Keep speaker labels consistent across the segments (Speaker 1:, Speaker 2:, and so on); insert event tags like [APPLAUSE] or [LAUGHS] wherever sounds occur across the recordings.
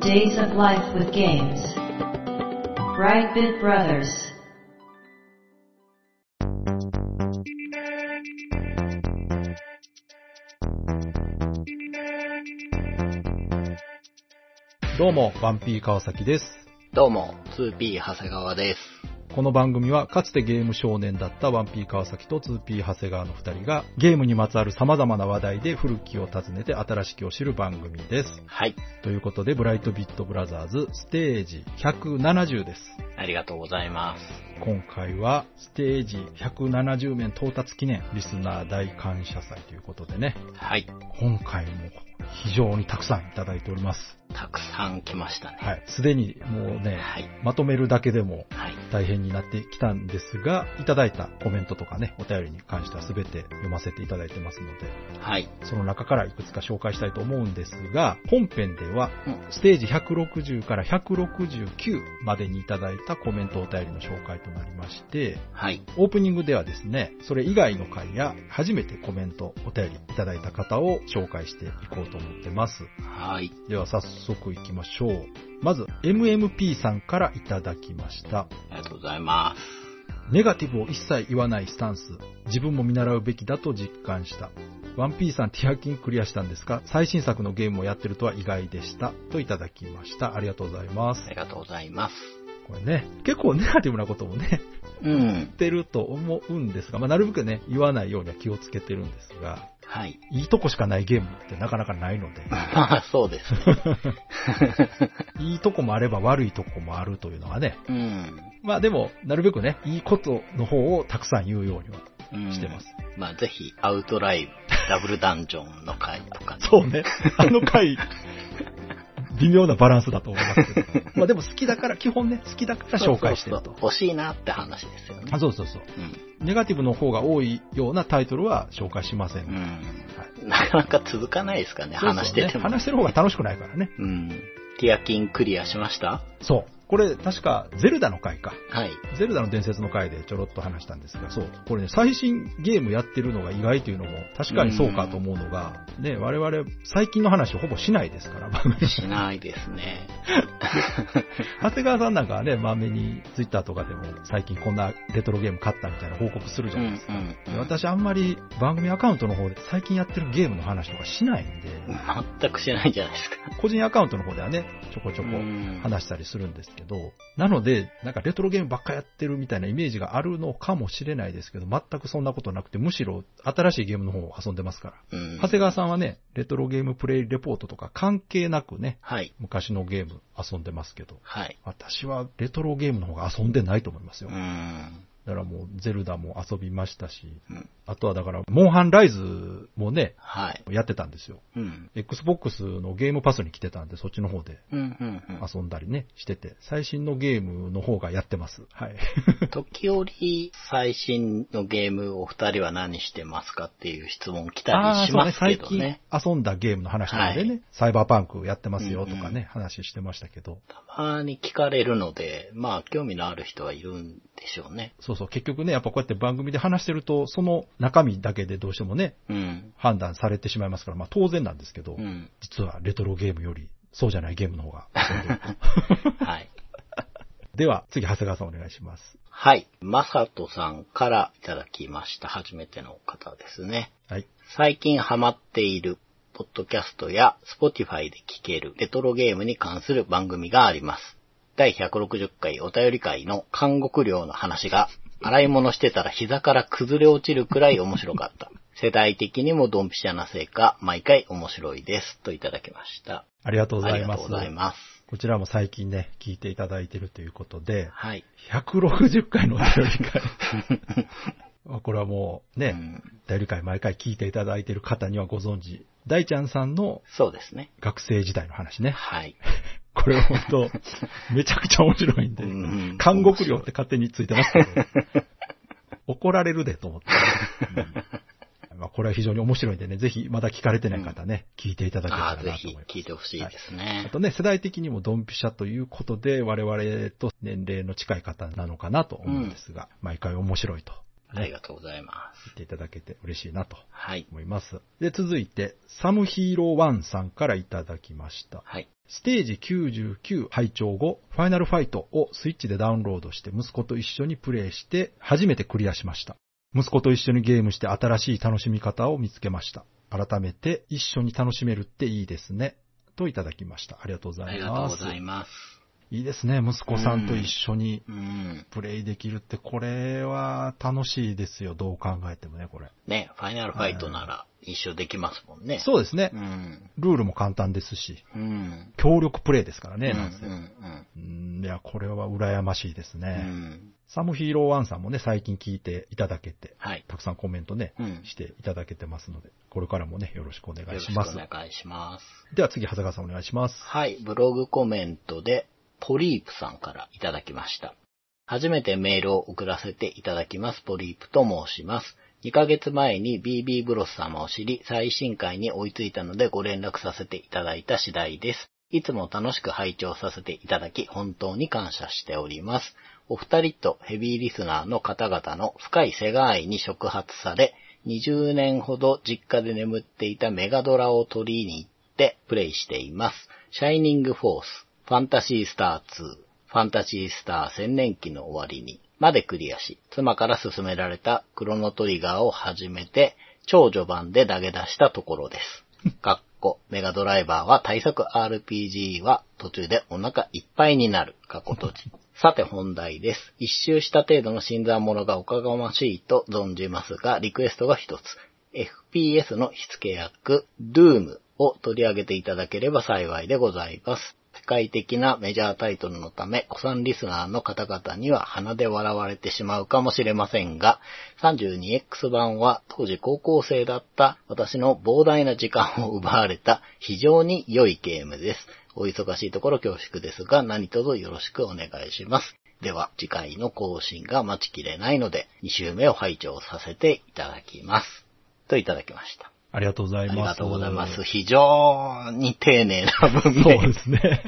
Speaker 1: Days of Life with Games. Brightbit Brothers.
Speaker 2: どうも、バンピー川崎です。
Speaker 3: どうも、2P 長谷川です。
Speaker 2: この番組は、かつてゲーム少年だったワンピー川崎と 2P 長谷川の二人が、ゲームにまつわる様々な話題で古きを訪ねて新しきを知る番組です。
Speaker 3: はい、
Speaker 2: ということで、ブライトビットブラザーズステージ170です。
Speaker 3: ありがとうございます。
Speaker 2: 今回は、ステージ170面到達記念リスナー大感謝祭ということでね、
Speaker 3: はい、
Speaker 2: 今回も非常にたくさんいただいております。
Speaker 3: たくさん来ましたね。
Speaker 2: はい。すでにもうね、
Speaker 3: はい、
Speaker 2: まとめるだけでも
Speaker 3: はい、
Speaker 2: 大変になってきたんですが、いただいたコメントとかね、お便りに関しては全て読ませていただいてますので、
Speaker 3: はい、
Speaker 2: その中からいくつか紹介したいと思うんですが、本編では
Speaker 3: うん、
Speaker 2: ステージ160から169までにいただいたコメントお便りの紹介となりまして、
Speaker 3: はい、
Speaker 2: オープニングではですね、それ以外の回や、初めてコメント、お便りいただいた方を紹介していこうと思ってます。
Speaker 3: はい、
Speaker 2: では早速行きましょう。まず、MMP さんからいただきました。
Speaker 3: ありがとうございま
Speaker 2: ネガティブを一切言わないスタンス。自分も見習うべきだと実感した。ワンピーさん、ティアキンクリアしたんですか最新作のゲームをやってるとは意外でした。といただきました。ありがとうございます
Speaker 3: す。あ。りがとうございます。
Speaker 2: これね、結構ネガティブなこともね、 [LAUGHS]
Speaker 3: うん
Speaker 2: 言っ、てると思うんですが、まあ、なるべくね、言わないようには気をつけてるんですが、
Speaker 3: はい。 [LAUGHS]
Speaker 2: いいとこしかないゲームってなかなかないので、
Speaker 3: まあ、そうです。
Speaker 2: いいとこもあれば悪いとこもあるというのがね、
Speaker 3: うん、
Speaker 2: まあでも、なるべくね、いいことの方をたくさん言うようには
Speaker 3: うん。
Speaker 2: してます。。
Speaker 3: まあ、ぜひ、アウト [LAUGHS] ライブ、ダブルダンジョンの回とか、
Speaker 2: そう [LAUGHS] ね。あの回、微妙なバランスだと思いますけど。 [LAUGHS] まあでも好きだから、基本ね、好きだから紹介してる
Speaker 3: そ
Speaker 2: と
Speaker 3: うそう。そう欲しいなって話ですよね
Speaker 2: あ。そうそうそう。
Speaker 3: うん、
Speaker 2: ネガティブの方が多いようなタイトルは紹介しません。
Speaker 3: うん。なかなか続かないですか
Speaker 2: そ
Speaker 3: ね、
Speaker 2: うそうね
Speaker 3: 話してても。
Speaker 2: 話してる方が楽しくないからね。
Speaker 3: うん。ティアキンクリアしました
Speaker 2: そう。これ、確か、ゼルダの回か。
Speaker 3: はい。
Speaker 2: ゼルダの伝説の回でちょろっと話したんですが、そう。これね、最新ゲームやってるのが意外というのも、確かにそうかと思うのが、ね、我々、最近の話をほぼしないですから、番組
Speaker 3: しないですね。
Speaker 2: 長谷川さんなんかはね、まめにツイッターとかでも最近こんなレトロゲーム買ったみたいな報告するじ
Speaker 3: う
Speaker 2: ゃ
Speaker 3: ん
Speaker 2: ないですか。
Speaker 3: う
Speaker 2: で
Speaker 3: ん。
Speaker 2: 私あんまり番組アカウントの方で最近やってるゲームの話とかしないんで、
Speaker 3: 全くしないじゃないですか。
Speaker 2: 個人アカウントの方ではね、ちょこちょこ
Speaker 3: うん
Speaker 2: 話したりするんですけど、なので、なんかレトロゲームばっかやってるみたいなイメージがあるのかもしれないですけど、全くそんなことなくて、むしろ新しいゲームの方を遊んでますから。
Speaker 3: うん
Speaker 2: 長谷川さんはね、レトロゲームプレイレポートとか関係なくね、
Speaker 3: はい。
Speaker 2: 昔のゲーム遊んでますけど、
Speaker 3: はい。
Speaker 2: 私はレトロゲームの方が遊んでないと思います
Speaker 3: う
Speaker 2: よ。だ
Speaker 3: ん。
Speaker 2: からもうゼルダも遊びましたし、
Speaker 3: うん
Speaker 2: あとはだから、モンハンライズもね、
Speaker 3: はい。
Speaker 2: やってたんですよ。
Speaker 3: うん。
Speaker 2: Xbox のゲームパスに来てたんで、そっちの方で
Speaker 3: うん、うん、
Speaker 2: 遊んだりね、してて、最新のゲームの方がやってます。 [LAUGHS] はい。
Speaker 3: うん。時折、最新のゲームお二人は何してますかっていう質問来たりしますけ
Speaker 2: 最
Speaker 3: ど
Speaker 2: 近
Speaker 3: ね。
Speaker 2: 遊んだゲームの話なのでね、
Speaker 3: は
Speaker 2: サイバーパンクやってますよとかね、
Speaker 3: うんうん
Speaker 2: 話してましたけど、
Speaker 3: たまに聞かれるので、まあ、興味のある人はいるんでしょうね。
Speaker 2: そうそう、結局ね、やっぱこうやって番組で話してると、その中身だけでどうしてもね、
Speaker 3: うん。
Speaker 2: 判断されてしまいますから、まあ当然なんですけど、
Speaker 3: うん。
Speaker 2: 実はレトロゲームより、そうじゃないゲームの方
Speaker 3: [LAUGHS]
Speaker 2: が。
Speaker 3: はい。
Speaker 2: では、次、長谷川さんお願いします。
Speaker 3: はい。まさとさんからいただきました。初めての方ですね。
Speaker 2: はい。
Speaker 3: 最近ハマっている、ポッドキャストや Spotify で聴けるレトロゲームに関する番組があります。第160回お便り会の監獄寮の話が、洗い物してたら膝から崩れ落ちるくらい面白かった。世代的にもドンピシャなせいか、毎回面白いです。といただきました。
Speaker 2: ありがとうご
Speaker 3: あ
Speaker 2: ざい
Speaker 3: りが
Speaker 2: ま
Speaker 3: と
Speaker 2: す
Speaker 3: う。ございます。
Speaker 2: こちらも最近ね、聞いていただいてるということで、
Speaker 3: はい。
Speaker 2: 160回のお便り
Speaker 3: [LAUGHS]
Speaker 2: 会。まあこれはもう
Speaker 3: う
Speaker 2: ね、
Speaker 3: ん、
Speaker 2: お便り会毎回聞いていただいてる方にはご存知、大ちゃんさんの
Speaker 3: [LAUGHS] そうですね。
Speaker 2: 学生時代の話ね。
Speaker 3: はい。
Speaker 2: これは本当、めちゃくちゃ面白いんで、
Speaker 3: うん
Speaker 2: 監獄料って勝手についてますけど、
Speaker 3: [LAUGHS]
Speaker 2: 怒られるでと思って。うんまあこれは非常に面白いんでね、ぜひまだ聞かれてない方ね、聞いていただけた
Speaker 3: あ
Speaker 2: ら
Speaker 3: あ、ぜ
Speaker 2: なと
Speaker 3: ひ
Speaker 2: 思います。
Speaker 3: 聞いてほしいです
Speaker 2: あ
Speaker 3: ね。
Speaker 2: とね、世代的にもドンピシャということで、我々と年齢の近い方なのかなと思うんですが、毎回面白いと
Speaker 3: ありがとうございます。
Speaker 2: 言っていただけて嬉しいなと
Speaker 3: はい。
Speaker 2: 思います。で、続いて、サムヒーロー1さんからいただきました。
Speaker 3: はい。
Speaker 2: ステージ99拝聴後、ファイナルファイトをスイッチでダウンロードして息子と一緒にプレイして初めてクリアしました。息子と一緒にゲームして新しい楽しみ方を見つけました。改めて一緒に楽しめるっていいですね。といただきました。ありがとうござ
Speaker 3: あ
Speaker 2: い
Speaker 3: りがとう
Speaker 2: ま
Speaker 3: ご
Speaker 2: す。
Speaker 3: ざいます。
Speaker 2: いいですね。息子さんと一緒に
Speaker 3: うん。
Speaker 2: プレイできるって、これは楽しいですよ。どう考えてもね、これ。
Speaker 3: ね、ファイナルファイトなら一緒できますもんね。
Speaker 2: そうですね
Speaker 3: う。ん。
Speaker 2: ルールも簡単ですし、
Speaker 3: うん。
Speaker 2: 協力プレイですからね、
Speaker 3: うん
Speaker 2: なんせ。
Speaker 3: うん
Speaker 2: うん、いや、これは羨ましいです
Speaker 3: うん。う
Speaker 2: ね。
Speaker 3: ん。
Speaker 2: サムヒーローワンさんもね、最近聞いていただけて、
Speaker 3: はい。
Speaker 2: たくさんコメントね、
Speaker 3: うん。
Speaker 2: していただけてますので、これからもね、よろしくお願
Speaker 3: よ
Speaker 2: い
Speaker 3: ろ
Speaker 2: し
Speaker 3: しくお
Speaker 2: ます。
Speaker 3: 願いします。
Speaker 2: では次、長谷川さんお願いします。
Speaker 3: はい、ブログコメントで、ポリープさんからいただきました。初めてメールを送らせていただきます、ポリープと申します。2ヶ月前に BB ブロス様を知り、最新回に追いついたのでご連絡させていただいた次第です。いつも楽しく拝聴させていただき、本当に感謝しております。お二人とヘビーリスナーの方々の深い世界愛に触発され、20年ほど実家で眠っていたメガドラを取りに行ってプレイしています。シャイニングフォース、ファンタシースター2、ファンタシースター千年期の終わりにまでクリアし、妻から勧められたクロノトリガーを始めて、超序盤で投げ出したところです。かっこ、メガドライバーは対策 RPG は途中でお腹いっぱいになる。過去閉じ。さて本題です。一周した程度の新参者がおかがましいと存じますが、リクエストが一つ。FPS の火付け役、Doom を取り上げていただければ幸いでございます。世界的なメジャータイトルのため、子さんリスナーの方々には鼻で笑われてしまうかもしれませんが、32X 版は当時高校生だった私の膨大な時間を奪われた非常に良いゲームです。お忙しいところ恐縮ですが、何卒よろしくお願いします。では、次回の更新が待ちきれないので、2週目を拝聴させていただきます。といただきました。
Speaker 2: ありがとうござ
Speaker 3: あ
Speaker 2: い
Speaker 3: り
Speaker 2: ます。
Speaker 3: がとうございます。非常に丁寧な文
Speaker 2: そうで
Speaker 3: 明。
Speaker 2: すね。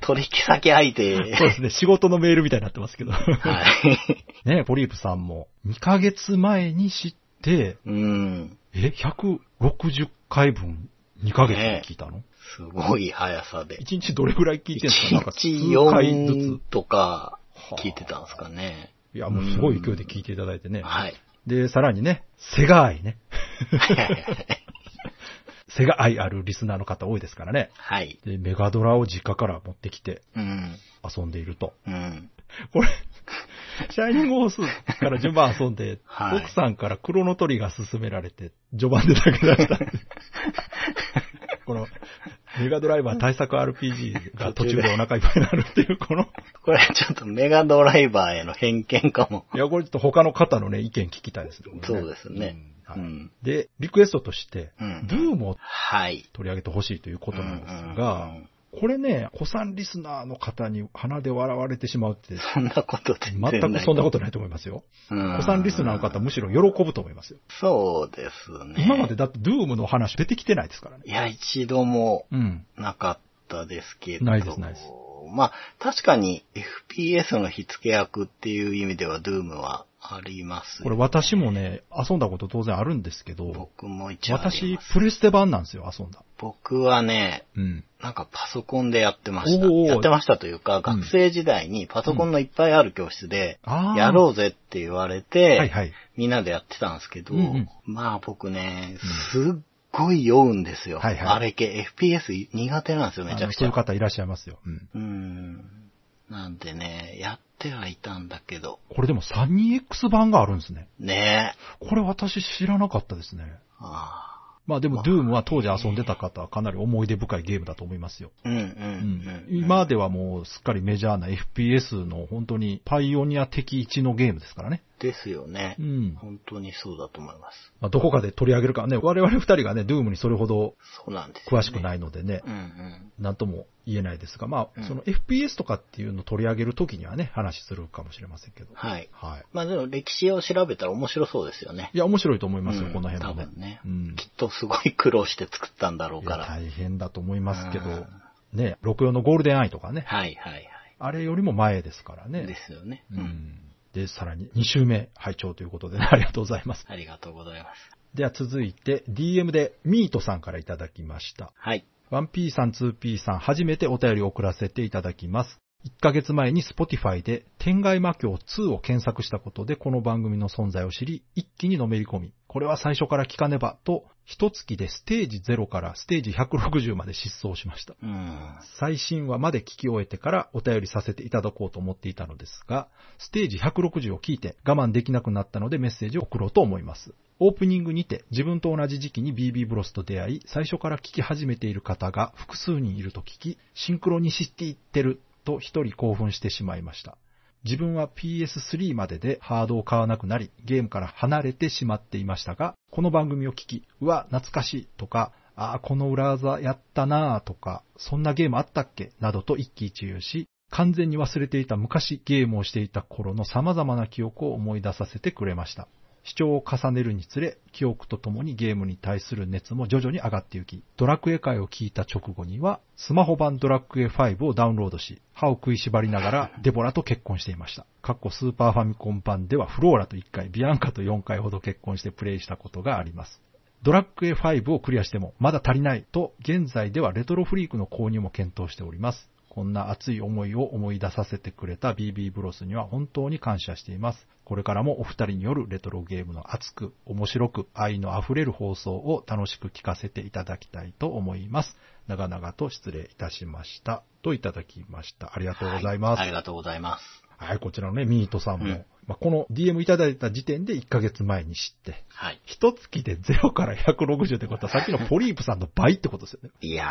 Speaker 3: 取引先相手。
Speaker 2: そうですね。仕事のメールみたいになってますけど。
Speaker 3: はい。
Speaker 2: ねポリープさんも、2ヶ月前に知って、
Speaker 3: うん。
Speaker 2: え、160回分2ヶ月で聞いたの、
Speaker 3: すごい速さで。
Speaker 2: ?1 日どれぐらい聞いてるんですかなんか
Speaker 3: 1日
Speaker 2: 数回ず
Speaker 3: 4とか聞いてたんですかね。
Speaker 2: つ。いや、もうすごい勢いで聞いていただいてね。
Speaker 3: はい。
Speaker 2: で、さらにね、セガ愛ね。セガ愛あるリスナーの方多いですからね。
Speaker 3: はい。
Speaker 2: で、メガドラを実家から持ってきて
Speaker 3: うん。
Speaker 2: 遊んでいると。
Speaker 3: うん。
Speaker 2: これ、 [LAUGHS] シャイニングホースから順番遊んで、
Speaker 3: はい
Speaker 2: 奥さんからクロノトリガー勧められて、序盤でだけだった。
Speaker 3: [LAUGHS]
Speaker 2: この、メガドライバー対策 RPG が途中でお腹いっぱいになるっていう、この、
Speaker 3: これちょっとメガドライバーへの偏見かも。
Speaker 2: いや、これちょっと他の方のね、意見聞きたいですね。これ
Speaker 3: そうですね
Speaker 2: うん
Speaker 3: う
Speaker 2: はい
Speaker 3: ん。
Speaker 2: で、リクエストとして、
Speaker 3: うん
Speaker 2: ドゥームを
Speaker 3: はい。
Speaker 2: 取り上げてほしいということなんですが、
Speaker 3: うんうんうん
Speaker 2: これね、古参リスナーの方に鼻で笑われてしまうって、
Speaker 3: そんなこと [LAUGHS] 全然ない。
Speaker 2: 全くそんなことないと思いますよ。
Speaker 3: うん。
Speaker 2: 古参リスナーの方むしろ喜ぶと思いますよ。
Speaker 3: そうですね。
Speaker 2: 今までだってドゥームの話出てきてないですからね。
Speaker 3: いや、一度も
Speaker 2: うん。
Speaker 3: なかったですけど。
Speaker 2: ないですないです
Speaker 3: まあ、確かに FPS の火付け役っていう意味では Doom はあります。
Speaker 2: これ私もね、遊んだこと当然あるんですけど、
Speaker 3: 僕も一応あり
Speaker 2: 私
Speaker 3: ます、
Speaker 2: プレステ版なんですよ、遊んだ。
Speaker 3: 僕はね、
Speaker 2: うん。
Speaker 3: なんかパソコンでやってました。
Speaker 2: おー
Speaker 3: やってましたというか、学生時代にパソコンのいっぱいある教室で、
Speaker 2: ああ。
Speaker 3: やろうぜって言われて、
Speaker 2: はいはい。
Speaker 3: みんなでやってたんですけど、
Speaker 2: うんうん
Speaker 3: まあ僕ね、すっごい酔うんですよ。
Speaker 2: はいはい
Speaker 3: あれ系、FPS 苦手なんですよ、めちゃくち
Speaker 2: あのそうい
Speaker 3: ゃ
Speaker 2: う。方いらっしゃいますよ。うん。
Speaker 3: うん。なんでね、やってはいたんだけど、
Speaker 2: これでも 32X 版があるんですね。
Speaker 3: ねえ。
Speaker 2: これ私知らなかったですね。
Speaker 3: あ
Speaker 2: まあでも、ドゥームは当時遊んでた方はかなり思い出深いゲームだと思いますよ。
Speaker 3: あうんうん
Speaker 2: うん。
Speaker 3: うん。
Speaker 2: 今ではもうすっかりメジャーな FPS の本当にパイオニア的一のゲームですからね。
Speaker 3: ですよね
Speaker 2: う。ん。
Speaker 3: 本当にそうだと思います。
Speaker 2: まあ、どこかで取り上げるかね、我々二人がね、ドゥームにそれほど
Speaker 3: そうなんですよね、。
Speaker 2: 詳しくないいのでね
Speaker 3: う、んうん。
Speaker 2: なんとも言えないですが、ま
Speaker 3: う
Speaker 2: あ、
Speaker 3: ん
Speaker 2: その FPS とかっていうのを取り上げるときにはね、話するかもしれませんけど。
Speaker 3: はい。
Speaker 2: はい。
Speaker 3: まあでも歴史を調べたら面白そうですよね。
Speaker 2: いや、面白いと思いますよ、
Speaker 3: うん
Speaker 2: この辺もね。
Speaker 3: 多分ね
Speaker 2: うん。
Speaker 3: きっとすごい苦労して作ったんだろう
Speaker 2: い
Speaker 3: か
Speaker 2: や
Speaker 3: ら。
Speaker 2: 大変だと思いますけ
Speaker 3: う
Speaker 2: ど
Speaker 3: ん、
Speaker 2: ね、64のゴールデンアイとかね、
Speaker 3: はいはいはい。
Speaker 2: あれよりも前ですからね。
Speaker 3: ですよね。
Speaker 2: う。ん。で、さらに2週目拝聴ということで、 [LAUGHS] ね、ありがとうございます。
Speaker 3: ありがとうございます。
Speaker 2: では続いて DM でミートさんからいただきました。
Speaker 3: はい。
Speaker 2: 1P さん、2P さん、初めてお便りを送らせていただきます。1ヶ月前に Spotify で天外魔境2を検索したことでこの番組の存在を知り、一気にのめり込み、これは最初から聞かねばと、一月でステージ0からステージ160まで失踪しました。
Speaker 3: うん。
Speaker 2: 最新話まで聞き終えてからお便りさせていただこうと思っていたのですが、ステージ160を聞いて我慢できなくなったのでメッセージを送ろうと思います。オープニングにて自分と同じ時期に BB ブロスと出会い、最初から聞き始めている方が複数人いると聞き、シンクロニシティってると一人興奮してしまいました。自分は PS3 まででハードを買わなくなり、ゲームから離れてしまっていましたが、この番組を聞き、うわ、懐かしいとか、ああ、この裏技やったなぁとか、そんなゲームあったっけなどと一喜一憂し、完全に忘れていた昔ゲームをしていた頃の様々な記憶を思い出させてくれました。視聴を重ねるにつれ、記憶とともにゲームに対する熱も徐々に上がっていき、ドラクエ界を聞いた直後には、スマホ版ドラクエ5をダウンロードし、歯を食いしばりながらデボラと結婚していました。過去スーパーファミコン版ではフローラと1回、ビアンカと4回ほど結婚してプレイしたことがあります。ドラッグ A5 をクリアしてもまだ足りないと、現在ではレトロフリークの購入も検討しております。こんな熱い思いを思い出させてくれた BB ブロスには本当に感謝しています。これからもお二人によるレトロゲームの熱く、面白く、愛の溢れる放送を楽しく聞かせていただきたいと思います。長々と失礼いたしました。といただきました。ありがとうございます。は
Speaker 3: は
Speaker 2: い
Speaker 3: あり
Speaker 2: い、
Speaker 3: がとうございます。
Speaker 2: こちらのね、ミートさんも、
Speaker 3: うん
Speaker 2: まあ、この DM いただいた時点で1ヶ月前に知って、
Speaker 3: はい。
Speaker 2: 一月で0から160ってことはさっきのポリープさんの倍ってことですよね。
Speaker 3: いやー、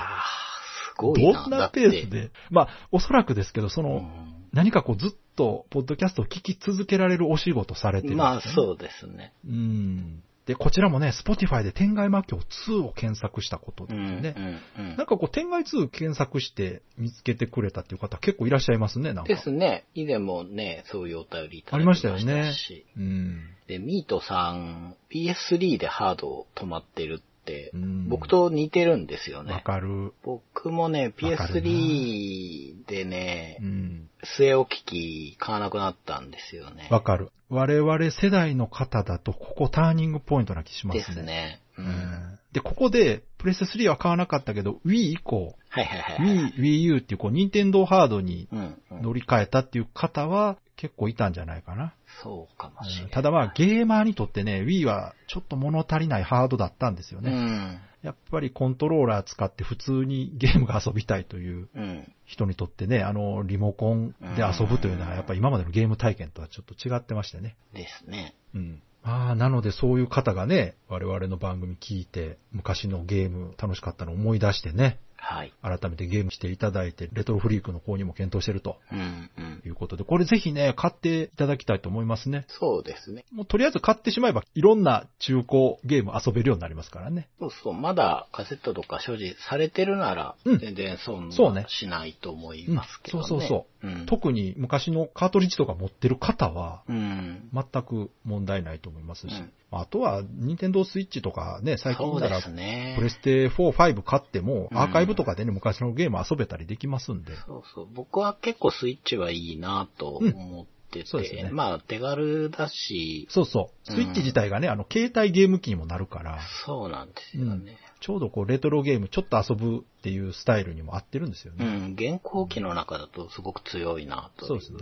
Speaker 3: すごいな。
Speaker 2: どんなペースで。まあ、おそらくですけど、そ
Speaker 3: だ
Speaker 2: の、
Speaker 3: って
Speaker 2: 何かこうずっと、ポッドキャストを聞き続けられるお仕事されて
Speaker 3: う
Speaker 2: るん
Speaker 3: んまあ、
Speaker 2: ですよね
Speaker 3: そうですね。
Speaker 2: うん。で、こちらもね、Spotify で天外魔境2を検索したこと
Speaker 3: う
Speaker 2: で
Speaker 3: ん
Speaker 2: すよね。
Speaker 3: うんうん
Speaker 2: なんかこう、天外2検索して見つけてくれたっていう方結構いらっしゃいますね、なんか。
Speaker 3: ですね。以前もね、そういうお便りいただき
Speaker 2: ありましたよね
Speaker 3: し
Speaker 2: うん。
Speaker 3: で、ミートさん、PS3 でハード止まってるって
Speaker 2: う、ん
Speaker 3: 僕、と似てるんですよ
Speaker 2: わ
Speaker 3: ね。
Speaker 2: かる。
Speaker 3: 僕もね、
Speaker 2: わかるな
Speaker 3: PS3 でね
Speaker 2: う、ん。
Speaker 3: 末置き機買わなくなったんですよね。
Speaker 2: わかる。我々世代の方だと、ここターニングポイントな気します
Speaker 3: で
Speaker 2: ね。
Speaker 3: すね。う
Speaker 2: うんんで、ここで、プレステ3は買わなかったけど、Wii 以降、
Speaker 3: はいはいはいはい。
Speaker 2: Wii、Wii U っていう、こう、任天堂ハードに
Speaker 3: うん、うん
Speaker 2: 乗り換えたっていう方は、結構いたんじゃないかな。
Speaker 3: そうかもしれ
Speaker 2: う
Speaker 3: なんい。
Speaker 2: ただまあ、ゲーマーにとってね、Wii はちょっと物足りないハードだったんですよ
Speaker 3: う
Speaker 2: ね。
Speaker 3: ん。
Speaker 2: やっぱりコントローラー使って普通にゲームが遊びたいという
Speaker 3: うん。
Speaker 2: 人にとってね、あの、リモコンで遊ぶというのは、やっぱり今までのゲーム体験とはちょっと違ってましてね。
Speaker 3: ですね。
Speaker 2: うん。まあ、なのでそういう方がね、我々の番組聞いて、昔のゲーム楽しかったのを思い出してね、
Speaker 3: はい。
Speaker 2: 改めてゲームしていただいて、レトロフリークの購入も検討してると
Speaker 3: うん、うん。
Speaker 2: いうことで、これぜひね、買っていただきたいと思いますね。
Speaker 3: そうですね。
Speaker 2: もうとりあえず買ってしまえば、いろんな中古ゲーム遊べるようになりますからね。
Speaker 3: そうそう、まだカセットとか所持されてるなら、
Speaker 2: うん
Speaker 3: 全然損
Speaker 2: そうね
Speaker 3: はしないと思いますけどね。。
Speaker 2: うんそうそうそう
Speaker 3: ん、
Speaker 2: 特に昔のカートリッジとか持ってる方は、
Speaker 3: うん。
Speaker 2: 全く問題ないと思いますし
Speaker 3: うん、
Speaker 2: あとは、ニンテンドースイッチとかね、最近なら
Speaker 3: そうですね。
Speaker 2: プレステ4、5買っても、
Speaker 3: うん
Speaker 2: アーカイブとかでね、昔のゲーム遊べたりできますんで。
Speaker 3: そうそう。僕は結構スイッチはいいなと思って
Speaker 2: んそうで
Speaker 3: て、
Speaker 2: すね
Speaker 3: まあ手軽だし、
Speaker 2: そうそう。
Speaker 3: う
Speaker 2: ス
Speaker 3: ん
Speaker 2: イッチ自体がね、あの、携帯ゲーム機にもなるから、
Speaker 3: そうなんですよね。
Speaker 2: ちょうどこう、レトロゲームちょっと遊ぶっていうスタイルにも合ってるんですよ
Speaker 3: う
Speaker 2: ね。
Speaker 3: ん。現行機の中だとすごく強いなと
Speaker 2: そう
Speaker 3: い
Speaker 2: ですね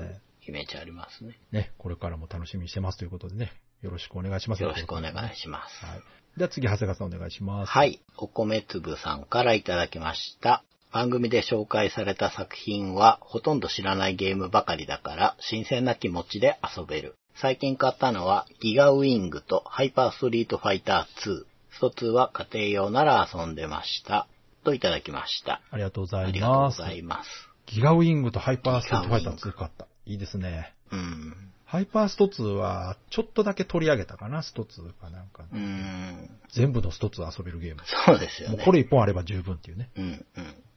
Speaker 3: うイメージありますね。
Speaker 2: ね、これからも楽しみにしてますということでね、よろしくお願いします。
Speaker 3: よろしくお願
Speaker 2: はい
Speaker 3: します。
Speaker 2: い。では次、長谷川さんお願いします。
Speaker 3: はい。お米粒さんからいただきました。番組で紹介された作品はほとんど知らないゲームばかりだから新鮮な気持ちで遊べる。最近買ったのはギガウィングとハイパーストリートファイター2。スト2は家庭用なら遊んでました。といただきました。
Speaker 2: ありがとうござ
Speaker 3: あり
Speaker 2: い
Speaker 3: がとうご
Speaker 2: ます。
Speaker 3: ざいます。
Speaker 2: ギガウィングとハイパーストファイター2買った。いいですね。
Speaker 3: うん。
Speaker 2: ハイパースト2は、ちょっとだけ取り上げたかな、スト2かなんか。
Speaker 3: うん。
Speaker 2: 全部のスト2遊べるゲーム。
Speaker 3: そうですよ
Speaker 2: もう
Speaker 3: ね。
Speaker 2: これ一本あれば十分っていうね。
Speaker 3: うん、うん。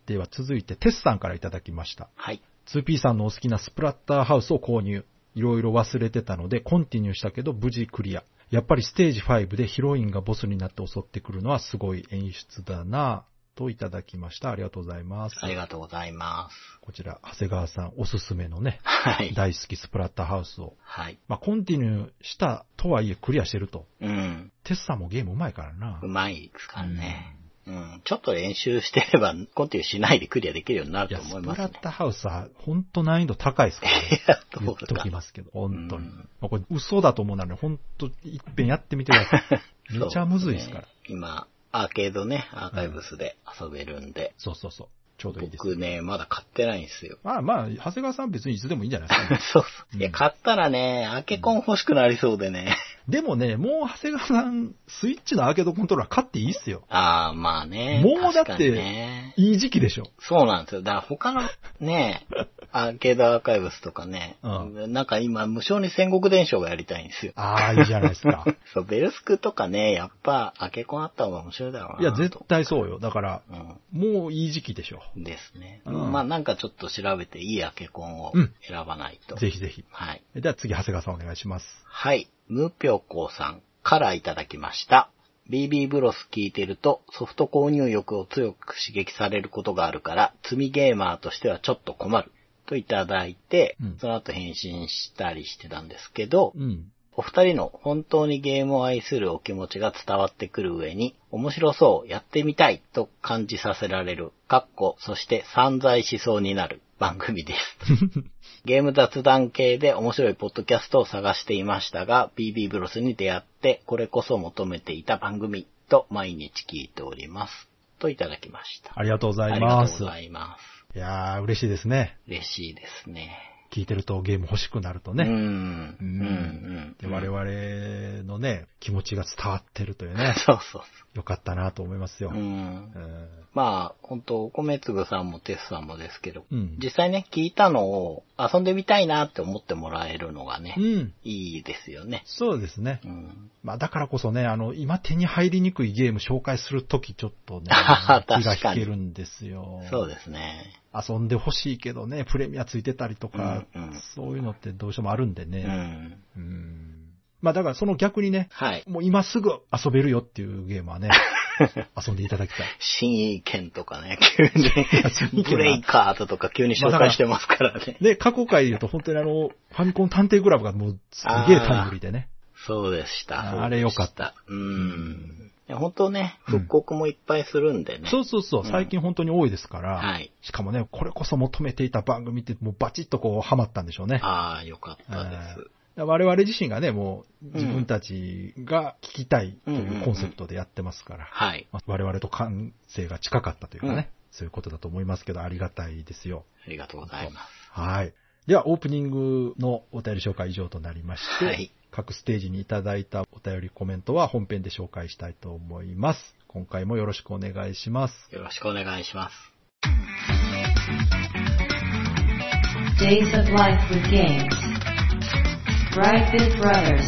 Speaker 2: では続いて、テスさんからいただきました。
Speaker 3: はい。
Speaker 2: 2P さんのお好きなスプラッターハウスを購入。いろいろ忘れてたので、コンティニューしたけど無事クリア。やっぱりステージ5でヒロインがボスになって襲ってくるのはすごい演出だなぁといただきました。ありがとうございます。
Speaker 3: ありがとうございます。
Speaker 2: こちら、長谷川さんおすすめのね、
Speaker 3: はい。
Speaker 2: 大好きスプラッターハウスを、
Speaker 3: はい。
Speaker 2: まあ、コンティニューしたとはいえクリアしてると。
Speaker 3: うん。
Speaker 2: テスさんもゲームうまいからな
Speaker 3: う。まいですからね。うん。ちょっと練習してれば、コンティニューしないでクリアできるようにない
Speaker 2: や、
Speaker 3: ると
Speaker 2: ス
Speaker 3: 思い
Speaker 2: プ
Speaker 3: ます、
Speaker 2: ラ
Speaker 3: ね
Speaker 2: ッ。タハウスは、ほんと難易度高いですから、ね。
Speaker 3: [LAUGHS] いや、ど
Speaker 2: 言っ
Speaker 3: う
Speaker 2: と
Speaker 3: か
Speaker 2: き。ますけど、本当に。
Speaker 3: うん
Speaker 2: まあ、これ嘘だと思うならね、ほんと、いっぺんやってみてく
Speaker 3: [LAUGHS]
Speaker 2: ださい。めちゃむずいですから。
Speaker 3: 今、アーケードね、アーカイブスで遊べるんで。
Speaker 2: そうそうそう。ちょうどいいです。
Speaker 3: 僕ね、まだ買ってないんですよ。 [LAUGHS]
Speaker 2: まあまあ、長谷川さん別にいつでもいいんじゃないですか、ね。 [LAUGHS]
Speaker 3: そうそう。いうや、
Speaker 2: ん
Speaker 3: 買ったらね、アーケコン欲しくなりそうでね。
Speaker 2: でもね、もう長谷川さん、スイッチのアーケードコントローラー買っていいっすよ。
Speaker 3: ああ、まあね。
Speaker 2: もうだって
Speaker 3: 確かにね。
Speaker 2: いい時期でしょ。
Speaker 3: そうなんですよ。だから他の
Speaker 2: [LAUGHS]
Speaker 3: ね、アーケードアーカイブスとかね、
Speaker 2: う
Speaker 3: なんか今無償に戦国伝承がやりたいんですよ。
Speaker 2: ああ、いいじゃないですか。
Speaker 3: そう、ベルスクとかね、やっぱ、アケコンあった方が面白いだろ
Speaker 2: [LAUGHS]
Speaker 3: う
Speaker 2: い
Speaker 3: な
Speaker 2: や、
Speaker 3: と。
Speaker 2: 絶対そうよ。だから、
Speaker 3: う
Speaker 2: もういい時期でしょ。
Speaker 3: ん。ですね。
Speaker 2: うん
Speaker 3: まあなんかちょっと調べていいアケコンを
Speaker 2: うん
Speaker 3: 選ばないと。
Speaker 2: ぜひぜひ。
Speaker 3: はい。
Speaker 2: では次、長谷川さんお願いします。
Speaker 3: はい。ムピョコさんからいただきました。BB ブロス聞いてるとソフト購入欲を強く刺激されることがあるから、積みゲーマーとしてはちょっと困る。といただいて
Speaker 2: うん、
Speaker 3: その後返信したりしてたんですけど、
Speaker 2: うん。 [LAUGHS]
Speaker 3: お二人の本当にゲームを愛するお気持ちが伝わってくる上に、面白そう、やってみたいと感じさせられる、かっこ、そして散財しそうになる番組です。 [LAUGHS] ゲーム雑談系で面白いポッドキャストを探していましたが、BB ブロスに出会って、これこそ求めていた番組と毎日聞いております。といただきました。
Speaker 2: ありがとうござ
Speaker 3: あ
Speaker 2: い
Speaker 3: りが
Speaker 2: ま
Speaker 3: とう
Speaker 2: す。
Speaker 3: ございます。
Speaker 2: いやー、嬉しいですね。
Speaker 3: 嬉しいですね。
Speaker 2: 聞いてるとゲーム欲しくなると
Speaker 3: う
Speaker 2: ね。
Speaker 3: ん。
Speaker 2: う
Speaker 3: うんん。うん。、
Speaker 2: で我々のね、気持ちが伝わってるというね
Speaker 3: [LAUGHS] そうそう
Speaker 2: よかったなと思いますよ。
Speaker 3: そう。う
Speaker 2: う。
Speaker 3: ん
Speaker 2: ん
Speaker 3: まあ、本当米粒さんもテスさんもですけど、
Speaker 2: うん。
Speaker 3: 実際ね、聞いたのを遊んでみたいなって思ってもらえるのがね
Speaker 2: う、ん。
Speaker 3: いいですよね。
Speaker 2: そうですね
Speaker 3: う。ん。
Speaker 2: まあだからこそね、あの、今手に入りにくいゲーム紹介するときちょっとね
Speaker 3: [LAUGHS] 確、か
Speaker 2: 気
Speaker 3: に
Speaker 2: が引けるんですよ。
Speaker 3: そうですね。
Speaker 2: 遊んでほしいけどね、プレミアついてたりとか、
Speaker 3: うんうん
Speaker 2: そういうのってどうしてもあるんで
Speaker 3: う
Speaker 2: ね。
Speaker 3: ん。
Speaker 2: うんまあだからその逆にね、
Speaker 3: はい。
Speaker 2: もう今すぐ遊べるよっていうゲーム
Speaker 3: [LAUGHS]
Speaker 2: はね、遊んでいただきたい。
Speaker 3: 新意見とかね、 [LAUGHS] 急
Speaker 2: 新意見
Speaker 3: に、
Speaker 2: は
Speaker 3: ブレイカートとか急に紹介してますからね。
Speaker 2: で、過去回で言うと本当にあの、ファミコン探偵クラブがもうすげえタイムリーでね。
Speaker 3: そうでした。
Speaker 2: あれよかった
Speaker 3: そうでし。うん。いや本当ね、復刻もいっぱいするんでね。
Speaker 2: そうそうそう、
Speaker 3: うん
Speaker 2: 最近本当に多いですから、
Speaker 3: はい。
Speaker 2: しかもね、これこそ求めていた番組ってもうバチッとこうハマったんでしょうね。
Speaker 3: ああ、よかったで
Speaker 2: う
Speaker 3: す
Speaker 2: ん。我々自身がね、もう自分
Speaker 3: ん
Speaker 2: たちが聞きたいというコンセプトでやってますから、
Speaker 3: はい。
Speaker 2: まあ我々と感性が近かったというかね、そういうことだと思いますけど、ありがたいですよ。
Speaker 3: ありがとうございま
Speaker 2: はい。では、オープニングのお便り紹介以上となりまして、
Speaker 3: はい
Speaker 2: 各ステージにいただいたお便りコメントは本編で紹介したいと思います。今回もよろしくお願いします。
Speaker 3: す。よろしくお願いします。
Speaker 1: Days of Life with Games. Brightbit Brothers.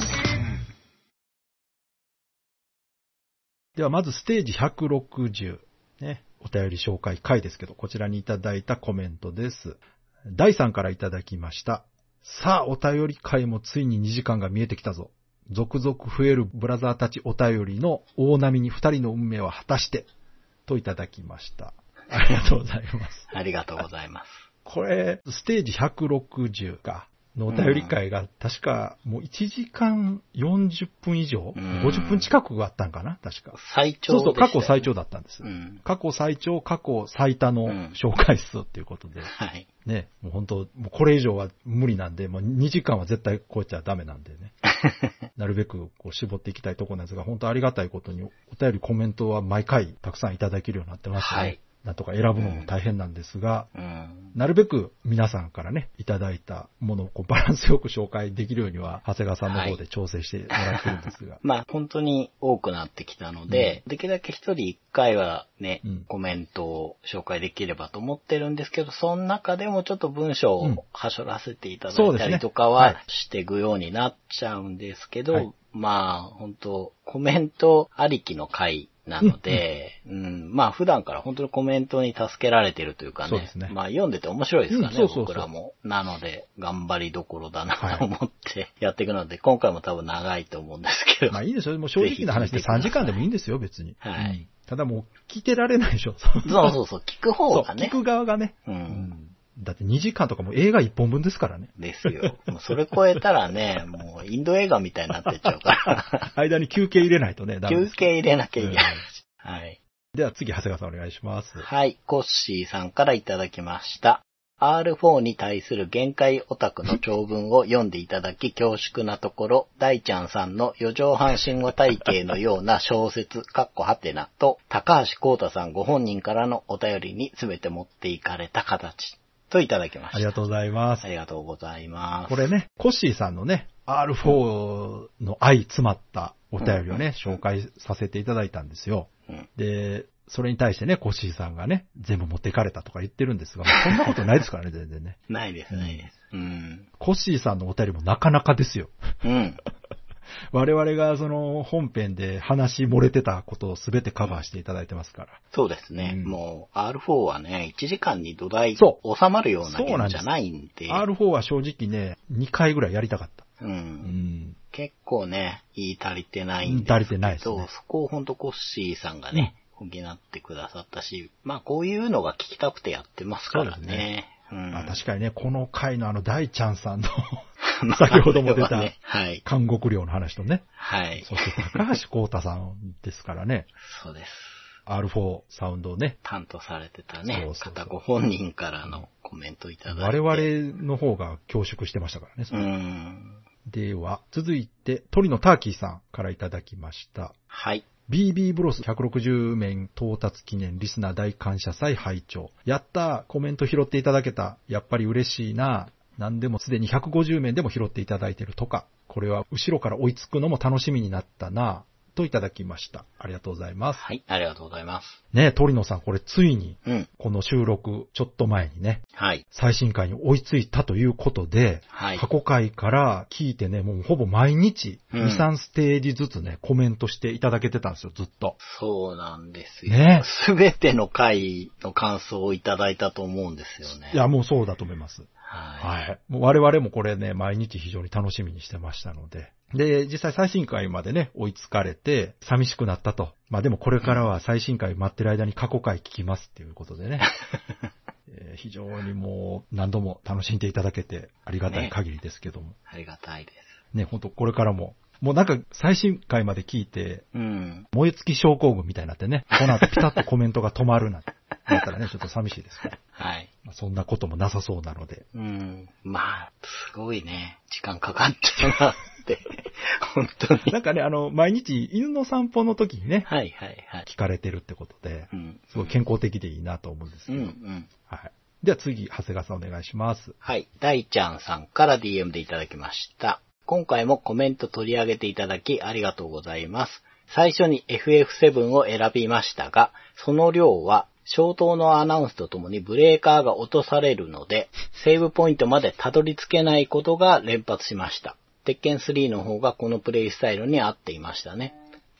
Speaker 2: では、まずステージ160、ね、お便り紹介回ですけど、こちらにいただいたコメントです。第3からいただきました。さあ、お便り回もついに2時間が見えてきたぞ。続々増えるブラザーたちお便りの大波に2人の運命は果たして、といただきました。ありがとうございます。
Speaker 3: ありがとうございます。
Speaker 2: これ、ステージ160か。のお便り会が、確か、もう1時間40分以上、
Speaker 3: うん
Speaker 2: ?50 分近くあったんかな確か。
Speaker 3: 最長
Speaker 2: そう
Speaker 3: で
Speaker 2: そう、過去最
Speaker 3: 長。
Speaker 2: 長だったんです。
Speaker 3: うん。
Speaker 2: 過去最長、過去最多の紹介数っていうことで、
Speaker 3: はい。 [LAUGHS]
Speaker 2: ね、もう本当、もうこれ以上は無理なんで、もう2時間は絶対超えちゃダメなんでね。なるべくこう絞っていきたいところなんですが、本当ありがたいことにお便りコメントは毎回たくさんいただけるようになってますね。
Speaker 3: はい
Speaker 2: なんとか選ぶのも大変なんですが、
Speaker 3: うん。。
Speaker 2: なるべく皆さんからね、いただいたものをこうバランスよく紹介できるようには、長谷川さんの方で調整してもらってるんですが
Speaker 3: [LAUGHS] まあ、本当に多くなってきたので、できるだけ一人一回はね、
Speaker 2: うん
Speaker 3: コメントを紹介できればと思ってるんですけど、その中でもちょっと文章
Speaker 2: うん
Speaker 3: をはしょらせていた
Speaker 2: そう
Speaker 3: だい
Speaker 2: で
Speaker 3: た
Speaker 2: すね
Speaker 3: りとか
Speaker 2: はい
Speaker 3: はしていくようになっちゃうんですけど、
Speaker 2: はい
Speaker 3: まあ、本当コメントありきの回なので、うん、まあ普段から本当にコメントに助けられてるというか
Speaker 2: そう
Speaker 3: ね
Speaker 2: で、すね
Speaker 3: まあ読んでて面白いですからね、
Speaker 2: うんそうそうそう
Speaker 3: 僕らも。なので、頑張りどころ
Speaker 2: は
Speaker 3: だないと思ってやっていくので、今回も多分長いと思うんですけど。
Speaker 2: [LAUGHS] まあいいでしょ。もう正直な話で
Speaker 3: ぜひ聞い
Speaker 2: 3
Speaker 3: て
Speaker 2: 時間でもいいんですよ、別に。
Speaker 3: はい
Speaker 2: うんただもう聞いてられないでしょ。 [LAUGHS]
Speaker 3: そうそうそう、聞く
Speaker 2: そ
Speaker 3: 方
Speaker 2: う
Speaker 3: がね
Speaker 2: 聞。く側がね。
Speaker 3: うん。
Speaker 2: だって2時間とかもう映画1本分ですからね。 [LAUGHS]
Speaker 3: ですよ。もうそれ超えたらね、もうインド映画みたいになってっちゃうか
Speaker 2: 間に休憩入れないとね、[LAUGHS]
Speaker 3: ら、
Speaker 2: ダメで
Speaker 3: 休
Speaker 2: す。
Speaker 3: 憩入れなきゃいけない
Speaker 2: うん。
Speaker 3: はい。
Speaker 2: では次、長谷川さんお願いします。
Speaker 3: はい、コッシーさんからいただきました。R4 に対する限界オタクの長文を読んでいただき恐縮なところ、大ちゃんさんの余剰半身語体系のような小説、 [LAUGHS] かっこはてなと、高橋光太さんご本人からのお便りに全て持っていかれた形といただきました。
Speaker 2: ありがとうございます
Speaker 3: あ。りがとうございます。
Speaker 2: これね、コッシーさんのね、R4 の愛詰まったお便りをね、紹介させていただいたんですよ。
Speaker 3: うん
Speaker 2: で、それに対してね、コッシーさんがね、全部持ってかれたとか言ってるんですが、そんなことないですからね、全然ね。
Speaker 3: ないです、ないです。うん。
Speaker 2: コッシーさんのお便りもなかなかですよ。
Speaker 3: うん。
Speaker 2: 我々がその本編で話漏れてたことを全てカバーしていただいてますから。
Speaker 3: そうですね。
Speaker 2: うん
Speaker 3: もう R4 はね、1時間に土台収
Speaker 2: そ
Speaker 3: まるような
Speaker 2: そう
Speaker 3: ゲー
Speaker 2: なん
Speaker 3: ム
Speaker 2: です
Speaker 3: じゃないんで、
Speaker 2: R4 は正直ね、2回ぐらいやりたかった。
Speaker 3: うん
Speaker 2: うん。
Speaker 3: 結構ね、言い足りてないんですけど、
Speaker 2: 言い足りてないですね
Speaker 3: そこをほんとコッシーさんがね、補ってくださったし、まあこういうのが聞きたくてやってますから
Speaker 2: そうです
Speaker 3: ね。うん
Speaker 2: まあ確かにね、この回のあの大ちゃんさんの
Speaker 3: [LAUGHS] まあ
Speaker 2: 先ほども出
Speaker 3: これは
Speaker 2: た
Speaker 3: ねはい。
Speaker 2: 監獄寮の話とね、
Speaker 3: はい。
Speaker 2: そして高橋光太さんですからね、
Speaker 3: そうです。
Speaker 2: R4 サウンドをね、
Speaker 3: 担当されてたね、
Speaker 2: そうそうそう
Speaker 3: 方ご本人からのコメントいただい
Speaker 2: 我
Speaker 3: て。
Speaker 2: 々の方が恐縮してましたからね。
Speaker 3: うん。
Speaker 2: では、続いて鳥のターキーさんからいただきました。
Speaker 3: はい。
Speaker 2: BB ブロス160面到達記念リスナー大感謝祭拝聴やったーコメント拾っていただけた。やっぱり嬉しいな何でもすでに150面でも拾っていただいてるとか。これは後ろから追いつくのも楽しみになったなといただきました。ありがとうございます。
Speaker 3: はい。ありがとうございます。
Speaker 2: ねえ、鳥野さん、これついに、
Speaker 3: うん。
Speaker 2: この収録ちょっと前にね、
Speaker 3: はい。
Speaker 2: 最新回に追いついたということで、
Speaker 3: はい。
Speaker 2: 過去回から聞いてね、もうほぼ毎日、
Speaker 3: うん
Speaker 2: 2、3ステージずつね、コメントしていただけてたんですよ、ずっと。
Speaker 3: そうなんですよ。
Speaker 2: ね
Speaker 3: すべての回の感想をいただいたと思うんですよね。
Speaker 2: いや、もうそうだと思います。
Speaker 3: は
Speaker 2: はい。もう我々もこれね、毎日非常に楽しみにしてましたので。で、実際最新回までね、追いつかれて、寂しくなったと。まあでもこれからは最新回待ってる間に過去回聞きますっていうことでね。えー非常にもう何度も楽しんでいただけてありがたい限りですけども。
Speaker 3: い。ありがたいです。
Speaker 2: ね、ほんとこれからも。もうなんか最新回まで聞いて、
Speaker 3: うん。
Speaker 2: 燃え尽き症候群みたいになってね、この後ピタッとコメントが止まるなんて。だったらね、ちょっと寂しいですけど。
Speaker 3: はい。
Speaker 2: まあそんなこともなさそうなので。
Speaker 3: うん。まあ、すごいね。時間かかっちゃうな [LAUGHS] って。本当 [LAUGHS] に。
Speaker 2: なんかね、あの、毎日犬の散歩の時にね、
Speaker 3: はいはいはい。
Speaker 2: 聞かれてるってことで
Speaker 3: う、ん。
Speaker 2: すごい健康的でいいなと思うんです
Speaker 3: う
Speaker 2: け
Speaker 3: んう
Speaker 2: ど。
Speaker 3: ん。
Speaker 2: はい。では次、長谷川さんお願いします。
Speaker 3: はい。大ちゃんさんから DM でいただきました。今回もコメント取り上げていただきありがとうございます。最初に FF7 を選びましたが、その量は消灯のアナウンスとともにブレーカーが落とされるので、セーブポイントまでたどり着けないことが連発しました。鉄拳3の方がこのプレイスタイルに合っていましたね。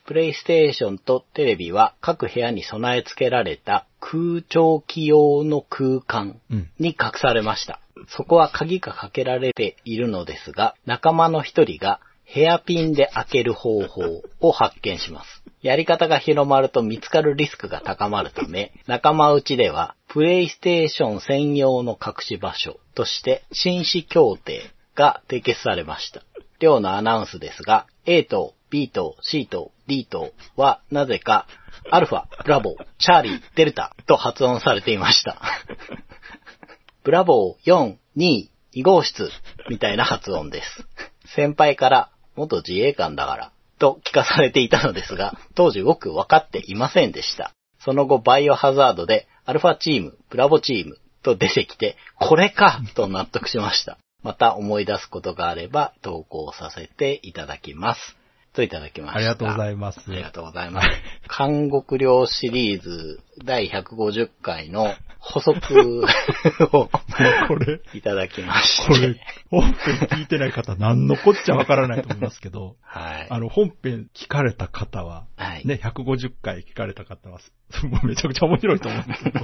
Speaker 3: プレイステーションとテレビは各部屋に備え付けられた空調機用の空間
Speaker 2: うん。
Speaker 3: に隠されました。そこは鍵がかけられているのですが、仲間の一人がヘアピンで開ける方法を発見します。やり方が広まると見つかるリスクが高まるため、仲間内では、プレイステーション専用の隠し場所として、紳士協定が締結されました。寮のアナウンスですが、A 棟、B 棟、C 棟、D 棟は、なぜか、アルファ、ブラボー、チャーリー、デルタと発音されていました。ブラボー422号室みたいな発音です。先輩から元自衛官だからと聞かされていたのですが、当時よく分かっていませんでした。その後バイオハザードでアルファチーム、ブラボチームと出てきて、これかと納得しました。また思い出すことがあれば投稿させていただきます。といただきました。
Speaker 2: ありがとうござ
Speaker 3: ま
Speaker 2: います。
Speaker 3: ありがとうございます。監獄寮シリーズ第150回の補足
Speaker 2: [LAUGHS]
Speaker 3: を
Speaker 2: これ、
Speaker 3: いただきまし
Speaker 2: これ
Speaker 3: て。、
Speaker 2: 本編聞いてない方、何のこっちゃわからないと思いますけど、
Speaker 3: [LAUGHS] はい。
Speaker 2: あの、本編聞かれた方は、
Speaker 3: はい。
Speaker 2: ね、150回聞かれた方は、 [LAUGHS] もうめちゃくちゃ面白いと思うんですけど、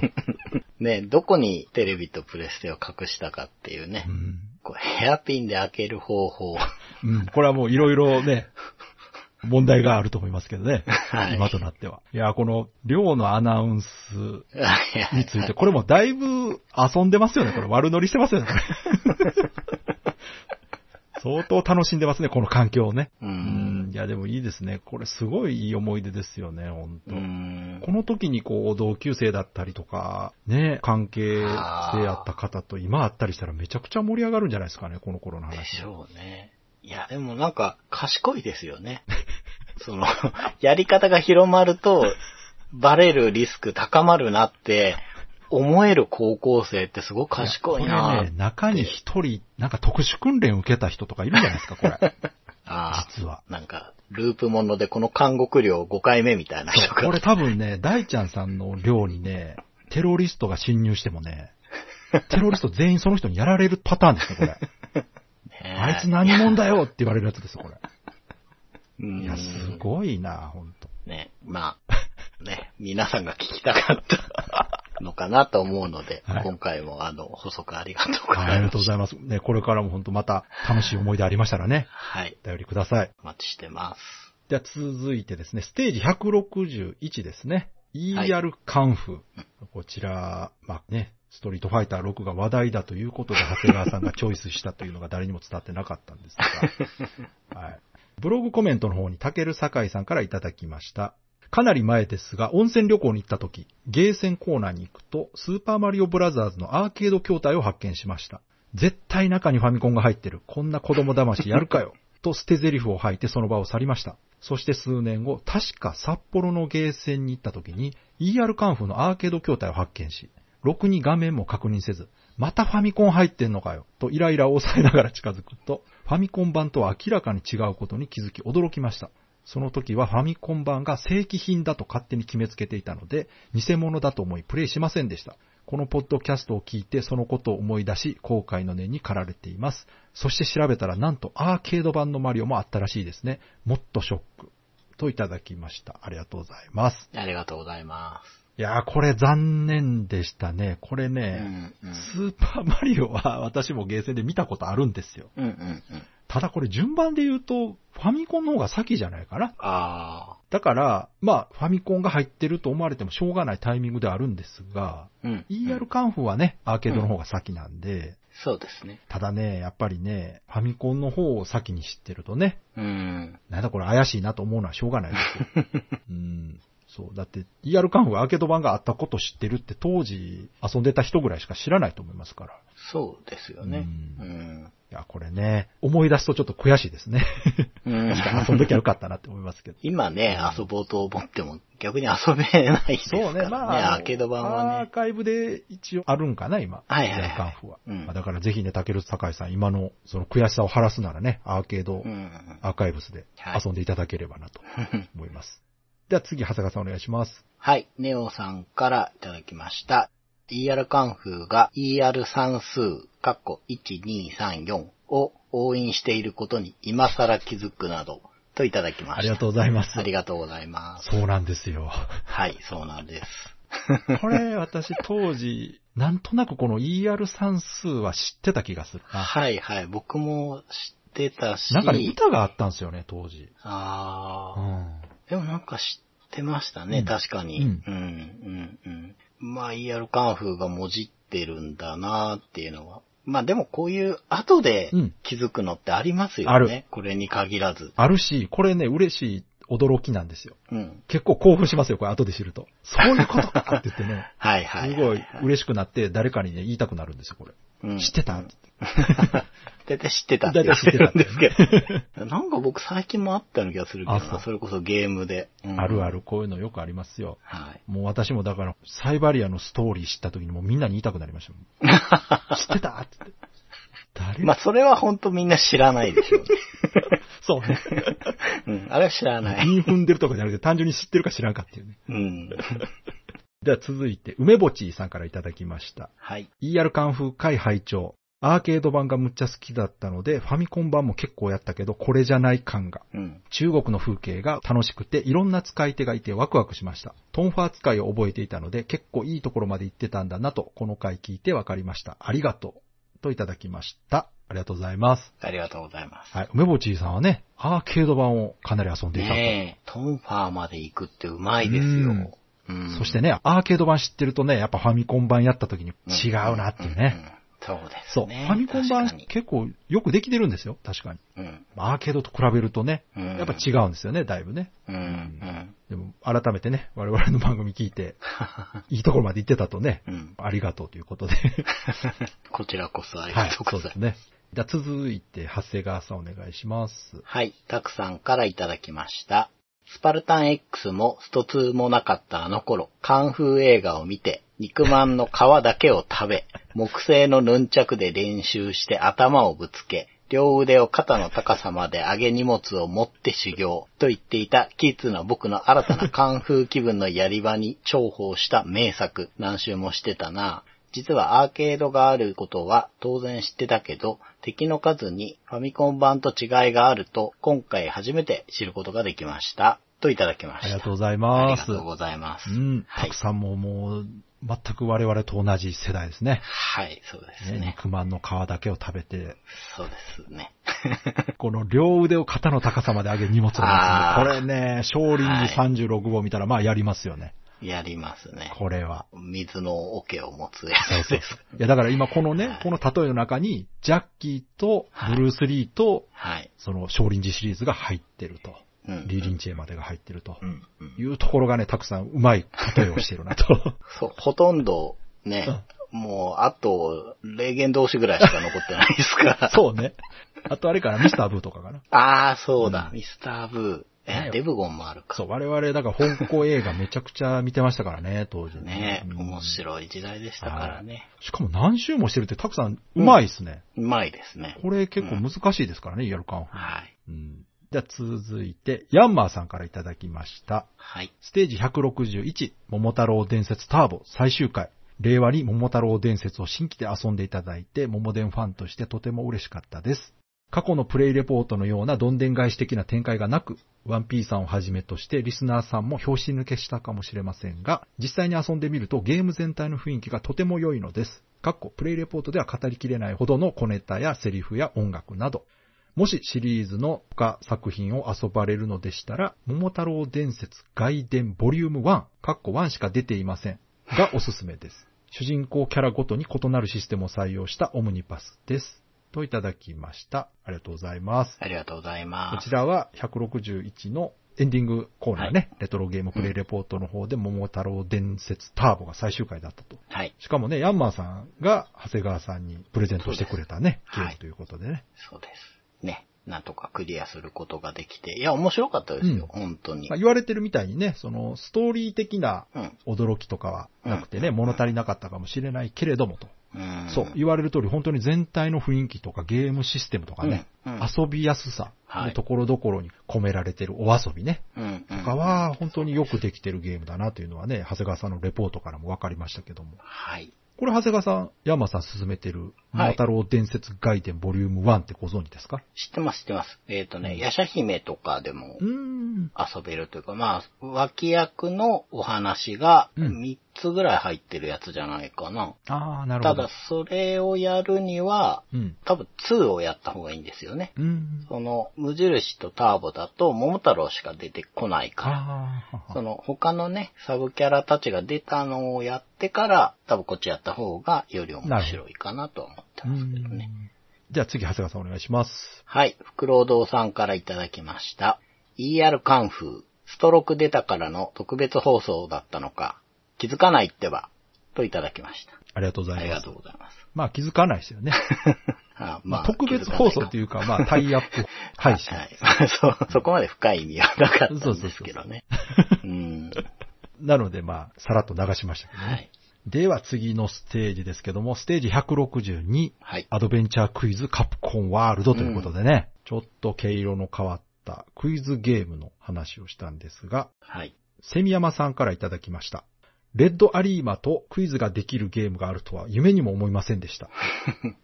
Speaker 3: ね、どこにテレビとプレステを隠したかっていうね
Speaker 2: う。ん
Speaker 3: こうヘアピンで開ける方法。
Speaker 2: うん、これはもういろいろ
Speaker 3: [LAUGHS]
Speaker 2: ね、問題があると思いますけどね。
Speaker 3: はい
Speaker 2: 今となっては。いや、この、量のアナウンス [LAUGHS] について、これもだいぶ遊んでますよね。これ悪乗りしてますよね。これ相当楽しんでますね、この環境をね。
Speaker 3: [LAUGHS] う。
Speaker 2: うんん、いや、でもいいですね。これすごいいい思い出ですよね、本
Speaker 3: う
Speaker 2: 当、
Speaker 3: ん。
Speaker 2: この時にこう、同級生だったりとか、ね、関係性あった方と今あったりしたらめちゃくちゃ盛り上がるんじゃないですかね、この頃の
Speaker 3: で
Speaker 2: 話
Speaker 3: し。ょうね。いや、でもなんか、賢いですよね。 [LAUGHS] その、 [LAUGHS] やり方が広まると、バレるリスク高まるなって、思える高校生ってすごく賢い
Speaker 2: こ
Speaker 3: な
Speaker 2: れね、中に一人、なんか特殊訓練受けた人とかいるんじゃないですか、こ [LAUGHS] れ。
Speaker 3: あ
Speaker 2: 実は。
Speaker 3: ーなんか、ループものでこの監獄料5回目みたいな人
Speaker 2: こ
Speaker 3: が
Speaker 2: れ。多分ね、大ちゃんさんの寮にね、テロリストが侵入しても [LAUGHS] ね、テロリスト全員その人にやられるパターンですね、これ。
Speaker 3: ね
Speaker 2: あいつ何者だよって言われるやつですよ、これ。
Speaker 3: うん
Speaker 2: いや、すごいな、ほんと。
Speaker 3: ね、まあ、ね、皆さんが聞きたかったのかなと思うので、
Speaker 2: はい
Speaker 3: 今回もあの、補足ありがとうご
Speaker 2: はいあ
Speaker 3: ざ
Speaker 2: り
Speaker 3: いま
Speaker 2: が
Speaker 3: す
Speaker 2: とう。ございます。ね、これからもほんとまた楽しい思い出ありましたらね、
Speaker 3: はい、
Speaker 2: お便りください。
Speaker 3: お待ちしてます。
Speaker 2: では続いてですね、ステージ161ですね。
Speaker 3: はい
Speaker 2: ER カンフ。こちら、まあね、ストリートファイター6が話題だということで、長谷川さんがチョイスしたというのが誰にも伝わってなかったんです
Speaker 3: [LAUGHS]
Speaker 2: が、はい。ブログコメントの方に、たける酒井さんからいただきました。かなり前ですが、温泉旅行に行った時、ゲーセンコーナーに行くと、スーパーマリオブラザーズのアーケード筐体を発見しました。絶対中にファミコンが入ってる。こんな子供騙しやるかよ。と捨て台詞を吐いてその場を去りました。そして数年後、確か札幌のゲーセンに行った時に ER カンフのアーケード筐体を発見し、ろくに画面も確認せず、またファミコン入ってんのかよ、とイライラを抑えながら近づくと、ファミコン版とは明らかに違うことに気づき驚きました。その時はファミコン版が正規品だと勝手に決めつけていたので、偽物だと思いプレイしませんでした。このポッドキャストを聞いてそのことを思い出し、後悔の念に駆られています。そして調べたらなんとアーケード版のマリオもあったらしいですね。もっとショック。といただきました。ありがとうございます。
Speaker 3: ありがとうございま
Speaker 2: いやー、これ残念でしたね。これ
Speaker 3: す。う
Speaker 2: ね、
Speaker 3: んうん。
Speaker 2: スーパーマリオは私もゲーセンで見たことあるんですよ。
Speaker 3: うんうんうん。
Speaker 2: ただこれ順番で言うと、ファミコンの方が先じゃないかな。
Speaker 3: あ
Speaker 2: だから、まあ、ファミコンが入ってると思われてもしょうがないタイミングではあるんですが、
Speaker 3: ー。うん。
Speaker 2: ER カンフはね、アーケードの方が先なんで、
Speaker 3: そうですね。
Speaker 2: ただね、やっぱりね、ファミコンの方を先に知ってるとね、
Speaker 3: うん。
Speaker 2: なんだこれ怪しいなと思うのはしょうがないですよ。
Speaker 3: [LAUGHS]
Speaker 2: うん。そう。だって、ER カンフはアーケード版があったこと知ってるって当時遊んでた人ぐらいしか知らないと思いますから。
Speaker 3: そうですよね。
Speaker 2: う
Speaker 3: うん。
Speaker 2: いや、これね、思い出すとちょっと悔しいですね。
Speaker 3: うん
Speaker 2: 確かに遊んどきゃよかったなって思い
Speaker 3: [LAUGHS]
Speaker 2: ますけど。
Speaker 3: 今ね、遊ぼうと思っても逆に遊べないですからね。
Speaker 2: そうね、まあ、
Speaker 3: アーケード版は
Speaker 2: アー
Speaker 3: ね。
Speaker 2: カイブで一応あるんかな、今。
Speaker 3: はいはいはい
Speaker 2: カンフは。
Speaker 3: うん
Speaker 2: まあだからぜひね、竹内酒井さん、今のその悔しさを晴らすならね、アーケード、
Speaker 3: うん。
Speaker 2: アーカイブスで
Speaker 3: はい
Speaker 2: 遊んでいただければなと思います。では次、長谷川さんお願いします。
Speaker 3: [LAUGHS] はい、ネオさんからいただきました。ER カンフーが ER 算数、括弧1234を応援していることに今更気づくなど、といただきました。
Speaker 2: ありがとうございます
Speaker 3: ありがとうございます。
Speaker 2: そうなんですよ。
Speaker 3: はい、そうなんです。
Speaker 2: [LAUGHS] これ、私当時、なんとなくこの ER 算数は知ってた気がするな。
Speaker 3: はいはい、僕も知ってたし、
Speaker 2: なんかね、歌があったんですよね、当時。う
Speaker 3: あ
Speaker 2: ん。
Speaker 3: ーでもなんか知ってましたね、
Speaker 2: うん
Speaker 3: 確かに。
Speaker 2: う
Speaker 3: うんん、うん、うん。まあ ER カンフーがもじってるんだなーっていうのは。まあでもこういう後で
Speaker 2: うん
Speaker 3: 気づくのってありますよね。
Speaker 2: ある
Speaker 3: これに限らず。
Speaker 2: あるし、これね、嬉しい驚きなんですよ。
Speaker 3: うん。
Speaker 2: 結構興奮しますよ、これ後で知ると。そういうことかって言って [LAUGHS] ね。
Speaker 3: はいはい
Speaker 2: す
Speaker 3: は
Speaker 2: ご
Speaker 3: はい
Speaker 2: 嬉しくなって、誰かにね、言いたくなるんですよ、これ。
Speaker 3: うん
Speaker 2: 知ってたって
Speaker 3: [LAUGHS] 大体知ってたっ
Speaker 2: 大
Speaker 3: て
Speaker 2: 体
Speaker 3: 言っ
Speaker 2: 知っててた
Speaker 3: るんですけど。 [LAUGHS] なんか僕最近もあったような気がするけど
Speaker 2: あそう
Speaker 3: な、それこそゲームで。うん
Speaker 2: あるあ。る、こういうのよくありますよ。
Speaker 3: はい。
Speaker 2: もう私もだから、サイバリアのストーリー知った時にもうみんなに言いたくなりましたもん。 [LAUGHS] 知ってたって言って。誰、
Speaker 3: まあそれは本当みんな知らないでしょうね。 [LAUGHS]
Speaker 2: そうね。
Speaker 3: うん、あれは知らない。
Speaker 2: 韻踏んでるとかじゃなくて、単純に知ってるか知らんかっていうね。
Speaker 3: うん。
Speaker 2: では続いて、梅ぼちさんからいただきました。
Speaker 3: はい。
Speaker 2: ER カンフー会拝聴アーケード版がむっちゃ好きだったので、ファミコン版も結構やったけど、これじゃない感が。
Speaker 3: うん。
Speaker 2: 中国の風景が楽しくて、いろんな使い手がいてワクワクしました。トンファー使いを覚えていたので、結構いいところまで行ってたんだなと、この回聞いてわかりました。ありがとう。といただきました。ありがとうございます。
Speaker 3: ありがとうございます。
Speaker 2: はい。梅ぼちさんはね、アーケード版をかなり遊んでいたと。
Speaker 3: ねえ、トンファーまで行くってうまいです
Speaker 2: うん
Speaker 3: よ。うん
Speaker 2: そしてね、アーケード版知ってるとね、やっぱファミコン版やった時に違うなっていうね。
Speaker 3: うん。うんそうです
Speaker 2: そう。フ
Speaker 3: ね。
Speaker 2: ァミコン
Speaker 3: 確か
Speaker 2: 版
Speaker 3: に
Speaker 2: 結構よくできてるんですよ。確かに。
Speaker 3: うん。
Speaker 2: アーケードと比べるとね、
Speaker 3: うん
Speaker 2: やっぱ違うんですよね、だいぶね。
Speaker 3: うん。うん。
Speaker 2: でも、改めてね、我々の番組聞いて、いいところまで行ってたとね、
Speaker 3: [LAUGHS] うん
Speaker 2: ありがとうということで。
Speaker 3: こちらこそあり
Speaker 2: は
Speaker 3: が
Speaker 2: い
Speaker 3: とう、
Speaker 2: そ
Speaker 3: ご
Speaker 2: うで
Speaker 3: ざい
Speaker 2: す
Speaker 3: ます。
Speaker 2: ね。じゃあ続いて、長谷川さんお願いします。
Speaker 3: はい。たくさんからいただきました。スパルタン X もスト2もなかったあの頃、カンフー映画を見て、肉まんの皮だけを食べ、木製のヌンチャクで練習して頭をぶつけ、両腕を肩の高さまで上げ荷物を持って修行と言っていたキッズな僕の新たなカンフー気分のやり場に重宝した名作、何周もしてたなぁ。実はアーケードがあることは当然知ってたけど、敵の数にファミコン版と違いがあると、今回初めて知ることができました。といただきました。
Speaker 2: ありがとうござい
Speaker 3: あ
Speaker 2: ま
Speaker 3: りが
Speaker 2: す。
Speaker 3: とうございます。
Speaker 2: うん。
Speaker 3: は
Speaker 2: た
Speaker 3: い
Speaker 2: く。さんももう、全く我々と同じ世代ですね。
Speaker 3: はい、そうです
Speaker 2: ね
Speaker 3: ね。
Speaker 2: 肉まんの皮だけを食べて、
Speaker 3: そうですね。
Speaker 2: この両腕を肩の高さまで上げ荷物を持つんで
Speaker 3: あー
Speaker 2: これね、少林寺36号見たら、まあやりますよね。
Speaker 3: やりますね。
Speaker 2: これは。
Speaker 3: 水の桶を持つやつ
Speaker 2: そう
Speaker 3: です。
Speaker 2: そう。いや、だから今このね、この例えの中に、ジャッキーとブルース・リーと、
Speaker 3: はい。
Speaker 2: その少林寺シリーズが入ってると。
Speaker 3: うん。
Speaker 2: リーリンチェまでが入ってると
Speaker 3: う。ん、うん。
Speaker 2: いうところがね、たくさんうまい例えをしてるなと。
Speaker 3: そう、ほとんどね、もう、あと、霊言同士ぐらいしか残ってないですか
Speaker 2: [LAUGHS]
Speaker 3: ら。
Speaker 2: そうね。あとあれかな、ミスター・ブーとかかな。
Speaker 3: ああ、そう
Speaker 2: う
Speaker 3: だ、
Speaker 2: ん
Speaker 3: ミスターブー。
Speaker 2: ね
Speaker 3: え、デブゴンもある
Speaker 2: [LAUGHS]
Speaker 3: か。
Speaker 2: そう、我々、だから香港映画めちゃくちゃ見てましたからね、当時。
Speaker 3: ね
Speaker 2: うん
Speaker 3: 面白い時代でしたからね。
Speaker 2: しかも何周もしてるって、たくさんうまいですね。
Speaker 3: うまいですね。
Speaker 2: これ結構難しいですからね、やるカンフー。
Speaker 3: はい。
Speaker 2: うん。じゃあ続いて、ヤンマーさんからいただきました。
Speaker 3: はい。
Speaker 2: ステージ161、桃太郎伝説ターボ最終回。令和に桃太郎伝説を新規で遊んでいただいて、桃伝ファンとしてとても嬉しかったです。過去のプレイレポートのようなどんでん返し的な展開がなく、ワンピーさんをはじめとしてリスナーさんも表紙抜けしたかもしれませんが、実際に遊んでみるとゲーム全体の雰囲気がとても良いのです。かっこプレイレポートでは語りきれないほどの小ネタやセリフや音楽など、もしシリーズの他作品を遊ばれるのでしたら、桃太郎伝説外伝ボリューム1、カッコ1しか出ていませんがおすすめ
Speaker 3: [LAUGHS]
Speaker 2: です。主人公キャラごとに異なるシステムを採用したオムニパスです。といただきました。ありがとうございます。
Speaker 3: ありがとうござい
Speaker 2: こ
Speaker 3: ま
Speaker 2: ち
Speaker 3: す。
Speaker 2: らは161のエンディングコーナーね、レトロゲームプレイレポートの方で桃太郎伝説ターボが最終回だったと。
Speaker 3: はい。
Speaker 2: しかもね、ヤンマーさんが長谷川さんにプレゼントしてくれたね、
Speaker 3: そ
Speaker 2: ゲ
Speaker 3: う
Speaker 2: ー
Speaker 3: です
Speaker 2: ムということでね。
Speaker 3: そうです。ね。なんとかクリアすることができて。いや、面白かったですよ。
Speaker 2: う
Speaker 3: 本当に
Speaker 2: まあ、。言われてるみたいにね、そのストーリー的な
Speaker 3: うん。
Speaker 2: 驚きとかはなくてね、
Speaker 3: うん
Speaker 2: 物足りなかったかもしれないけれどもと。
Speaker 3: うん。
Speaker 2: そう、言われる通り本当に全体の雰囲気とかゲームシステムとかね、
Speaker 3: うんうん
Speaker 2: 遊びやすさ、
Speaker 3: はい
Speaker 2: でところどころに込められてるお遊びね、
Speaker 3: うん。うん。
Speaker 2: とかは本当によくできてるゲームだなというのはね、長谷川さんのレポートからもわかりましたけども。
Speaker 3: はい。
Speaker 2: これ長谷川さん、山さん進めてる、
Speaker 3: はい
Speaker 2: 桃太郎伝説外伝ボリューム1ってご存知ですか、
Speaker 3: 知ってます、知ってます。えっ、とね、ヤシャ姫とかでも
Speaker 2: うーん。
Speaker 3: 遊べるというか、まあ、脇役のお話が
Speaker 2: うん
Speaker 3: 3つぐらい入ってるやつじゃないかな。
Speaker 2: ああ、なる
Speaker 3: た
Speaker 2: ほど。
Speaker 3: だ、それをやるには、
Speaker 2: うん。
Speaker 3: 多分2をやった方がいいんですよね。
Speaker 2: うん。
Speaker 3: その、無印とターボだと、桃太郎しか出てこないから、
Speaker 2: ああ、はは
Speaker 3: その、他のね、サブキャラたちが出たのをやってから、多分こっちやった方が、より面白いかなとは思ってますけどね。
Speaker 2: じゃあ次、長谷川さんお願いします。
Speaker 3: はい、フ労働さんからいただきました。ER カンフー、ストローク出たからの特別放送だったのか、気づかないってば、といただきました。
Speaker 2: ありがとうござ
Speaker 3: あ
Speaker 2: い
Speaker 3: り
Speaker 2: ま
Speaker 3: が
Speaker 2: す。
Speaker 3: とうございます。
Speaker 2: まあ気づかないですよ
Speaker 3: [LAUGHS]
Speaker 2: ね。
Speaker 3: あ。
Speaker 2: まあ特別放送といううか、まあタイアップ配信。
Speaker 3: はい。そう、そこまで深い意味はなかったんですけどね。うん。
Speaker 2: なのでまあ、さらっと流しましたけどね。
Speaker 3: はい。
Speaker 2: では次のステージですけども、ステージ162、
Speaker 3: はい。
Speaker 2: アドベンチャークイズカプコンワールドということでね、ちょっと毛色の変わったクイズゲームの話をしたんですが、
Speaker 3: はい。
Speaker 2: セミヤマさんからいただきました。レッドアリーマとクイズができるゲームがあるとは夢にも思いませんでした。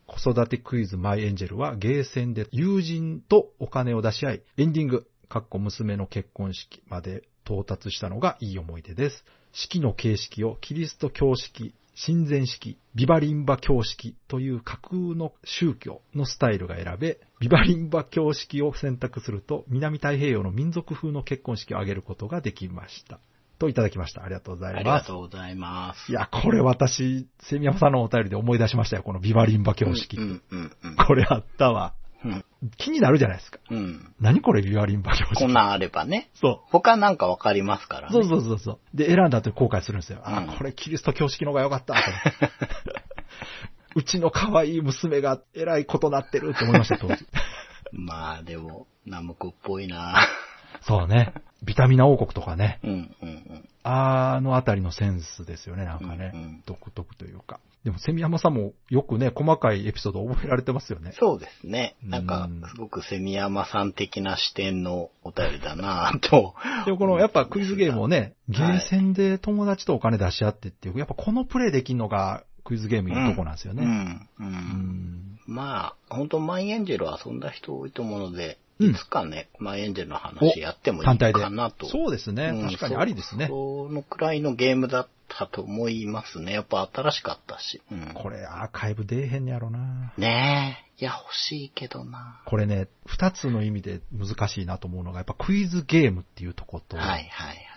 Speaker 2: 子育てクイズマイエンジェルはゲーセンで友人とお金を出し合い、エンディング、かっこ娘の結婚式まで到達したのがいい思い出です。式の形式をキリスト教式、神前式、ビバリンバ教式という架空の宗教のスタイルが選べ、ビバリンバ教式を選択すると南太平洋の民族風の結婚式を挙げることができました。といただきました。ありがとうござ
Speaker 3: あ
Speaker 2: い
Speaker 3: り
Speaker 2: ま
Speaker 3: が
Speaker 2: す
Speaker 3: と。うございます。
Speaker 2: いや、これ私、セミヤマさんのお便りで思い出しましたよ。このビバリンバ教式。
Speaker 3: うん、うん、うん
Speaker 2: これあったわ。
Speaker 3: うん。
Speaker 2: 気になるじゃないですか。
Speaker 3: うん。
Speaker 2: 何これビバリンバ教式。
Speaker 3: こんなんあればね。
Speaker 2: そ
Speaker 3: 他なんかわかりますから
Speaker 2: う。そ
Speaker 3: ね。
Speaker 2: うそうそうそう。で、選んだ後に後悔するんですよ。あ
Speaker 3: うん
Speaker 2: ー、これキリスト教式の方が良かったと思 [LAUGHS] って。うちの可愛い娘が偉いことなってるって思いました、当
Speaker 3: [LAUGHS]
Speaker 2: 時。
Speaker 3: まあでも、ナムコっぽいな
Speaker 2: [LAUGHS] そうね。ビタミナ王国とかね。
Speaker 3: うん、うん、うん。
Speaker 2: あのあたりのセンスですよね、なんかね。
Speaker 3: うんうん
Speaker 2: 独特というか。でも、セミヤマさんもよくね、細かいエピソード覚えられてますよね。
Speaker 3: そうですね。なんか
Speaker 2: うん、
Speaker 3: すごくセミヤマさん的な視点のお便りだなと。
Speaker 2: でもこの、やっぱクイズゲームをね、ゲ
Speaker 3: はい
Speaker 2: ーセンで友達とお金出し合ってっていう、やっぱこのプレイできるのがクイズゲームのとこなんですよ
Speaker 3: う
Speaker 2: ね。
Speaker 3: ん、
Speaker 2: う
Speaker 3: う。
Speaker 2: んん。
Speaker 3: まあ、本当マイエンジェルは遊んだ人多いと思うので、
Speaker 2: うん
Speaker 3: いつかね、マイエンジェルの話やってもい
Speaker 2: 単
Speaker 3: い
Speaker 2: 体で
Speaker 3: かなと。。
Speaker 2: そうですね
Speaker 3: う。ん
Speaker 2: 確かにありですね。
Speaker 3: そそのくらいのゲームだったと思いますね。やっぱ新しかったし。うん、
Speaker 2: これアーカイブ出えへんやろな。
Speaker 3: ねえ。いや、欲しいけどな。
Speaker 2: これね、二つの意味で難しいなと思うのが、やっぱクイズゲームっていうとこと、
Speaker 3: はいはい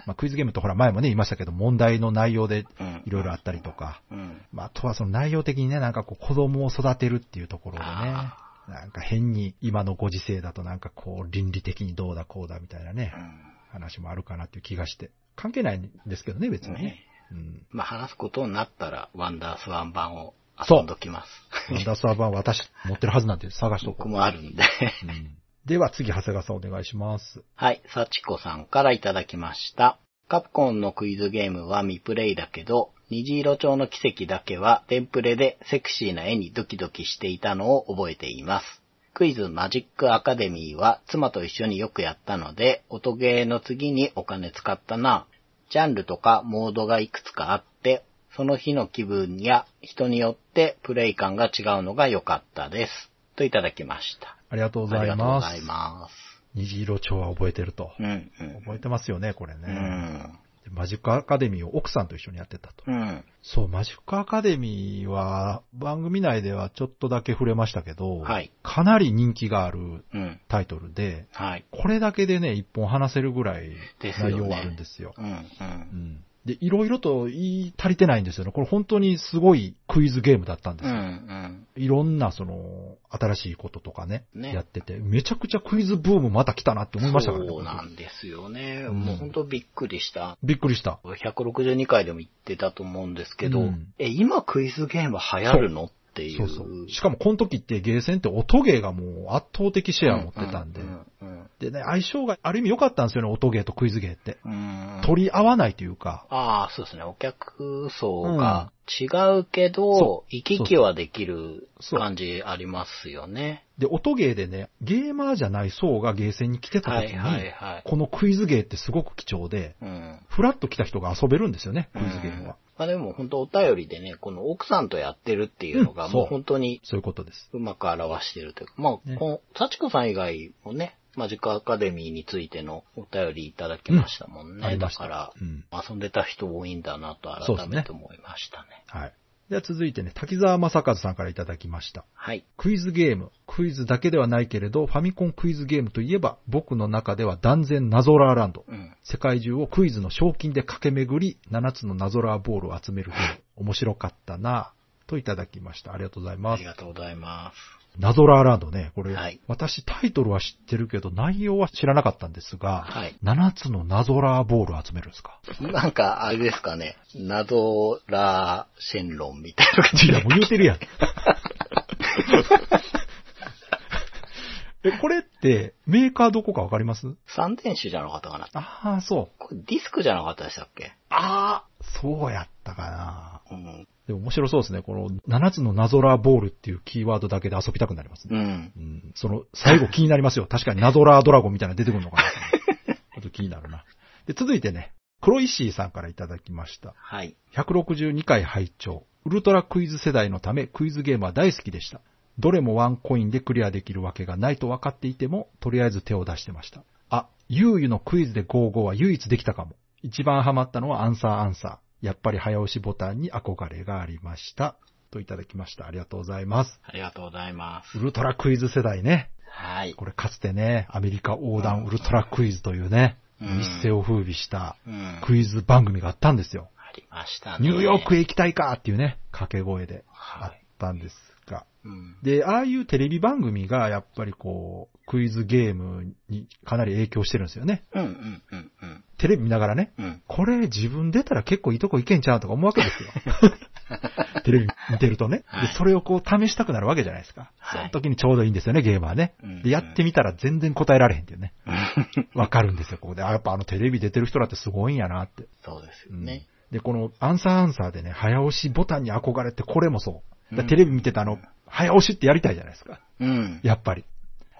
Speaker 2: まあ、クイズゲームってほら前もね言いましたけど、問題の内容で
Speaker 3: はい。うん
Speaker 2: いろいろあったりとか、
Speaker 3: うん。
Speaker 2: まあ、あとはその内容的にね、なんかこう子供を育てるっていうところでね、
Speaker 3: あ
Speaker 2: なんか変に今のご時世だとなんかこう倫理的にどうだこうだみたいなね
Speaker 3: う、ん
Speaker 2: 話もあるかなっていう気がして。関係ないんですけどね、別にね
Speaker 3: ね。
Speaker 2: うん。
Speaker 3: まあ、話すことになったら、ワンダースワン版を
Speaker 2: そう
Speaker 3: 遊んどきます。
Speaker 2: ワンダースワン版私持ってるはずなんて探しとこ
Speaker 3: [LAUGHS] 僕
Speaker 2: う。
Speaker 3: もあるんで。
Speaker 2: うん、では次、長谷川さんお願いします。
Speaker 3: はい、サチコさんからいただきました。カプコンのクイズゲームは未プレイだけど、虹色調の奇跡だけはテンプレでセクシーな絵にドキドキしていたのを覚えています。クイズマジックアカデミーは妻と一緒によくやったので、音ゲーの次にお金使ったな。ジャンルとかモードがいくつかあって、その日の気分や人によってプレイ感が違うのが良かったです。といただきました。
Speaker 2: ありがとうご
Speaker 3: あ
Speaker 2: ざ
Speaker 3: り
Speaker 2: い
Speaker 3: がとう
Speaker 2: ま
Speaker 3: ご
Speaker 2: す。
Speaker 3: ざいます。
Speaker 2: 虹色蝶は覚えてると
Speaker 3: う。ん、うん。
Speaker 2: 覚えてますよね、これ
Speaker 3: う
Speaker 2: ね、
Speaker 3: ん。
Speaker 2: でマジックアカデミーを奥さんと一緒にやってたと。
Speaker 3: うん。
Speaker 2: そう、マジックアカデミーは番組内ではちょっとだけ触れましたけど、
Speaker 3: はい
Speaker 2: かなり人気がある
Speaker 3: うん。
Speaker 2: タイトルで、
Speaker 3: はい。
Speaker 2: これだけでね、一本話せるぐらい
Speaker 3: ですよ
Speaker 2: 内
Speaker 3: ね
Speaker 2: 容はあるんですよ。
Speaker 3: うん。うん。
Speaker 2: うんで、いろいろと言い足りてないんですよね。これ本当にすごいクイズゲームだったんで
Speaker 3: う
Speaker 2: すよ。
Speaker 3: ん。
Speaker 2: いろんなその、新しいこととかね、
Speaker 3: ね
Speaker 2: やってて、めちゃくちゃクイズブームまた来たなって
Speaker 3: う
Speaker 2: 思い
Speaker 3: ん。
Speaker 2: ましたからね。
Speaker 3: そうなんですよね。
Speaker 2: うん
Speaker 3: もう本当びっくりした。
Speaker 2: びっくりした。
Speaker 3: 162回でも言ってたと思うんですけど、
Speaker 2: うん
Speaker 3: え、今クイズゲーム流行るのっていう。
Speaker 2: そうそう。しかもこの時ってゲーセンって音ゲーがもう圧倒的シェアを持ってたんで
Speaker 3: う。んうん
Speaker 2: でね、相性がある意味良かったんですよね、音ゲーとクイズゲーって。
Speaker 3: うん。うん
Speaker 2: 取り合わないというか。
Speaker 3: ああ、そうですね。お客層が違うけど
Speaker 2: そ、
Speaker 3: 行き来はできる
Speaker 2: そう
Speaker 3: 感じありますよね。
Speaker 2: で、音ゲーでね、ゲーマーじゃない層がゲーセンに来てた
Speaker 3: は
Speaker 2: 時
Speaker 3: いは
Speaker 2: に
Speaker 3: い、はい。
Speaker 2: このクイズゲーってすごく貴重で、
Speaker 3: うん。
Speaker 2: フラッと来た人が遊べるんですよね、クイズゲーム
Speaker 3: うん
Speaker 2: は。
Speaker 3: まあでも本当お便りでね、この奥さんとやってるっていうのが
Speaker 2: うん
Speaker 3: もう
Speaker 2: そう
Speaker 3: 本当に
Speaker 2: そういうことです。
Speaker 3: うまく表してるというか、まあ、
Speaker 2: ね
Speaker 3: この、幸子さん以外もね、マジックアカデミーについてのお便りいただきましたもん
Speaker 2: あ
Speaker 3: ね。
Speaker 2: り
Speaker 3: だ
Speaker 2: まし
Speaker 3: から
Speaker 2: た。、うん。
Speaker 3: 遊んでた人多いんだなと
Speaker 2: そうで
Speaker 3: 改
Speaker 2: す
Speaker 3: め
Speaker 2: ね
Speaker 3: て思いましたね。
Speaker 2: はい。では続いてね、滝沢正和さんからいただきました。
Speaker 3: はい。
Speaker 2: クイズゲーム。クイズだけではないけれど、ファミコンクイズゲームといえば、僕の中では断然ナゾラーランド。
Speaker 3: うん。
Speaker 2: 世界中をクイズの賞金で駆け巡り、7つのナゾラーボールを集めるゲーム。面白かったなぁといただきました。ありがとうござい
Speaker 3: あ
Speaker 2: ま
Speaker 3: り
Speaker 2: す。
Speaker 3: がとうございま
Speaker 2: ナゾラーランドね、これ、
Speaker 3: はい
Speaker 2: 私タイトルは知ってるけど、内容は知らなかったんですが、
Speaker 3: はい
Speaker 2: 7つのナゾラーボールを集めるんですか
Speaker 3: す。なんか、あれですかね、謎ラーシェンロンみたいな感じ
Speaker 2: いや、
Speaker 3: で
Speaker 2: もう。言うてる [LAUGHS] やん。え、これって、メーカーどこかわかります
Speaker 3: 三電子じゃなかったかな。
Speaker 2: ああ、そう。
Speaker 3: これディスクじゃなかったでしたっけ
Speaker 2: ああ、そうやったかな
Speaker 3: うん。
Speaker 2: でも面白そうですね。この7つのナゾラーボールっていうキーワードだけで遊びたくなりますね。
Speaker 3: うん。
Speaker 2: うん、その、最後気になりますよ。確かにナゾラードラゴンみたいなの出てくるのかな。あと気になるな。で、続いてね、黒石井さんからいただきました。
Speaker 3: はい。
Speaker 2: 162回拝聴。ウルトラクイズ世代のためクイズゲームは大好きでした。どれもワンコインでクリアできるわけがないと分かっていても、とりあえず手を出してました。あ、ゆうゆのクイズで55は唯一できたかも。一番ハマったのはアンサーアンサー。やっぱり早押しボタンに憧れがありました。といただきました。ありがとうございます。
Speaker 3: ありがとうございます。
Speaker 2: ウルトラクイズ世代ね。
Speaker 3: はい。
Speaker 2: これかつてね、アメリカ横断ウルトラクイズというね、
Speaker 3: うん
Speaker 2: 一世を風靡した
Speaker 3: うん。
Speaker 2: クイズ番組があったんですよ。
Speaker 3: ありましたね。
Speaker 2: ニューヨーク
Speaker 3: へ。
Speaker 2: へ行きたいかっていうね、掛け声であ
Speaker 3: は
Speaker 2: っ
Speaker 3: い。
Speaker 2: たんですが。
Speaker 3: うん。
Speaker 2: で、ああいうテレビ番組がやっぱりこう、クイズゲームにかなり影響してるんですよね。
Speaker 3: うんうんうんうん。
Speaker 2: テレビ見ながらね。
Speaker 3: [LAUGHS] うん。
Speaker 2: これ自分出たら結構いいとこいけんちゃうとか思うわけですよ。
Speaker 3: [LAUGHS]
Speaker 2: テレビ見てるとね。
Speaker 3: はい
Speaker 2: で、それをこう試したくなるわけじゃないですか。
Speaker 3: はい
Speaker 2: その時にちょうどいいんですよね、ゲームはね
Speaker 3: うん。
Speaker 2: で、やってみたら全然答えられへんっていうね。わかるんですよ、ここで。あ、やっぱあのテレビ出てる人だってすごいんやなって。
Speaker 3: そうですよね。
Speaker 2: で、このアンサーアンサーでね、早押しボタンに憧れってこれもそう。だ
Speaker 3: うん
Speaker 2: テレビ見てたあの、早押しってやりたいじゃないですか。
Speaker 3: うん。
Speaker 2: やっぱり。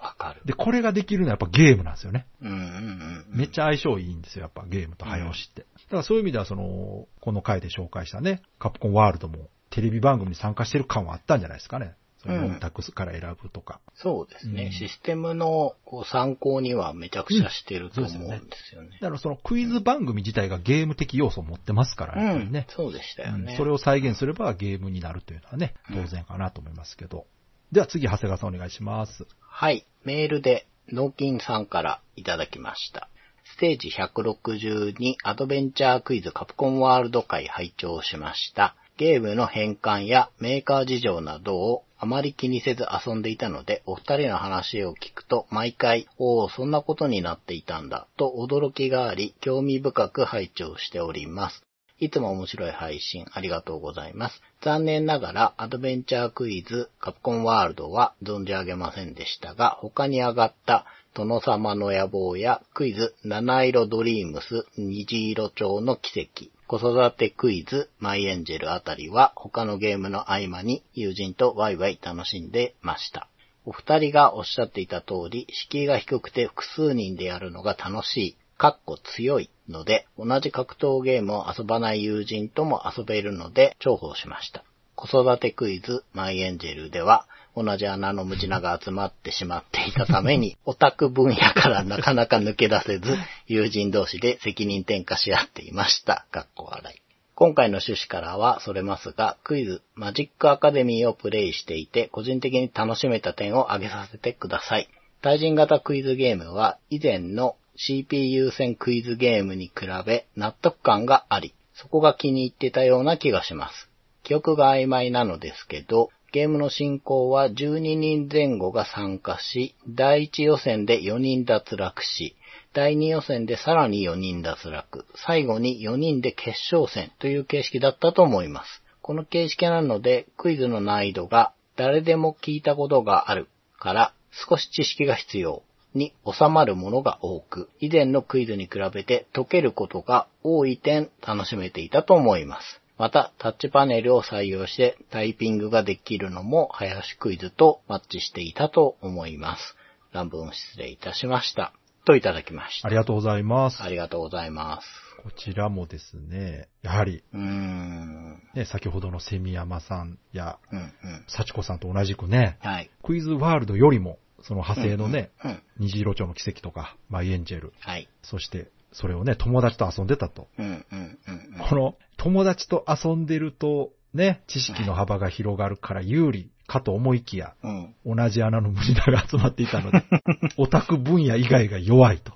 Speaker 3: わかる。
Speaker 2: で、これができるのはやっぱゲームなんですよね。
Speaker 3: うんうんうん。
Speaker 2: めっちゃ相性いいんですよ、やっぱゲームと早押しって。だからそういう意味ではその、この回で紹介したね、カプコンワールドもテレビ番組に参加してる感はあったんじゃないですかね。その
Speaker 3: うん
Speaker 2: 4択から選ぶとか。
Speaker 3: そうですね。
Speaker 2: うん
Speaker 3: システムのこう参考にはめちゃくちゃしてると思うんですよね。
Speaker 2: だからそのクイズ番組自体がゲーム的要素を持ってますから
Speaker 3: う
Speaker 2: ね。やっぱり
Speaker 3: ん
Speaker 2: ね。
Speaker 3: そうでしたよね。
Speaker 2: うんそれを再現すればゲームになるというのはね、当然かなと思いますけど。では次、長谷川さんお願いします。
Speaker 3: はい。メールで、脳金さんからいただきました。ステージ162アドベンチャークイズカプコンワールド会拝聴しました。ゲームの変換やメーカー事情などをあまり気にせず遊んでいたので、お二人の話を聞くと毎回、おお、そんなことになっていたんだ、と驚きがあり、興味深く拝聴しております。いつも面白い配信ありがとうございます。残念ながらアドベンチャークイズカプコンワールドは存じ上げませんでしたが、他に上がった殿様の野望やクイズ七色ドリームス虹色町の奇跡、子育てクイズマイエンジェルあたりは他のゲームの合間に友人とワイワイ楽しんでました。お二人がおっしゃっていた通り、敷居が低くて複数人でやるのが楽しい、かっこ強いので、同じ格闘ゲームを遊ばない友人とも遊べるので重宝しました。子育てクイズマイエンジェルでは、同じ穴のムジナが集まってしまっていたために、オタク分野からなかなか抜け出せず、友人同士で責任転嫁し合っていました。かっこ笑い。今回の趣旨からはそれますが、クイズ、マジックアカデミーをプレイしていて、個人的に楽しめた点を挙げさせてください。対人型クイズゲームは、以前の CPU 戦クイズゲームに比べ、納得感があり、そこが気に入ってたような気がします。記憶が曖昧なのですけど、ゲームの進行は12人前後が参加し、第1予選で4人脱落し、第2予選でさらに4人脱落、最後に4人で決勝戦という形式だったと思います。この形式なので、クイズの難易度が誰でも聞いたことがあるから、少し知識が必要に収まるものが多く、以前のクイズに比べて解けることが多い点楽しめていたと思います。また、タッチパネルを採用してタイピングができるのも、早押しクイズとマッチしていたと思います。乱文失礼いたしました。といただきまし
Speaker 2: あ
Speaker 3: た。
Speaker 2: りがとうございます。
Speaker 3: ありがとうございます。
Speaker 2: こちらもですね、やはり、
Speaker 3: うーん。
Speaker 2: ね、先ほどのセミヤマさんや、
Speaker 3: うんうん。
Speaker 2: 幸子さんと同じくね、
Speaker 3: はい。
Speaker 2: クイズワールドよりも、その派生のね、
Speaker 3: うんうん。
Speaker 2: 虹色町の奇跡とか、マイエンジェル、
Speaker 3: はい。
Speaker 2: そして、それをね、友達と遊んでたと。
Speaker 3: うんうんうんうん。
Speaker 2: この、友達と遊んでると、ね、知識の幅が広がるから有利かと思いきや、
Speaker 3: うん。
Speaker 2: 同じ穴の無理なが集まっていたの [LAUGHS] で、オタク分野以外が弱いと。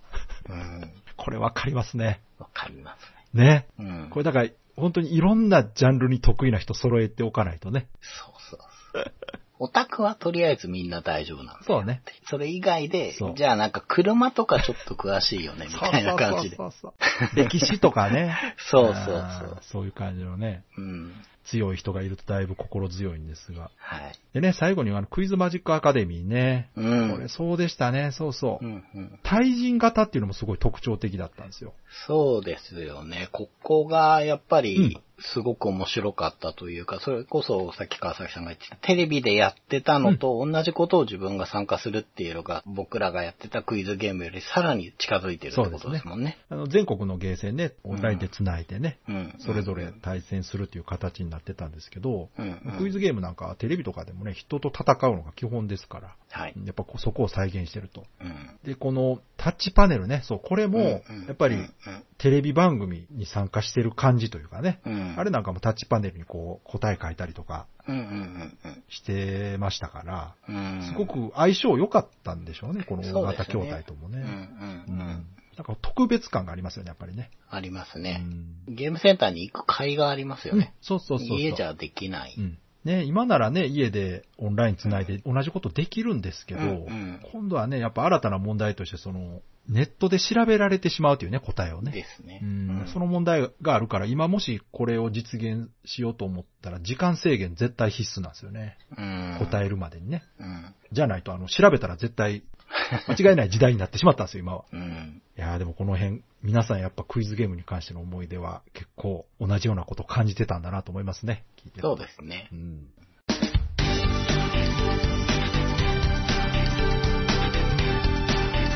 Speaker 3: うん。
Speaker 2: これわかりますね。
Speaker 3: わかります
Speaker 2: ね。
Speaker 3: ね。うん。
Speaker 2: これだから、本当にいろんなジャンルに得意な人揃えておかないとね。
Speaker 3: そうそうそう。オタクはとりあえずみんな大丈夫なんです
Speaker 2: そうね。
Speaker 3: それ以外で
Speaker 2: そ、う
Speaker 3: じゃあなんか車とかちょっと詳しいよね、みたいな感じ
Speaker 2: [LAUGHS]
Speaker 3: で。
Speaker 2: そうそうそうそう歴史とかね。
Speaker 3: そうそう
Speaker 2: あーそういう感じのね。
Speaker 3: そう。うん。
Speaker 2: 強い人がいるとだいぶ心強いんですが。
Speaker 3: はい。
Speaker 2: でね、最後にはあのクイズマジックアカデミーね。
Speaker 3: う
Speaker 2: これ
Speaker 3: ん。
Speaker 2: そうでしたね、そうそうう。
Speaker 3: んうん、
Speaker 2: 対人型っていうのもすごい特徴的だったんですよ。
Speaker 3: そうですよね。ここがやっぱ
Speaker 2: うん
Speaker 3: りすごく面白かったというか、それこそさっき川崎さんが言ってたテレビでやってたのと同じことを自分が参加するっていうのが僕らがやってたクイズゲームよりさらに近づいてるってことですもんね。
Speaker 2: あの全国のゲーセンね、オンラインで繋いでね、
Speaker 3: うん。
Speaker 2: それぞれ対戦するという形になってたんですけど、
Speaker 3: うんうん
Speaker 2: クイズゲームなんかはテレビとかでもね、人と戦うのが基本ですから、
Speaker 3: はい。
Speaker 2: やっぱこうそこを再現してると。
Speaker 3: うん。
Speaker 2: で、このタッチパネルね、そう、これも
Speaker 3: うんうん、
Speaker 2: やっぱ
Speaker 3: う
Speaker 2: り
Speaker 3: んうん
Speaker 2: テレビ番組に参加してる感じというかね、
Speaker 3: うん
Speaker 2: あれなんかもタッチパネルにこう答え書いたりとか
Speaker 3: うんうんうん
Speaker 2: してましたから、
Speaker 3: うんうん。
Speaker 2: すごく相性良かったんでしょうね、この大型
Speaker 3: そ
Speaker 2: 筐
Speaker 3: うですね
Speaker 2: 体とも
Speaker 3: うんう
Speaker 2: ね。
Speaker 3: ん
Speaker 2: う
Speaker 3: うんん。
Speaker 2: なんか特別感がありますよね、やっぱりね。
Speaker 3: あります
Speaker 2: う
Speaker 3: ね。
Speaker 2: ん
Speaker 3: ゲームセンターに行く甲斐がありますよね。
Speaker 2: そうそうそうそう。
Speaker 3: 家じゃできない。
Speaker 2: うんね、今ならね、家でオンラインつないで同じことできるんですけど、
Speaker 3: うんうん
Speaker 2: 今度はね、やっぱ新たな問題として、その、ネットで調べられてしまうというね、答えをね。
Speaker 3: ですね。
Speaker 2: うん
Speaker 3: うん
Speaker 2: その問題があるから、今もしこれを実現しようと思ったら、時間制限絶対必須なんですよね。
Speaker 3: 答
Speaker 2: 答
Speaker 3: え。
Speaker 2: えるまでにね。
Speaker 3: うん。
Speaker 2: じゃないと、あの、調べたら絶対、間違いない時代になってしまったんですよ、今は。
Speaker 3: [LAUGHS] うん。
Speaker 2: いやーでもこの辺、皆さんやっぱクイズゲームに関しての思い出は、結構同じようなことを感じてたんだなと思いますね。聞いてると
Speaker 3: そうですね。
Speaker 2: うん
Speaker 1: Days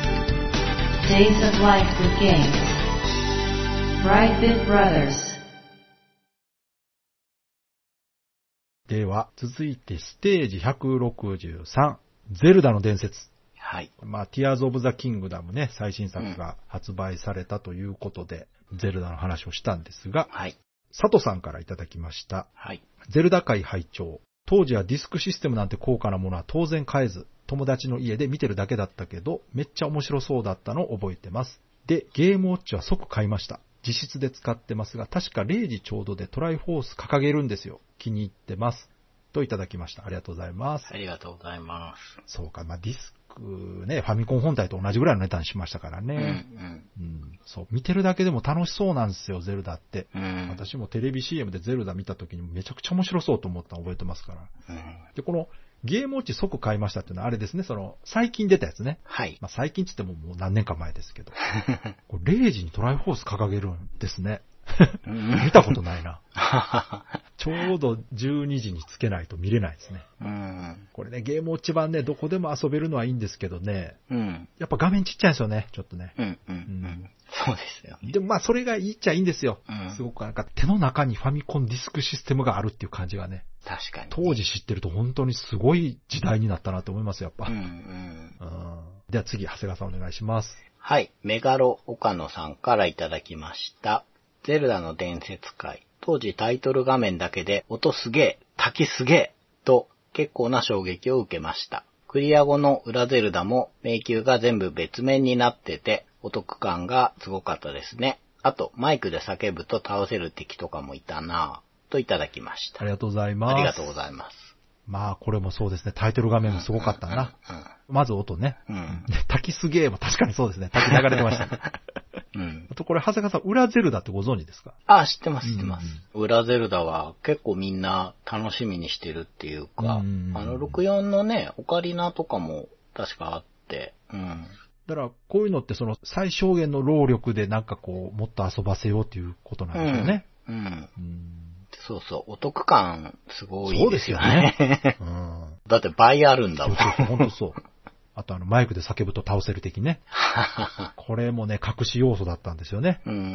Speaker 1: of Life with Games. Brightbit Brothers.
Speaker 2: では、続いてステージ163、ゼルダの伝説。
Speaker 3: はい。
Speaker 2: まあ、ティアーズ・オブ・ザ・キングダムね、最新作が発売されたということで、ゼルダの話をしたんですが、
Speaker 3: はい。
Speaker 2: 佐藤さんからいただきました。
Speaker 3: はい。
Speaker 2: ゼルダ界拝聴当時はディスクシステムなんて高価なものは当然買えず、友達の家で見てるだけだったけど、めっちゃ面白そうだったのを覚えてます。で、ゲームウォッチは即買いました。実質で使ってますが、確か0時ちょうどでトライフォース掲げるんですよ。気に入ってます。といただきました。ありがとうございます。
Speaker 3: ありがとうございます。
Speaker 2: そうか、まあ、ディスクね、ファミコン本体と同じぐらいの値段しましたから
Speaker 3: うん。う
Speaker 2: ね。
Speaker 3: ん。
Speaker 2: うん、そう、見てるだけでも楽しそうなんですよ、ゼルダって。
Speaker 3: うん。
Speaker 2: 私もテレビ CM でゼルダ見た時にめちゃくちゃ面白そうと思ったの覚えてますから。
Speaker 3: うん。
Speaker 2: で、このゲームウォッチ即買いましたっていうのはあれですね、その最近出たやつね。
Speaker 3: [LAUGHS] はい。
Speaker 2: まあ、最近っつってももう何年か前ですけど。これ0時にトライフォース掲げるんですね。 [LAUGHS] 見たことないな。ちょうど12時につけないと見れないですね。
Speaker 3: [LAUGHS] うん。
Speaker 2: これね、ゲームウォッチ版ね、どこでも遊べるのはいいんですけどね、
Speaker 3: うん。
Speaker 2: やっぱ画面ちっちゃいんですよね、ちょっとね。
Speaker 3: うん。う
Speaker 2: うんん。
Speaker 3: そうですよね。
Speaker 2: でもまあそれがいいっちゃいいんですよ。
Speaker 3: うん
Speaker 2: すごくなんか手の中にファミコンディスクシステムがあるっていう感じがね、
Speaker 3: 確かに。
Speaker 2: 当時知ってると本当にすごい時代になったなと思います、やっぱ。
Speaker 3: うん。う
Speaker 2: うん
Speaker 3: ん。
Speaker 2: では次、長谷川さんお願いします。
Speaker 3: はい。メガロ岡野さんからいただきました。ゼルダの伝説会。当時タイトル画面だけで、音すげえ、滝すげえ、と結構な衝撃を受けました。クリア後の裏ゼルダも迷宮が全部別面になってて、お得感がすごかったですね。あと、マイクで叫ぶと倒せる敵とかもいたなぁ、といただきまし
Speaker 2: あ
Speaker 3: た。
Speaker 2: りがとうございます。
Speaker 3: ありがとうございます。
Speaker 2: まあこれもそうですね、タイトル画面もすごかったな。まず音ね。
Speaker 3: うん。うん。
Speaker 2: で滝すげえも確かにそうですね、滝流れてましたね。
Speaker 3: [LAUGHS] うん
Speaker 2: あ。とこれ、長谷川さん、裏ゼルダってご存知ですか
Speaker 3: あ、知ってます、知ってます。裏ゼルダは結構みんな楽しみにしてるっていうか、
Speaker 2: うんうんうん
Speaker 3: あの64のね、オカリナとかも確かあって、うん。
Speaker 2: だから、こういうのってその最小限の労力でなんかこう、もっと遊ばせようっていうことなんでしょうね。
Speaker 3: うん。
Speaker 2: うん。
Speaker 3: そうそう、お得感すごいですよね。
Speaker 2: うん。
Speaker 3: [LAUGHS] だって倍あるんだ [LAUGHS]
Speaker 2: そう
Speaker 3: もん。
Speaker 2: そうそう、ほんとそう。あとあの、マイクで叫ぶと倒せる的ね。これもね、隠し要素だったんですよね。
Speaker 3: うんうんう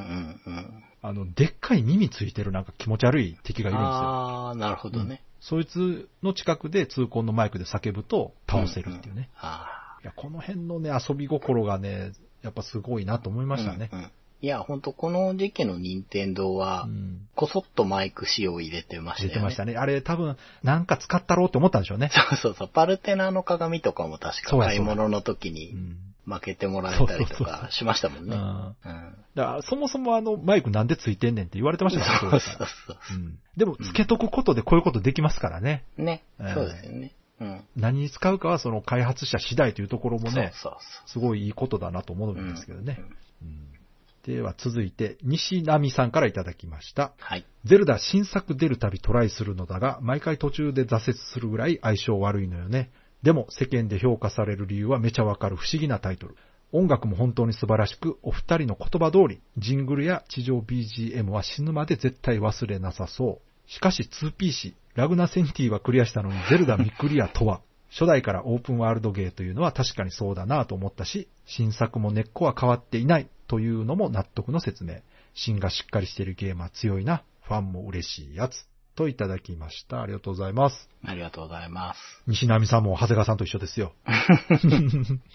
Speaker 3: ん。
Speaker 2: あの、でっかい耳ついてるなんか気持ち悪い敵がいるんですよ。
Speaker 3: ああ、なるほどね。
Speaker 2: そいつの近くで痛恨のマイクで叫ぶと倒せるっていうね。
Speaker 3: ああ。
Speaker 2: いや、この辺のね、遊び心がね、やっぱすごいなと思いましたね
Speaker 3: う。んうんいや、ほんとこの時期の任天堂は
Speaker 2: う、ん。
Speaker 3: こそっとマイク仕様入れてました
Speaker 2: 出
Speaker 3: よね。
Speaker 2: てましたね。あれ多分、なんか使ったろうって思ったんでしょうね。
Speaker 3: そうそうそう。パルテナの鏡とかも確
Speaker 2: そ
Speaker 3: か
Speaker 2: うやそうや
Speaker 3: 買い物の時
Speaker 2: う
Speaker 3: に
Speaker 2: ん。
Speaker 3: 負けてもらえたりとかしましたもん
Speaker 2: うん。
Speaker 3: ね。
Speaker 2: だ
Speaker 3: うん。
Speaker 2: から、そもそもあの、マイクなんでついてんねんって言われてましたね当
Speaker 3: [LAUGHS] そう
Speaker 2: 時か
Speaker 3: そう
Speaker 2: ら。
Speaker 3: そう
Speaker 2: うん。でも、つけとくことでこういうことできますからね。
Speaker 3: そう。ね。
Speaker 2: うん
Speaker 3: そうですよね。うん。
Speaker 2: 何に使うかはその開発者次第というところもね、
Speaker 3: そうそう
Speaker 2: すごいいいことだなと思うんですけどね
Speaker 3: うん。
Speaker 2: うんでは続いて、西波さんからいただきました。
Speaker 3: はい。
Speaker 2: ゼルダ新作出るたびトライするのだが、毎回途中で挫折するぐらい相性悪いのよね。でも世間で評価される理由はめちゃわかる不思議なタイトル。音楽も本当に素晴らしく、お二人の言葉通り、ジングルや地上 BGM は死ぬまで絶対忘れなさそう。しかし 2P 氏、ラグナセンティはクリアしたのにゼルダ未クリアとは、初代からオープンワールドゲーというのは確かにそうだなと思ったし、新作も根っこは変わっていないというのも納得の説明。芯がしっかりしているゲームは強いな。ファンも嬉しいやつ。といただきました。ありがとうございます。
Speaker 3: ありがとうございます。
Speaker 2: 西波さんも長谷川さんと一緒ですよ。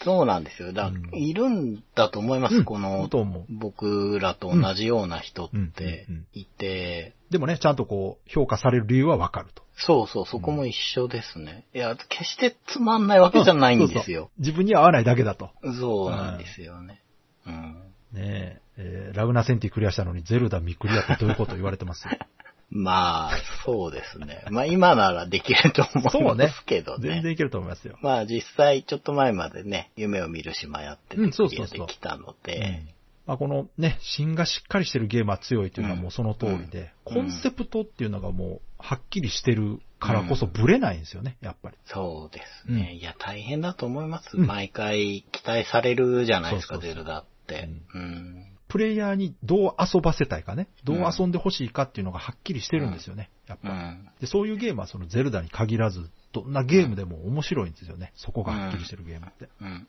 Speaker 3: そうなんですよ。だ、
Speaker 2: うん
Speaker 3: いるんだと思います、この、
Speaker 2: と思う。
Speaker 3: 僕らと同じような人
Speaker 2: うん
Speaker 3: って
Speaker 2: うんうん
Speaker 3: いて、
Speaker 2: でもね、ちゃんとこう、評価される理由はわかると。
Speaker 3: そうそう、そこも一緒ですね。いや、決してつまんないわけじゃないんですよ。
Speaker 2: 自分には合わないだけだと。
Speaker 3: そうなんですよね。うん。
Speaker 2: ねえ、えーラグナセンティクリアしたのにゼルダ未クリアってどういうこと言われてますよ
Speaker 3: まあ、そうですね。まあ今ならできると思
Speaker 2: そ
Speaker 3: うん
Speaker 2: う
Speaker 3: で
Speaker 2: ね
Speaker 3: すけどね。
Speaker 2: 全然いけると思いますよ。
Speaker 3: まあ実際、ちょっと前までね、夢を見る島やってて、
Speaker 2: うんそうそうそう
Speaker 3: できたの
Speaker 2: う
Speaker 3: で
Speaker 2: ん、まあ、このね、芯がしっかりしてるゲームは強いというのはもうその通りで、
Speaker 3: うん
Speaker 2: コンセプトっていうのがもうはっきりしてるからこそブレないんですよね、やっぱり。
Speaker 3: そうですね。
Speaker 2: うん
Speaker 3: いや、大変だと思います。
Speaker 2: うん
Speaker 3: 毎回期待されるじゃないですか、
Speaker 2: そうそう
Speaker 3: ゼ
Speaker 2: そう
Speaker 3: ルダって。うん
Speaker 2: プレイヤーにどう遊ばせたいかね、どう
Speaker 3: うん
Speaker 2: 遊んでほしいかっていうのがはっきりしてるんですよね、やっ
Speaker 3: う
Speaker 2: ぱり。
Speaker 3: ん。
Speaker 2: で、そういうゲームはそのゼルダに限らず、どんなゲームでも面白いんですよね。そこがはっきりしてるゲームって。
Speaker 3: うん。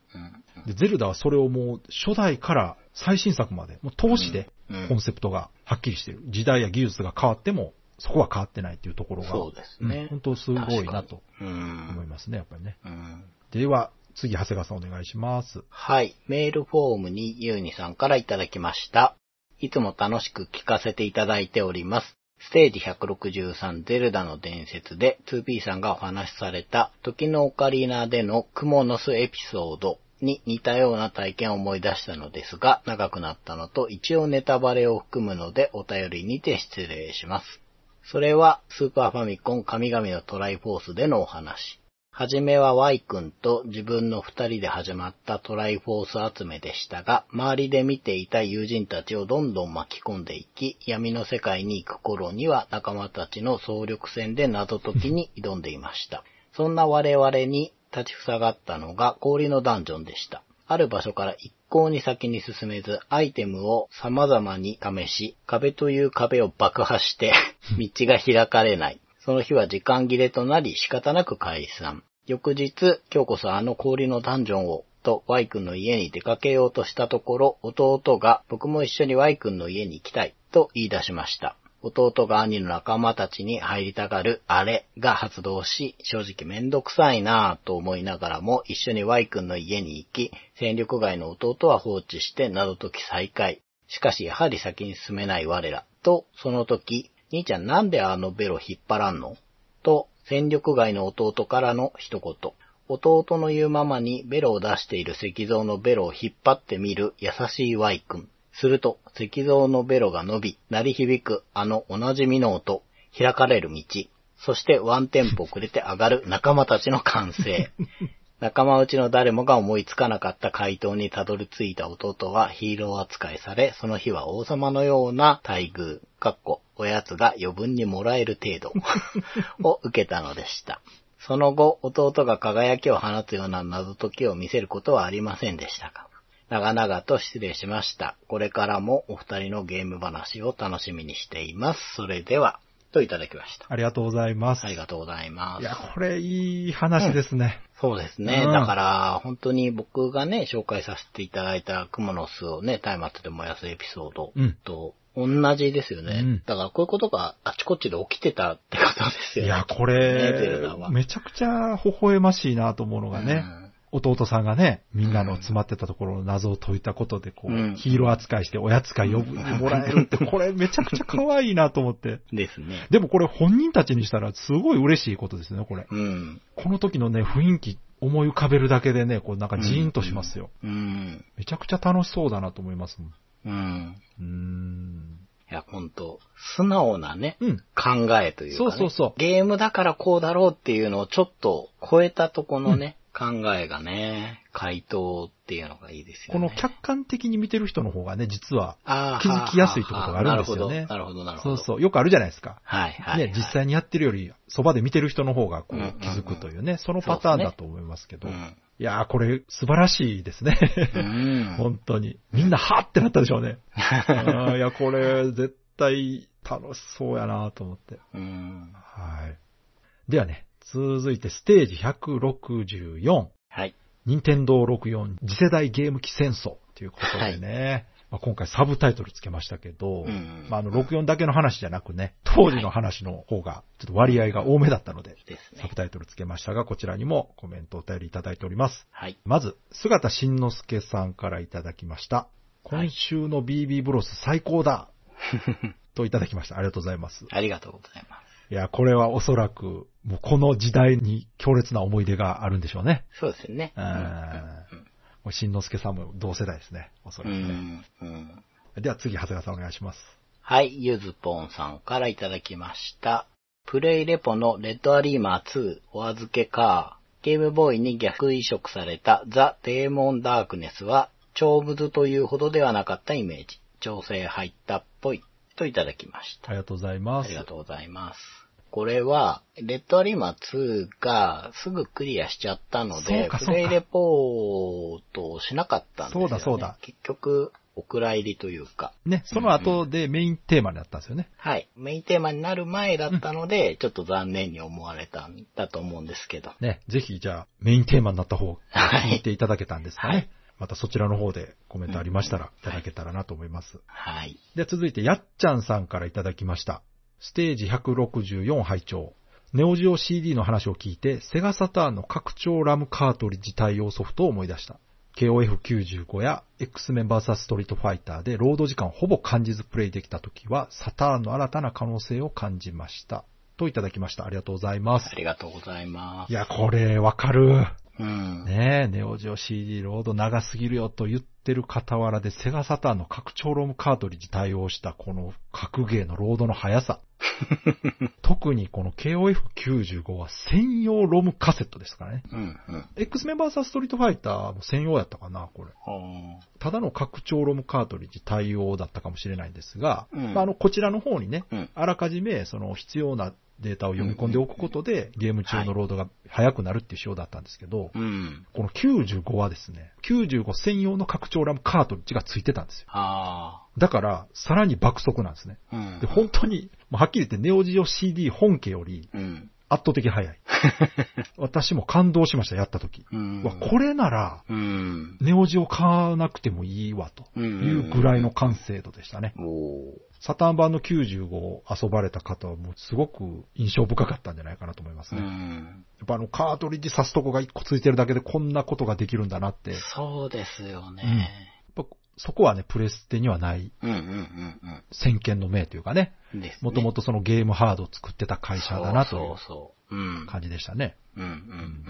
Speaker 3: うん。
Speaker 2: で、ゼルダはそれをもう初代から最新作まで、もう通しで
Speaker 3: うん
Speaker 2: コンセプトがはっきりしてる。時代や技術が変わっても、そこは変わってないっていうところが、
Speaker 3: そうですね
Speaker 2: ん本当すごいなと
Speaker 3: う
Speaker 2: 思い
Speaker 3: ん。
Speaker 2: ますね、やっぱりね。
Speaker 3: うん。
Speaker 2: では、次、長谷川さんお願いします。
Speaker 3: はい。メールフォームにゆうにさんからいただきました。いつも楽しく聞かせていただいております。ステージ163ゼルダの伝説で 2P さんがお話しされた時のオカリナでのクモの巣エピソードに似たような体験を思い出したのですが、長くなったのと一応ネタバレを含むのでお便りにて失礼します。それはスーパーファミコン神々のトライフォースでのお話。はじめは Y 君と自分の二人で始まったトライフォース集めでしたが、周りで見ていた友人たちをどんどん巻き込んでいき、闇の世界に行く頃には仲間たちの総力戦で謎解きに挑んでいました。そんな我々に立ち塞がったのが氷のダンジョンでした。ある場所から一向に先に進めず、アイテムを様々に試し、壁という壁を爆破して、道が開かれない。その日は時間切れとなり仕方なく解散。翌日、今日こそあの氷のダンジョンを、と Y 君の家に出かけようとしたところ、弟が僕も一緒に Y 君の家に行きたい、と言い出しました。弟が兄の仲間たちに入りたがるあれが発動し、正直めんどくさいなぁと思いながらも一緒に Y 君の家に行き、戦力外の弟は放置して謎解き再開。しかしやはり先に進めない我ら。と、その時、兄ちゃんなんであのベロ引っ張らんのと、戦力外の弟からの一言。弟の言うままにベロを出している石像のベロを引っ張ってみる優しい Y 君。すると、石像のベロが伸び、鳴り響くあのおなじみの音、開かれる道、そしてワンテンポ遅れて上がる仲間たちの歓声。仲間内の誰もが思いつかなかった回答にたどり着いた弟はヒーロー扱いされ、その日は王様のような待遇、かっこ、おやつが余分にもらえる程度を受けたのでした。その後、弟が輝きを放つような謎解きを見せることはありませんでしたが、長々と失礼しました。これからもお二人のゲーム話を楽しみにしています。それでは、といただきました。
Speaker 2: ありがとうございます。
Speaker 3: ありがとうございます。
Speaker 2: いや、これいい話ですね。
Speaker 3: そうですね。
Speaker 2: うん
Speaker 3: だから、本当に僕がね、紹介させていただいた蜘蛛の巣をね、松明で燃やすエピソード
Speaker 2: うん
Speaker 3: と同じですよね。
Speaker 2: うん
Speaker 3: だから、こういうことがあちこちで起きてたってことですよ
Speaker 2: い
Speaker 3: ね。
Speaker 2: や、こ
Speaker 3: ねゼ
Speaker 2: れ
Speaker 3: ルダは、
Speaker 2: めちゃくちゃ微笑ましいなと思うのがね、弟さんがね、みんなの詰まってたところの謎を解いたことで、こう、
Speaker 3: うん
Speaker 2: ヒーロー扱いしておやつが呼ぶ、もらえるって、これめちゃくちゃ可愛いなと思って。
Speaker 3: うんですね。
Speaker 2: でもこれ本人たちにしたらすごい嬉しいことですね、これ。
Speaker 3: うん。
Speaker 2: この時のね、雰囲気思い浮かべるだけでね、こうなんかジーンとしますよ。
Speaker 3: うん。
Speaker 2: めちゃくちゃ楽しそうだなと思いますもん。
Speaker 3: うん。
Speaker 2: うーん。
Speaker 3: いや、本当素直なね、
Speaker 2: うん。
Speaker 3: 考えというか、
Speaker 2: そ
Speaker 3: ね、
Speaker 2: うそうそう
Speaker 3: ゲームだからこうだろうっていうのをちょっと超えたとこのね、考えがね、回答っていうのがいいですよ
Speaker 2: こ
Speaker 3: ね。
Speaker 2: の客観的に見てる人の方がね、実は、
Speaker 3: あー
Speaker 2: 気づきやすいってことがあるんですよね
Speaker 3: はあはあなるほど、なるほ
Speaker 2: そ
Speaker 3: ど。
Speaker 2: うそう、よくあるじゃないですか。
Speaker 3: はいはい、はい。
Speaker 2: ね、実際にやってるより、そばで見てる人の方がこ
Speaker 3: うんうんうん
Speaker 2: う気づくというね、そのパターンだと思いますけど。
Speaker 3: うん。
Speaker 2: いやー、これ素晴らしいですね。
Speaker 3: うん。
Speaker 2: [LAUGHS] 本当に。みんな、はーってなったでしょうね。うんいや、これ、絶対楽しそうやなと思って。
Speaker 3: [LAUGHS] うん
Speaker 2: はい。ではね、続いてステージ164。
Speaker 3: はい。
Speaker 2: 任天堂64次世代ゲーム機戦争ということでね、まあ、今回サブタイトルつけましたけど、
Speaker 3: うん
Speaker 2: まあ、あの64だけの話じゃなくね、当時の話の方がちょっと割合が多めだったので、
Speaker 3: です
Speaker 2: サ
Speaker 3: ね
Speaker 2: ブ。タイトルつけましたが、こちらにもコメントお便りいただいております。
Speaker 3: はい。 [LAUGHS]
Speaker 2: まず、姿慎之介さんからいただきました。
Speaker 3: はい
Speaker 2: 今週の BB ブロス最高だといただきました。ありがとうございます。
Speaker 3: ありがとうございま
Speaker 2: いや、これはおそらく、もうこの時代に強烈な思い出があるんでしょうね。
Speaker 3: す。そうですね。
Speaker 2: うんもう、しんのすけさんも同世代ですね。おそ
Speaker 3: うん。う
Speaker 2: らくね。
Speaker 3: ん。うん
Speaker 2: では次、長谷川さんお願いします。
Speaker 3: はい。ゆずぽんさんからいただきました。プレイレポのレッドアリーマー2お預けか、ゲームボーイに逆移植されたザ・デーモン・ダークネスは、長物というほどではなかったイメージ。調整入ったっぽい。といただきました
Speaker 2: あ。りがとうございます。
Speaker 3: ありがとうございます。これは、レッドアリマ2がすぐクリアしちゃったの
Speaker 2: そう
Speaker 3: で、
Speaker 2: かそう
Speaker 3: プ
Speaker 2: か
Speaker 3: レイレポートをしなかったんですよ、ね。
Speaker 2: そうだそうだ
Speaker 3: 結局、お蔵入りというか。
Speaker 2: ね、その後でメインテーマになったんですよね。
Speaker 3: はい。メインテーマになる前だったので、ちょっと残念に思われたんだと思うんですけど。
Speaker 2: ね、ぜひ、じゃあ、メインテーマになった方、
Speaker 3: はい
Speaker 2: 聞いていただけたんですかね。
Speaker 3: はい
Speaker 2: またそちらの方でコメントありましたら、いただけたらなと思います。
Speaker 3: はい。
Speaker 2: で、続いて、やっちゃんさんからいただきました。ステージ164拝聴ネオジオ CD の話を聞いて、セガサターンの拡張ラムカートリッジ対応ソフトを思い出した。KOF95 や X メンバーサストリートファイターでロード時間をほぼ感じずプレイできた時は、サターンの新たな可能性を感じました。といただきました。ありがとうございます
Speaker 3: あ。りがとうございま
Speaker 2: い
Speaker 3: す。
Speaker 2: や、これわかる。
Speaker 3: うん。
Speaker 2: ねえ、ネオジオ CD ロード長すぎるよと言ってる傍らで、セガサターンの拡張ロムカートリッジ対応したこの格ゲーのロードの速
Speaker 3: [LAUGHS]
Speaker 2: さ。特にこの KOF95 は専用ロムカセットですからね。
Speaker 3: うん、うん。
Speaker 2: X メンバーサストリートファイターも専用やったかな、これ。
Speaker 3: ほ
Speaker 2: ただの拡張ロムカートリッジ対応だったかもしれないんですが、
Speaker 3: うん
Speaker 2: まあ、あの、こちらの方にね、
Speaker 3: うん
Speaker 2: あらかじめ、その必要なデータを読み込んでおくことで、ゲーム中のロードが速くなるっていう仕様だったんですけど
Speaker 3: う。、うん。
Speaker 2: この95はですね、95専用の拡張ラムカートリッジが付いてたんですよ。
Speaker 3: あ
Speaker 2: だから、さらに爆速なんですね。
Speaker 3: あ。うん
Speaker 2: で、。本当に、もうはっきり言ってネオジオ CD 本家より [LAUGHS]
Speaker 3: うん。
Speaker 2: 圧倒的速い。私も感動しました、やった時。
Speaker 3: うん。
Speaker 2: うわ、これなら、
Speaker 3: うん。
Speaker 2: ネオジオ買わなくてもいいわ、と
Speaker 3: うん
Speaker 2: いうぐらいの完成度でしたね。
Speaker 3: おー。
Speaker 2: サターン版の95を遊ばれた方はもうすごく印象深かったんじゃないかなと思います
Speaker 3: う
Speaker 2: ね。や
Speaker 3: ん。
Speaker 2: っぱあのカートリッジ挿すとこが1個付いてるだけでこんなことができるんだなって
Speaker 3: そうですよね。
Speaker 2: やっぱそこはね、プレステにはない
Speaker 3: うんうんうん
Speaker 2: 先見の明というかね、
Speaker 3: うん。ですね。
Speaker 2: もともとそのゲームハードを作ってた会社だなとい
Speaker 3: そううそうそう。うん。
Speaker 2: 感じでしたね。
Speaker 3: うんうんう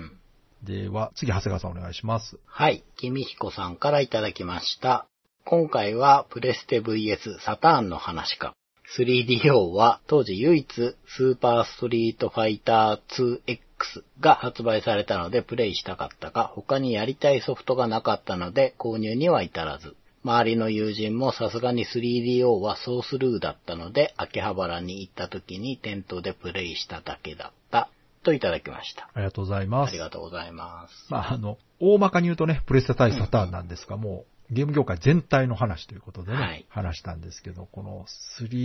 Speaker 3: ん。
Speaker 2: では、次、長谷川さんお願いします。
Speaker 3: はい。君彦さんからいただきました。今回はプレステ VS サターンの話か。3DO は当時唯一スーパーストリートファイター 2X が発売されたのでプレイしたかったが他にやりたいソフトがなかったので購入には至らず。周りの友人もさすがに 3DO はソースルーだったので秋葉原に行った時に店頭でプレイしただけだった。といただきました。
Speaker 2: ありがとうございま
Speaker 3: あ
Speaker 2: す
Speaker 3: り。がとうございます。
Speaker 2: まあ、あの、大まかに言うとね、プレステ対サターンなんですが、もう、ゲーム業界全体の話ということでね、
Speaker 3: はい
Speaker 2: 話したんですけど、この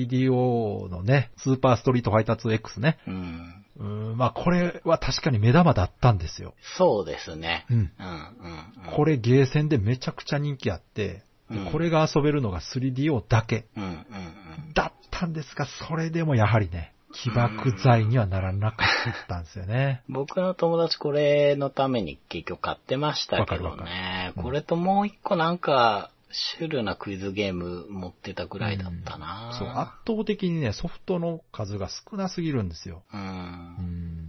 Speaker 2: 3DO のね、スーパーストリートファイター 2X ね、
Speaker 3: うん。
Speaker 2: うーん、まあ、これは確かに目玉だったんですよ。
Speaker 3: そうですね。
Speaker 2: うん。
Speaker 3: うんうんうん。
Speaker 2: これゲーセンでめちゃくちゃ人気あって、で
Speaker 3: うん
Speaker 2: これが遊べるのが 3DO だけ
Speaker 3: うんうんうん。
Speaker 2: だったんですが、それでもやはりね、起爆剤にはならなかったんですよね。
Speaker 3: 僕の友達これのために結局買ってましたけ
Speaker 2: わ
Speaker 3: ど
Speaker 2: かる
Speaker 3: ね。
Speaker 2: るうん
Speaker 3: これともう一個なんか、シュールなクイズゲーム持ってたぐらいだったな。
Speaker 2: そう、圧倒的にね、ソフトの数が少なすぎるんですよ。
Speaker 3: う。
Speaker 2: うんん。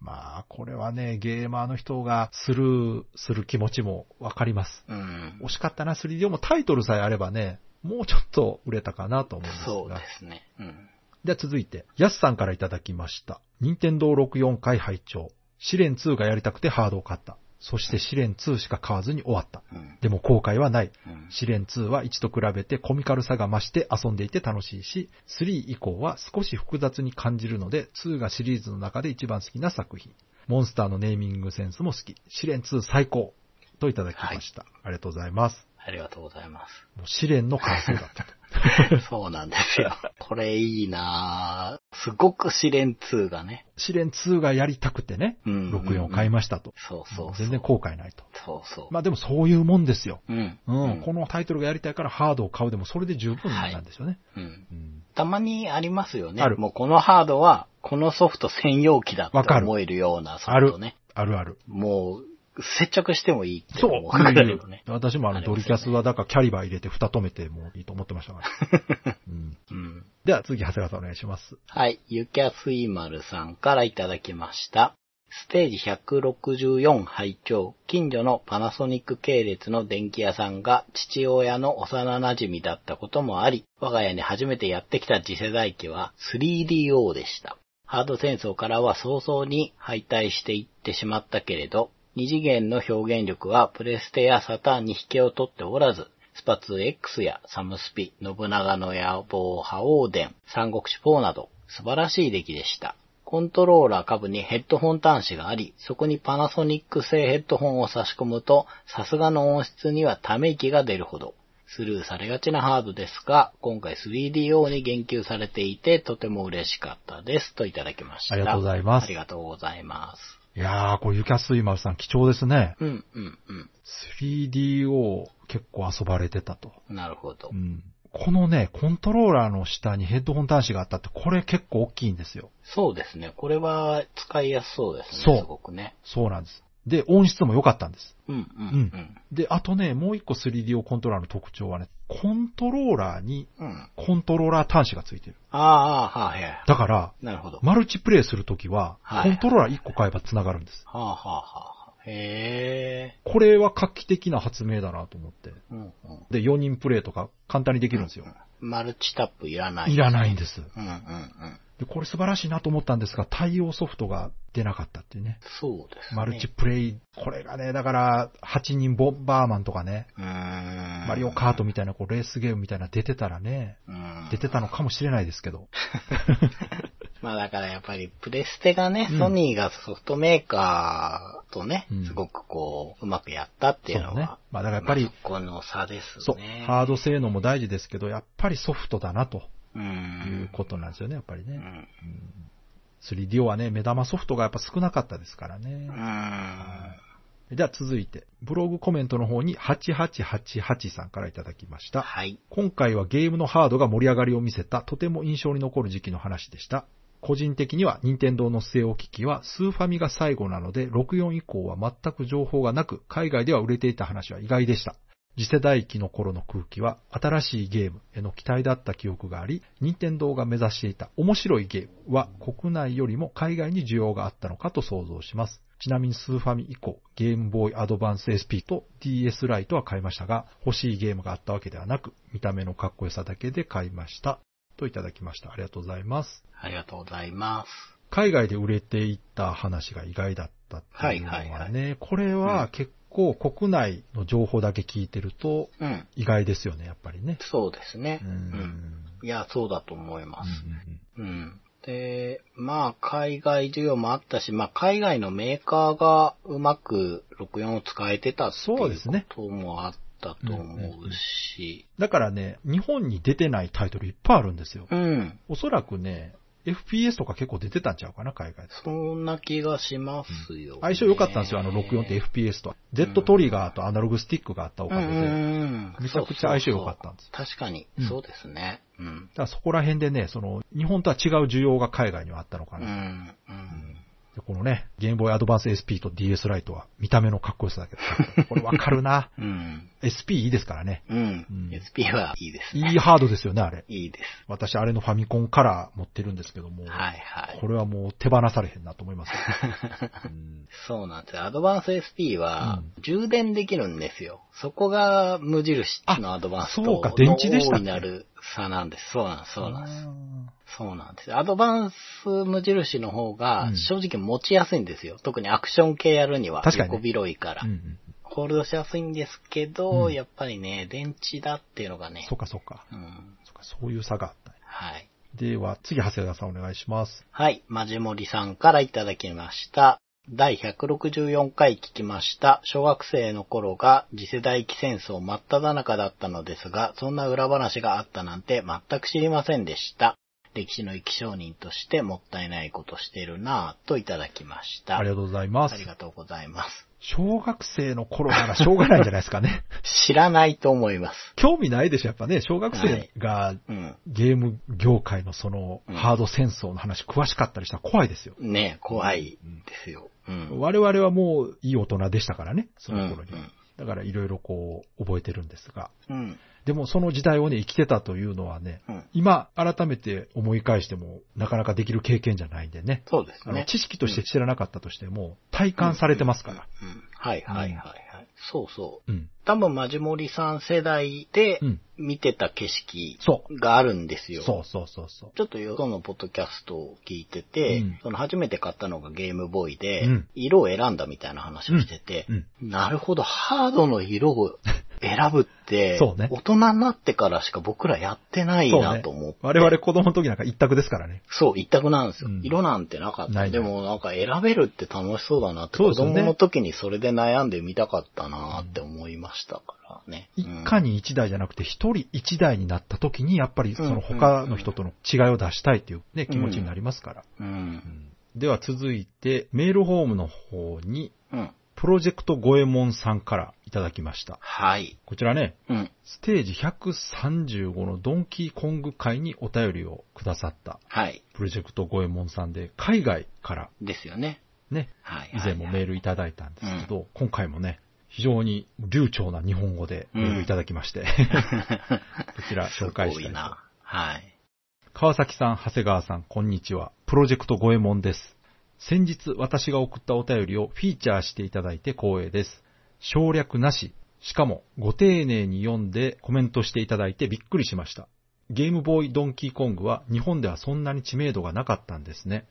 Speaker 2: まあ、これはね、ゲーマーの人がスルーする気持ちもわかります。
Speaker 3: うん。
Speaker 2: 惜しかったな、3DO もタイトルさえあればね、もうちょっと売れたかなと思うんですが。
Speaker 3: そうですね。うん。
Speaker 2: では続いて、ヤスさんからいただきました。任天堂64回拝聴試練2がやりたくてハードを買った。そして試練2しか買わずに終わった。
Speaker 3: うん。
Speaker 2: でも後悔はない。
Speaker 3: うん。
Speaker 2: 試練2は1と比べてコミカルさが増して遊んでいて楽しいし、3以降は少し複雑に感じるので、2がシリーズの中で一番好きな作品。モンスターのネーミングセンスも好き。試練2最高といただきました。ありがとうございます。
Speaker 3: ありがとうございます。
Speaker 2: [LAUGHS] もう試練の完成だった
Speaker 3: [LAUGHS]
Speaker 2: と。
Speaker 3: そうなんですよ。これいいなぁ。すごく試練2がね。
Speaker 2: 試練2がやりたくてね、
Speaker 3: うんうんうん
Speaker 2: 64を買いましたと。
Speaker 3: そうそうそう。
Speaker 2: 全然後悔ないと。
Speaker 3: そうそう。
Speaker 2: まあでもそういうもんですよ。
Speaker 3: うん。
Speaker 2: うん、このタイトルがやりたいからハードを買うでもそれで十分なんですよね。
Speaker 3: うん。
Speaker 2: うん
Speaker 3: たまにありますよね。
Speaker 2: ある
Speaker 3: もうこのハードは、このソフト専用機だ
Speaker 2: わ
Speaker 3: っ
Speaker 2: か
Speaker 3: て
Speaker 2: る
Speaker 3: 思えるようなソフトね。
Speaker 2: あるある。
Speaker 3: もう、接着してもいいって
Speaker 2: そう、
Speaker 3: 思うくらいのね。
Speaker 2: [LAUGHS] 私もあのドリキャスはだからキャリバー入れて蓋止めてもいいと思ってましたから。 [LAUGHS] うん、
Speaker 3: うん。
Speaker 2: では次、長谷川さんお願いします。
Speaker 3: はい。ゆきゃすいまるさんからいただきました。ステージ164拝聴近所のパナソニック系列の電気屋さんが父親の幼馴染だったこともあり、我が家に初めてやってきた次世代機は 3DO でした。ハード戦争からは早々に敗退していってしまったけれど、二次元の表現力はプレステやサターンに引けを取っておらず、スパ 2X やサムスピ、信長の野望、覇王伝、三国志4など素晴らしい出来でした。コントローラー下部にヘッドホン端子があり、そこにパナソニック製ヘッドホンを差し込むと、さすがの音質にはため息が出るほど。スルーされがちなハードですが、今回 3DO に言及されていて、とても嬉しかったです。といただきました。
Speaker 2: ありがとうございます
Speaker 3: ありがとうございます。
Speaker 2: いやー、これゆきゃすいまるさん貴重ですね。
Speaker 3: うん、うん、う
Speaker 2: 3DO 結構遊ばれてたと。
Speaker 3: ん。なるほど
Speaker 2: う。んこのね、コントローラーの下にヘッドホン端子があったって、これ結構大きいんですよ。
Speaker 3: そうですね。これは使いやすそうです
Speaker 2: そう
Speaker 3: ね。すごくね。
Speaker 2: そうなんです。で、音質も良かったんです。
Speaker 3: うん、うん、
Speaker 2: で、あとね、もう一個 3DO コントローラーの特徴はね、コントローラーに
Speaker 3: うん。うん。
Speaker 2: コントローラー端子がついてる。
Speaker 3: ああ、ああ、はいはい。
Speaker 2: だから、
Speaker 3: なるほど。は
Speaker 2: マルチプレイするときは、
Speaker 3: はい
Speaker 2: コントローラー1個買えば繋がるんです。
Speaker 3: あ、はあ、はあ。へえ。
Speaker 2: これは画期的な発明だなと思って。
Speaker 3: うん、うん。
Speaker 2: で、4人プレイとか簡単にできるんですよ。
Speaker 3: マルチタップいらない。
Speaker 2: いらないんです。
Speaker 3: うん、うん、うん。
Speaker 2: で、これ素晴らしいなと思ったんですが、対応ソフトが出なかったっていうね。
Speaker 3: そうですね。
Speaker 2: マルチプレイ、これがね、だから、8人ボンバーマンとかね、
Speaker 3: うーん。
Speaker 2: マリオカートみたいな、こう、レースゲームみたいな出てたらね、
Speaker 3: うん。
Speaker 2: 出てたのかもしれないですけど。
Speaker 3: まあだからやっぱりプレステがね、
Speaker 2: うん
Speaker 3: ソニーがソフトメーカーとね
Speaker 2: うん、
Speaker 3: すごくこう、うまくやったっていうの
Speaker 2: そうね
Speaker 3: は。
Speaker 2: まあだからやっぱり
Speaker 3: まあそこの差です
Speaker 2: そう、
Speaker 3: ね。
Speaker 2: ハード性能も大事ですけど、やっぱりソフトだなと
Speaker 3: う
Speaker 2: いうことなんですよね、やっぱり
Speaker 3: う
Speaker 2: ね。
Speaker 3: ん。
Speaker 2: 3DO はね、目玉ソフトがやっぱ少なかったですからね
Speaker 3: う。ん。
Speaker 2: では続いて、ブログコメントの方に8888さんからいただきました。
Speaker 3: はい。
Speaker 2: 今回はゲームのハードが盛り上がりを見せたとても印象に残る時期の話でした。個人的には任天堂の据え置き機はスーファミが最後なので64以降は全く情報がなく海外では売れていた話は意外でした。次世代機の頃の空気は新しいゲームへの期待だった記憶があり、任天堂が目指していた面白いゲームは国内よりも海外に需要があったのかと想像します。ちなみにスーファミ以降、ゲームボーイアドバンス SP と DS ライトは買いましたが、欲しいゲームがあったわけではなく、見た目のかっこよさだけで買いました。といただきました。ありがとうございます。
Speaker 3: ありがとうございます。
Speaker 2: 海外で売れていった話が意外だったっていうのはね、
Speaker 3: はいはい
Speaker 2: これは結構国内の情報だけ聞いてると
Speaker 3: うん。
Speaker 2: 意外ですよね、やっぱりね。
Speaker 3: そうですね。
Speaker 2: う
Speaker 3: うんん。いや、そうだと思います。うん。で、まあ、海外需要もあったし、まあ、海外のメーカーがうまく64を使えてたってい
Speaker 2: そうですね
Speaker 3: うこともあったと思うし、
Speaker 2: だからね、日本に出てないタイトルいっぱいあるんですよ。
Speaker 3: うん。
Speaker 2: おそらくね、FPS とか結構出てたんちゃうかな、海外で。
Speaker 3: そんな気がしますよ、ね。
Speaker 2: 相性良かったんですよ、あの64って FPS と。Z トリガーとアナログスティックがあったお
Speaker 3: う
Speaker 2: か
Speaker 3: んう
Speaker 2: げで。だ
Speaker 3: んうん。
Speaker 2: めちゃくちゃ相性良かったんですよ
Speaker 3: そうそうそう確かに
Speaker 2: うん、
Speaker 3: そうですね。うん。
Speaker 2: からそこら辺でね、その、日本とは違う需要が海外にはあったのか
Speaker 3: うん。う
Speaker 2: な。
Speaker 3: ん。
Speaker 2: でこのね、ゲームボーイアドバンス SP と DS ライトは見た目のかっこよさだけど、これわかるな。
Speaker 3: うん。
Speaker 2: SP いいですからね。
Speaker 3: うん
Speaker 2: うん。
Speaker 3: SP はいいですね。
Speaker 2: いいハードですよね、あれ。
Speaker 3: いいです。
Speaker 2: 私、あれのファミコンカラー持ってるんですけども、
Speaker 3: はいはい
Speaker 2: こ。れはもう手放されへんなと思い
Speaker 3: [LAUGHS]
Speaker 2: ますよ、うん
Speaker 3: そうなんですよ。アドバンス SP は
Speaker 2: う
Speaker 3: 充電できるんですよ。そこが無印のアドバンスと
Speaker 2: そうか電池でしたっけ
Speaker 3: 大いなる、差なんです。そうなんです、そうなんです。
Speaker 2: あ
Speaker 3: そうなんです。アドバンス無印の方
Speaker 2: う
Speaker 3: が
Speaker 2: ん
Speaker 3: 正直持ちやすいんですよ。特にアクション系やるには
Speaker 2: 確かにね
Speaker 3: 横広いから。
Speaker 2: ーうんうん。
Speaker 3: ホールドしやすいんですけど、
Speaker 2: うん
Speaker 3: やっぱりね、電池だっていうのがね。
Speaker 2: そっかそっか。
Speaker 3: うん。
Speaker 2: そっか、そういう差があった。
Speaker 3: はい。
Speaker 2: では、次、長谷川さんお願いします。
Speaker 3: はい。まじもりさんからいただきました。第164回聞きました。小学生の頃が次世代機戦争真っ只中だったのですが、そんな裏話があったなんて全く知りませんでした。歴史の生き証人としてもったいないことしてるなぁといただきました。
Speaker 2: ありがとうございます
Speaker 3: あ。りがとうございます。
Speaker 2: 小学生の頃ならしょうがないんじゃないですか
Speaker 3: [LAUGHS]
Speaker 2: ね。
Speaker 3: 知らないと思います。
Speaker 2: 興味ないでしょ、やっぱね。小学生が
Speaker 3: うん。
Speaker 2: ゲーム業界のその
Speaker 3: うん
Speaker 2: ハード戦争の話詳しかったりしたら怖いですよ。
Speaker 3: ねえ怖いですよ。うん。
Speaker 2: 我々はもういい大人でしたからね、その頃に
Speaker 3: うんうん。
Speaker 2: だからいろいろこう覚えてるんですが。
Speaker 3: うん。
Speaker 2: でもその時代をね、生きてたというのはね、
Speaker 3: うん。
Speaker 2: 今改めて思い返してもなかなかできる経験じゃないんでね。
Speaker 3: そうです
Speaker 2: あの
Speaker 3: ね。
Speaker 2: 知識として知らなかったとしても、体感されてますから。
Speaker 3: うん。はいはいはいはい。そうそう。
Speaker 2: うん。
Speaker 3: 多分、マジモリさん世代で
Speaker 2: うん
Speaker 3: 見てた景色
Speaker 2: そう。
Speaker 3: があるんですよ。
Speaker 2: そうそうそうそう。
Speaker 3: ちょっとよそのポッドキャストを聞いてて、
Speaker 2: うん
Speaker 3: その初めて買ったのがゲームボーイで、
Speaker 2: うん
Speaker 3: 色を選んだみたいな話をしてて、
Speaker 2: うん。
Speaker 3: なるほど、ハードの色を選ぶって、
Speaker 2: そうね
Speaker 3: 大人になってからしか僕らやってない
Speaker 2: そう
Speaker 3: な
Speaker 2: ね
Speaker 3: と思って。
Speaker 2: 我々子供の時なんか一択ですからね。
Speaker 3: そう、一択なんですよ。
Speaker 2: うん
Speaker 3: 色なんてなかっ
Speaker 2: な
Speaker 3: た。
Speaker 2: い
Speaker 3: でもなんか選べるって楽しそうだなって、
Speaker 2: そう
Speaker 3: 子
Speaker 2: ですよね
Speaker 3: 供の時にそれで悩んでみたかったなって思いましたからね。
Speaker 2: 一
Speaker 3: うん
Speaker 2: 家に一台じゃなくて一人一台になった時にやっぱりその他の人との違いを出したいっていうね、
Speaker 3: うん
Speaker 2: 気持ちになりますから。
Speaker 3: うん。
Speaker 2: では続いて、メールホームの方に、
Speaker 3: うん。
Speaker 2: プロジェクトゴエモンさんからいただきました。
Speaker 3: はい。
Speaker 2: こちらね、
Speaker 3: うん。
Speaker 2: ステージ135のドンキーコング会にお便りをくださった
Speaker 3: はい。
Speaker 2: プロジェクトゴエモンさんで、海外から
Speaker 3: ですよね。
Speaker 2: ね、
Speaker 3: はい。
Speaker 2: 以前もメールいただいたんですけど、今回もね、非常に流暢な日本語でメールいただきま
Speaker 3: [LAUGHS]
Speaker 2: して、こちら [LAUGHS] 紹介した
Speaker 3: すご
Speaker 2: い
Speaker 3: い
Speaker 2: と
Speaker 3: な。はい。
Speaker 2: 川崎さん、長谷川さん、こんにちは。プロジェクトゴエモンです。先日私が送ったお便りをフィーチャーしていただいて光栄です。省略なし。しかも、ご丁寧に読んでコメントしていただいてびっくりしました。ゲームボーイドンキーコングは日本ではそんなに知名度がなかったんですね。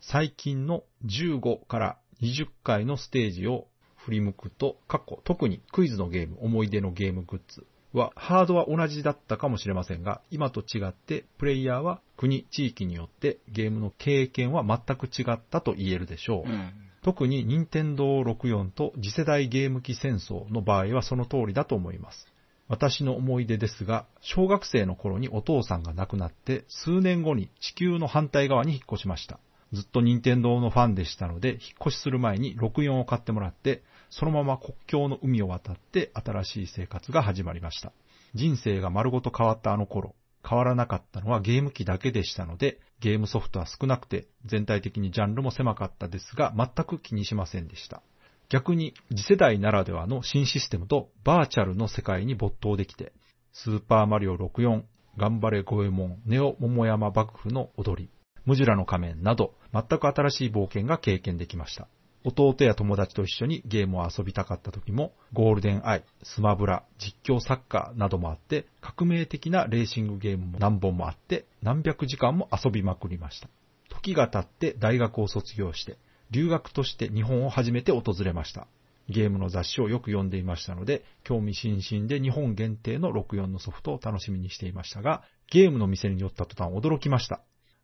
Speaker 2: 最近の15から20回のステージを振り向くと、過去、特にクイズのゲーム、思い出のゲームグッズは、ハードは同じだったかもしれませんが、今と違って、プレイヤーは国、地域によってゲームの経験は全く違ったと言えるでしょう。
Speaker 3: うん。
Speaker 2: 特に任天堂64と次世代ゲーム機戦争の場合はその通りだと思います。私の思い出ですが、小学生の頃にお父さんが亡くなって、数年後に地球の反対側に引っ越しました。ずっと任天堂のファンでしたので、引っ越しする前に64を買ってもらって、そのまま国境の海を渡って新しい生活が始まりました。人生が丸ごと変わったあの頃、変わらなかったのはゲーム機だけでしたので、ゲームソフトは少なくて、全体的にジャンルも狭かったですが、全く気にしませんでした。逆に、次世代ならではの新システムとバーチャルの世界に没頭できて、スーパーマリオ64、頑張れゴエモン、ネオ桃山幕府の踊り、ムジュラの仮面など、全く新しい冒険が経験できました。弟や友達と一緒にゲームを遊びたかった時も、ゴールデンアイ、スマブラ、実況サッカーなどもあって、革命的なレーシングゲームも何本もあって、何百時間も遊びまくりました。時が経って大学を卒業して、留学として日本を初めて訪れました。ゲームの雑誌をよく読んでいましたので、興味津々で日本限定の64のソフトを楽しみにしていましたが、ゲームの店に寄った途端驚きました。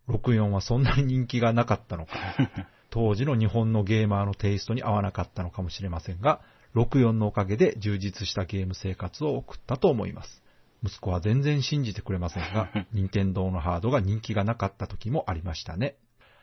Speaker 2: 64はそんなに人気がなかったのか。当時の日本のゲーマーのテイストに合わなかったのかもしれませんが、64のおかげで充実したゲーム生活を送ったと思います。息子は全然信じてくれませんが、任天堂のハードが人気がなかった時もありましたね。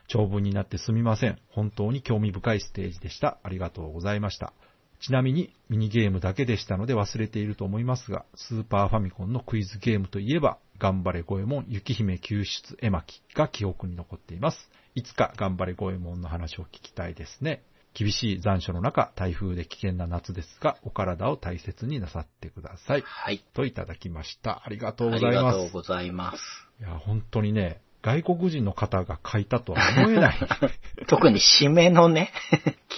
Speaker 2: 長文になってすみません。本当に興味深いステージでした。ありがとうございました。ちなみに、ミニゲームだけでしたので忘れていると思いますが、スーパーファミコンのクイズゲームといえば、頑張れゴエモン、雪姫救出絵巻が記憶に残っています。いつか頑張れゴエモンの話を聞きたいですね。厳しい残暑の中、台風で危険な夏ですが、お体を大切になさってください。
Speaker 3: はい。
Speaker 2: といただきました。ありがと
Speaker 3: あ
Speaker 2: うご
Speaker 3: り
Speaker 2: ざい
Speaker 3: が
Speaker 2: ます
Speaker 3: と。うございます。
Speaker 2: いや、本当にね、外国人の方が書いたとは思えない。
Speaker 3: [LAUGHS] 特 [LAUGHS] に締めのね、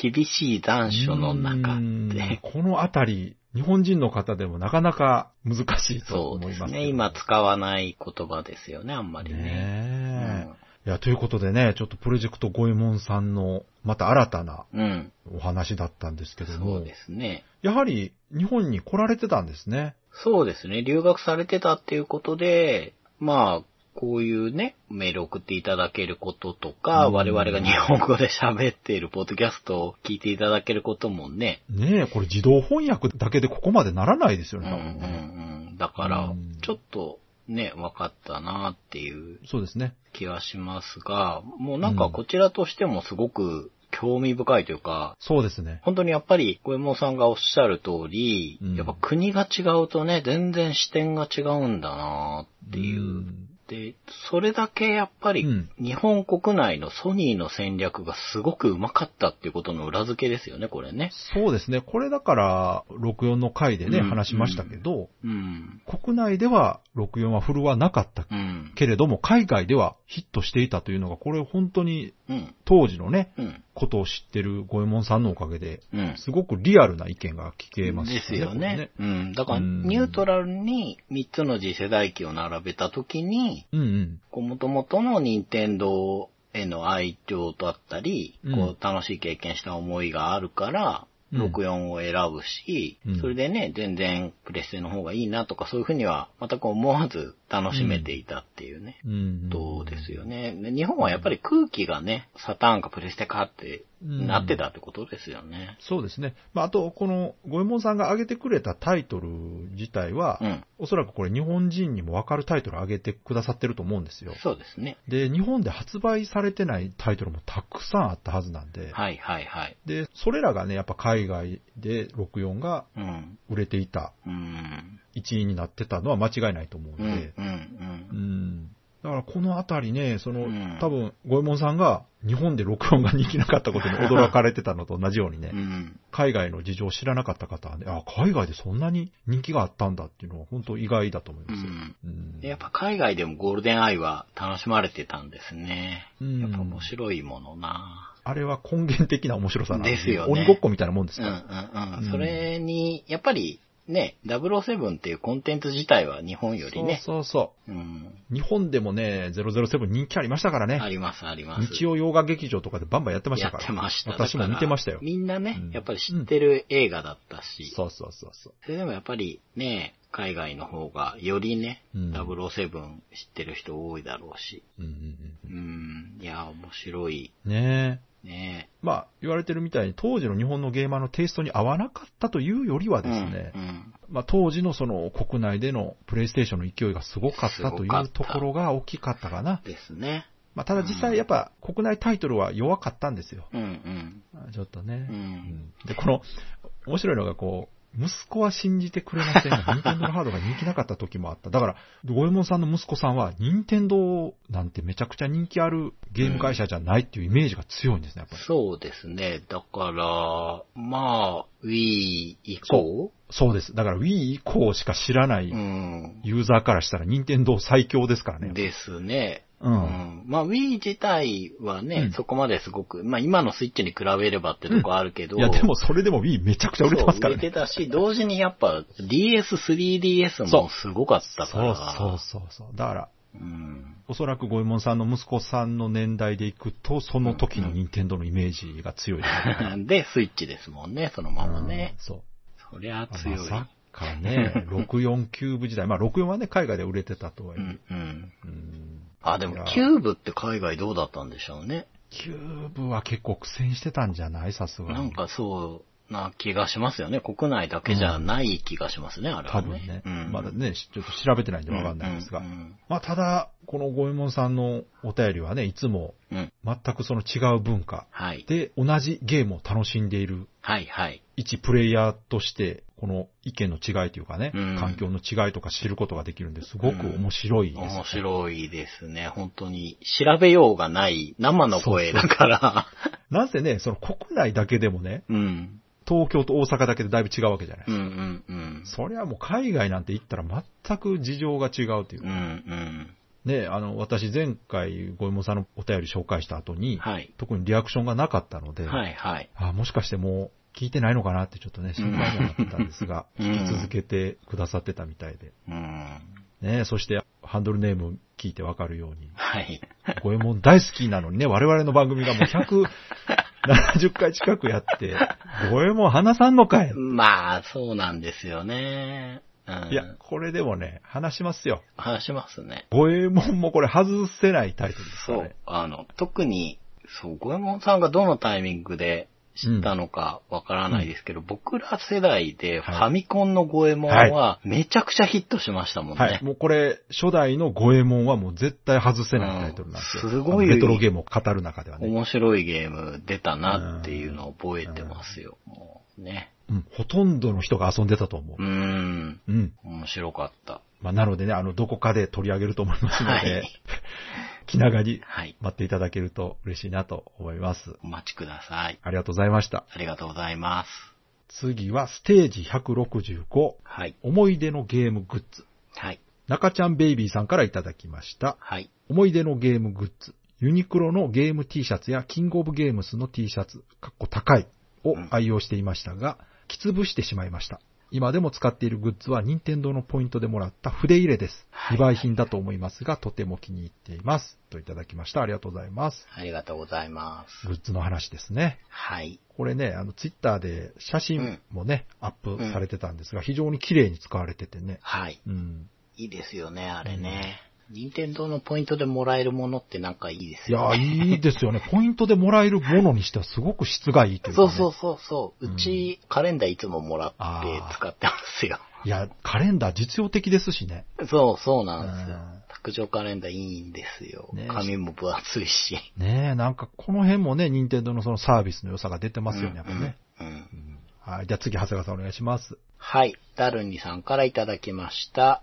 Speaker 3: 厳しい残暑の中
Speaker 2: うー
Speaker 3: で
Speaker 2: ん、このあたり、日本人の方でもなかなか難しいと
Speaker 3: そう
Speaker 2: 思
Speaker 3: で
Speaker 2: い
Speaker 3: す
Speaker 2: ますけど
Speaker 3: ね。今使わない言葉ですよね、あんまりね。
Speaker 2: ねえいや、ということでね、ちょっとプロジェクトゴエモンさんの、また新たな
Speaker 3: うん。うん
Speaker 2: お話だったんですけど
Speaker 3: そ
Speaker 2: も
Speaker 3: う、ですね。
Speaker 2: やはり日本に来られてたんですね。
Speaker 3: そうですね。留学されてたっていうことで、まあ、こういうね、メール送っていただけることとか、
Speaker 2: うん
Speaker 3: 我々が日本語で喋っているポッドキャストを聞いていただけることもね、
Speaker 2: ねえ、これ自動翻訳だけでここまでならないですよ
Speaker 3: うん
Speaker 2: ね、
Speaker 3: う
Speaker 2: 多分ね
Speaker 3: んうん。だから
Speaker 2: うん、
Speaker 3: ちょっとね、分かったなっていう
Speaker 2: そうですね。
Speaker 3: 気はしますが、もうなんかこちらとしてもすごく興味深いというか、
Speaker 2: そうですね。
Speaker 3: 本当にやっぱり、小右衛門さんがおっしゃる通り、
Speaker 2: うん
Speaker 3: やっぱ国が違うとね、全然視点が違うんだなっていう。
Speaker 2: うん
Speaker 3: で、それだけやっぱり、
Speaker 2: うん
Speaker 3: 日本国内のソニーの戦略がすごくうまかったっていうことの裏付けですよね、これね。
Speaker 2: そうですね。これだから、64の回でね、
Speaker 3: うん
Speaker 2: 話しましたけど、
Speaker 3: うん。
Speaker 2: 国内では64は振るわなかった
Speaker 3: うん。
Speaker 2: けれども、海外ではヒットしていたというのが、これ本当に
Speaker 3: うん。
Speaker 2: 当時のね、
Speaker 3: うん。
Speaker 2: ことを知ってる五右衛門さんのおかげで、
Speaker 3: うん。
Speaker 2: すごくリアルな意見が聞けます
Speaker 3: ですよね。
Speaker 2: こ
Speaker 3: うん。だから、
Speaker 2: うん
Speaker 3: ニュートラルに3つの次世代機を並べたときに、
Speaker 2: れねうん
Speaker 3: こう、もともとの任天堂への愛情だったり、
Speaker 2: うん
Speaker 3: こう、楽しい経験した思いがあるから、
Speaker 2: うん
Speaker 3: 64を選ぶし、
Speaker 2: うん
Speaker 3: それでね、全然プレステの方がいいなとか、そういうふうには全く思わず楽しめていたっていうね。
Speaker 2: うん。うん。
Speaker 3: ことですよね。で日本はやっぱり空気がね、サターンかプレステかって
Speaker 2: うん
Speaker 3: なってたってことですよね。
Speaker 2: そうですね。まあ、あと、この、五右衛門さんが挙げてくれたタイトル自体は、
Speaker 3: うん。
Speaker 2: おそらくこれ日本人にもわかるタイトル挙げてくださってると思うんですよ。
Speaker 3: そうですね。
Speaker 2: で、日本で発売されてないタイトルもたくさんあったはずなんで、
Speaker 3: はいはいはい。
Speaker 2: で、それらがね、やっぱ海外で64が
Speaker 3: うん。
Speaker 2: 売れていた、
Speaker 3: うん。
Speaker 2: 一位になってたのは間違いないと思う
Speaker 3: うんん。う
Speaker 2: で、
Speaker 3: ん
Speaker 2: う。ん。だからこのあたりね、その、
Speaker 3: うん
Speaker 2: 多分、五右衛門さんが日本で録音が人気なかったことに驚かれてたのと同じようにね、
Speaker 3: うん。うん
Speaker 2: 海外の事情を知らなかった方はね、あ、海外でそんなに人気があったんだっていうのは本当意外だと思いますよ。うん
Speaker 3: やっぱ海外でもゴールデンアイは楽しまれてたんですね。
Speaker 2: うん
Speaker 3: やっぱ面白いものな
Speaker 2: あれは根源的な面白さなん
Speaker 3: ですよね
Speaker 2: 鬼ごっこみたいなもんです
Speaker 3: うん
Speaker 2: か
Speaker 3: う
Speaker 2: ら。
Speaker 3: ん
Speaker 2: う
Speaker 3: うんん。それに、やっぱりね、007っていうコンテンツ自体は日本よりね、
Speaker 2: そうそうそ
Speaker 3: うん、
Speaker 2: う。日本でもね、007人気ありましたから
Speaker 3: あ
Speaker 2: ね。
Speaker 3: りますあります。
Speaker 2: 日曜洋画劇場とかでバンバンやってまし
Speaker 3: や
Speaker 2: たから。
Speaker 3: ってました。
Speaker 2: 私も見てましたよ
Speaker 3: だから。みんなね
Speaker 2: うん、
Speaker 3: やっぱり知ってる映画だったし、
Speaker 2: そうそうそうそう。
Speaker 3: それでもやっぱりね、海外の方がよりね、
Speaker 2: うん
Speaker 3: 007知ってる人多いだろうし、
Speaker 2: うんうんう
Speaker 3: うん、いや、面白い
Speaker 2: ん、ねえ。
Speaker 3: ね。
Speaker 2: まあ、言われてるみたいに当時の日本のゲーマーのテイストに合わなかったというよりはですね、
Speaker 3: うんうん
Speaker 2: まあ当時のその国内でのプレイステーションの勢いがすごかったとい
Speaker 3: すごかっ
Speaker 2: う
Speaker 3: た
Speaker 2: ところが大きかったかな。
Speaker 3: ですね。
Speaker 2: まあただ実際やっぱ国内タイトルは弱かったんですよ。
Speaker 3: うん
Speaker 2: ちょっとね。
Speaker 3: う
Speaker 2: う
Speaker 3: ん。う。
Speaker 2: んんで、この、面白いのがこう、息子は信じてくれません
Speaker 3: [LAUGHS]
Speaker 2: が、任天堂のハードが人気なかった時もあった。だから、五右衛門さんの息子さんは、任天堂なんてめちゃくちゃ人気あるゲーム会社じゃないっていうイメージが強いんですね、やっぱり。
Speaker 3: そうですね。だから、まあ、Wii 以降
Speaker 2: そうです。だから Wii 以降しか知らな
Speaker 3: う
Speaker 2: い
Speaker 3: ん。
Speaker 2: ユーザーからしたら、任天堂最強ですからね。
Speaker 3: ですね。
Speaker 2: う。
Speaker 3: うんん。まあ Wii 自体はね、
Speaker 2: うん
Speaker 3: そこまですごく、まあ今のスイッチに比べればってとこあるけど、
Speaker 2: いや、でもそれでも Wii めちゃくちゃ売れてますから
Speaker 3: そう売れ
Speaker 2: ね。
Speaker 3: てたし、同時にやっぱ DS、3DS
Speaker 2: そ
Speaker 3: も
Speaker 2: う
Speaker 3: すごかったか
Speaker 2: そう
Speaker 3: ら。
Speaker 2: そうそうそう。だから、
Speaker 3: うん。 [LAUGHS]
Speaker 2: おそらく五右衛門さんの息子さんの年代でいくと、その時の任天堂のイメージが強いですね。
Speaker 3: で、スイッチですもんね、そのままね
Speaker 2: うん。そう。
Speaker 3: そりゃ
Speaker 2: ま
Speaker 3: 強い。
Speaker 2: さか
Speaker 3: [LAUGHS]
Speaker 2: ね、64キューブ時代。まあ64はね、海外で売れてたとは
Speaker 3: う
Speaker 2: いえ。
Speaker 3: んうん。
Speaker 2: うん
Speaker 3: あ、で
Speaker 2: い
Speaker 3: も
Speaker 2: や
Speaker 3: キューブって海外どうだったんでしょうね。
Speaker 2: キューブは結構苦戦してたんじゃないさすがに。
Speaker 3: なんかそうな気がしますよね。国内だけじゃない気がしますね、あれ
Speaker 2: 多
Speaker 3: は
Speaker 2: 分ね
Speaker 3: ね。、うん
Speaker 2: まだね、しちょっと調べてないんでわかんないんですが。
Speaker 3: うん
Speaker 2: まあただ、この五右衛門さんのお便りはね、いつも
Speaker 3: うんうん
Speaker 2: 全くその違う文化
Speaker 3: はい。
Speaker 2: で同じゲームを楽しんでいる
Speaker 3: はい、はい。
Speaker 2: 一プレイヤーとして、この意見の違いというかね、
Speaker 3: うん
Speaker 2: 環境の違いとか知ることができるんですごく面白いです、ね
Speaker 3: 面白いですね。本当に、調べようがない生の声だから。
Speaker 2: なんせね、その国内だけでもね、
Speaker 3: うん。
Speaker 2: 東京と大阪だけでだいぶ違うわけじゃないで
Speaker 3: うん
Speaker 2: す
Speaker 3: う
Speaker 2: か。
Speaker 3: んうん。
Speaker 2: そりゃもう海外なんて行ったら全く事情が違うという
Speaker 3: う
Speaker 2: か。
Speaker 3: ん
Speaker 2: ね、あの、私前回、ごえもんさんのお便り紹介した後
Speaker 3: うん。
Speaker 2: に、
Speaker 3: はい。
Speaker 2: 特にリアクションがなかったので、
Speaker 3: はいはい。
Speaker 2: あもしかしても聞いてないのかなってちょっとね、心配にはなったんですが、
Speaker 3: [LAUGHS] うん
Speaker 2: 聞き続けてくださってたみたいで。
Speaker 3: うん。
Speaker 2: ねそして、ハンドルネーム聞いてわかるように、
Speaker 3: はい。
Speaker 2: 五右衛門大好きなのにね、我々の番組がもう170回近くやって、五右衛門話さんのかい
Speaker 3: まあ、そうなんですよね。うん。
Speaker 2: いや、これでもね、話しますよ。
Speaker 3: 話しますね。
Speaker 2: 五右衛門もこれ外せないタイトルですか
Speaker 3: そ
Speaker 2: ら
Speaker 3: う
Speaker 2: ね。。
Speaker 3: あの、特に、そう、五右衛門さんがどのタイミングで知ったのかわからないですけど、僕ら世代でフ
Speaker 2: はい
Speaker 3: ァミコンの五右衛門はめちゃくちゃヒットしましたもんね。
Speaker 2: はい。もうこれ、初代の五右衛門はもう絶対外せないタイトルなんですよ。
Speaker 3: うんすごい
Speaker 2: あのレトロゲームを語る中ではね。
Speaker 3: 面白いゲーム出たなっていうのを覚えてますよ。もうね。
Speaker 2: うん。ほとんどの人が遊んでたと思
Speaker 3: うーん。
Speaker 2: う。うん。
Speaker 3: 面白かった。
Speaker 2: まあ、なのでね、あの、どこかで取り上げると思いますので、
Speaker 3: はい
Speaker 2: 気長に
Speaker 3: はい。
Speaker 2: 待っていただけると嬉しいなと思います。
Speaker 3: お待ちください。
Speaker 2: ありがとうございました。
Speaker 3: ありがとうございます。
Speaker 2: 次はステージ165、
Speaker 3: はい。
Speaker 2: 思い出のゲームグッズ。
Speaker 3: はい。
Speaker 2: 中ちゃんベイビーさんからいただきました。
Speaker 3: はい。
Speaker 2: 思い出のゲームグッズ。ユニクロのゲーム T シャツやキングオブゲームスの T シャツ、かっこ高いを愛用していましたが、きつぶしてしまいました。今でも使っているグッズは任天堂のポイントでもらった筆入れです。
Speaker 3: はい
Speaker 2: 非売品だと思いますが、とても気に入っています。といただきました。ありがとうございます。
Speaker 3: ありがとうございます。
Speaker 2: グッズの話ですね。
Speaker 3: はい。
Speaker 2: これね、あの、ツイッターで写真もね、アップされてたんですが、非常に綺麗に使われててね。
Speaker 3: はい。
Speaker 2: うん。
Speaker 3: いいですよね、あれね。任天堂のポイントでもらえるものってなんかいいです
Speaker 2: いやー、
Speaker 3: よね。
Speaker 2: いいですよね。ポイントでもらえるものにしてはすごく質がいいというか、
Speaker 3: そ
Speaker 2: ね。
Speaker 3: うそうそうそう。うち、カレンダーいつももらって使ってますよ。
Speaker 2: いや、カレンダー実用的ですしね。
Speaker 3: [LAUGHS] そうそうなんですよ
Speaker 2: うん。
Speaker 3: 卓上カレンダーいいんですよ。
Speaker 2: ね
Speaker 3: 紙も分厚いし。
Speaker 2: ねえ、なんかこの辺もね、任天堂のそのサービスの良さが出てますよね、やっぱね。
Speaker 3: うんうんうん
Speaker 2: はい、じゃあ次、長谷川さんお願いします。
Speaker 3: はい。ダルニさんからいただきました。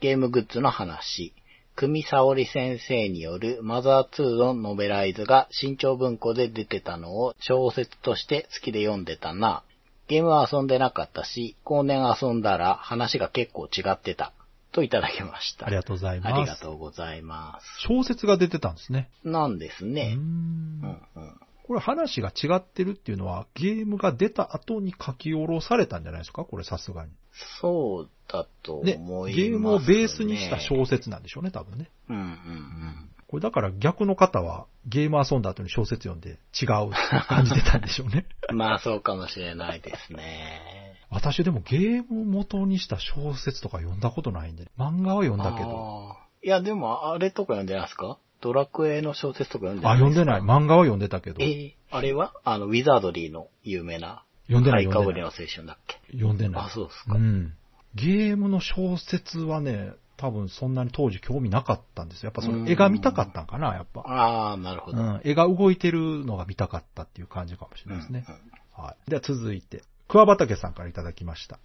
Speaker 3: ゲームグッズの話。久美沙織先生によるマザー2のノベライズが新潮文庫で出てたのを小説として好きで読んでたな。ゲームは遊んでなかったし、後年遊んだら話が結構違ってた。といただきました。
Speaker 2: ありがとうございます
Speaker 3: ありがとうございま
Speaker 2: 小説が出てたんですね。
Speaker 3: す。なんです
Speaker 2: うー
Speaker 3: ね。うんん。うん
Speaker 2: これ話が違ってるっていうのは、ゲームが出た後に書き下ろされたんじゃないですかこれさすがに。
Speaker 3: そうだと思
Speaker 2: ね、
Speaker 3: い
Speaker 2: ゲ
Speaker 3: ます、ね。
Speaker 2: ームをベースにした小説なんでしょうね、多分ね。
Speaker 3: うんうんうん。
Speaker 2: これだから逆の方は、ゲーム遊んだ後に小説読んで違う感じてたんでしょうね。
Speaker 3: [LAUGHS] まあそうかもしれないですね。
Speaker 2: 私でもゲームを元にした小説とか読んだことないんで、漫画は読んだけど。
Speaker 3: あー。いやでもあれとか読んでないですかドラクエの小説とか読んで
Speaker 2: あ、
Speaker 3: ない
Speaker 2: 読
Speaker 3: で
Speaker 2: ん
Speaker 3: すか
Speaker 2: でない。漫画は読んでたけど。
Speaker 3: えーあれはあの、ウィザードリーの有名な。
Speaker 2: 読んでない、
Speaker 3: ハイカ
Speaker 2: 読
Speaker 3: オ
Speaker 2: んで
Speaker 3: リの
Speaker 2: ない。
Speaker 3: 青春だっけ
Speaker 2: 読んでない
Speaker 3: あ、。そうです
Speaker 2: う
Speaker 3: か。
Speaker 2: ん。ゲームの小説はね、多分そんなに当時興味なかったんですよ。やっぱその絵が見たかったんかな、やっぱ。
Speaker 3: ああ、なるほ
Speaker 2: う
Speaker 3: ど。
Speaker 2: ん。絵が動いてるのが見たかったっていう感じかもしれ
Speaker 3: う
Speaker 2: な
Speaker 3: ん
Speaker 2: いですね。
Speaker 3: うん
Speaker 2: はい。では続いて、桑畑さんからいただきました。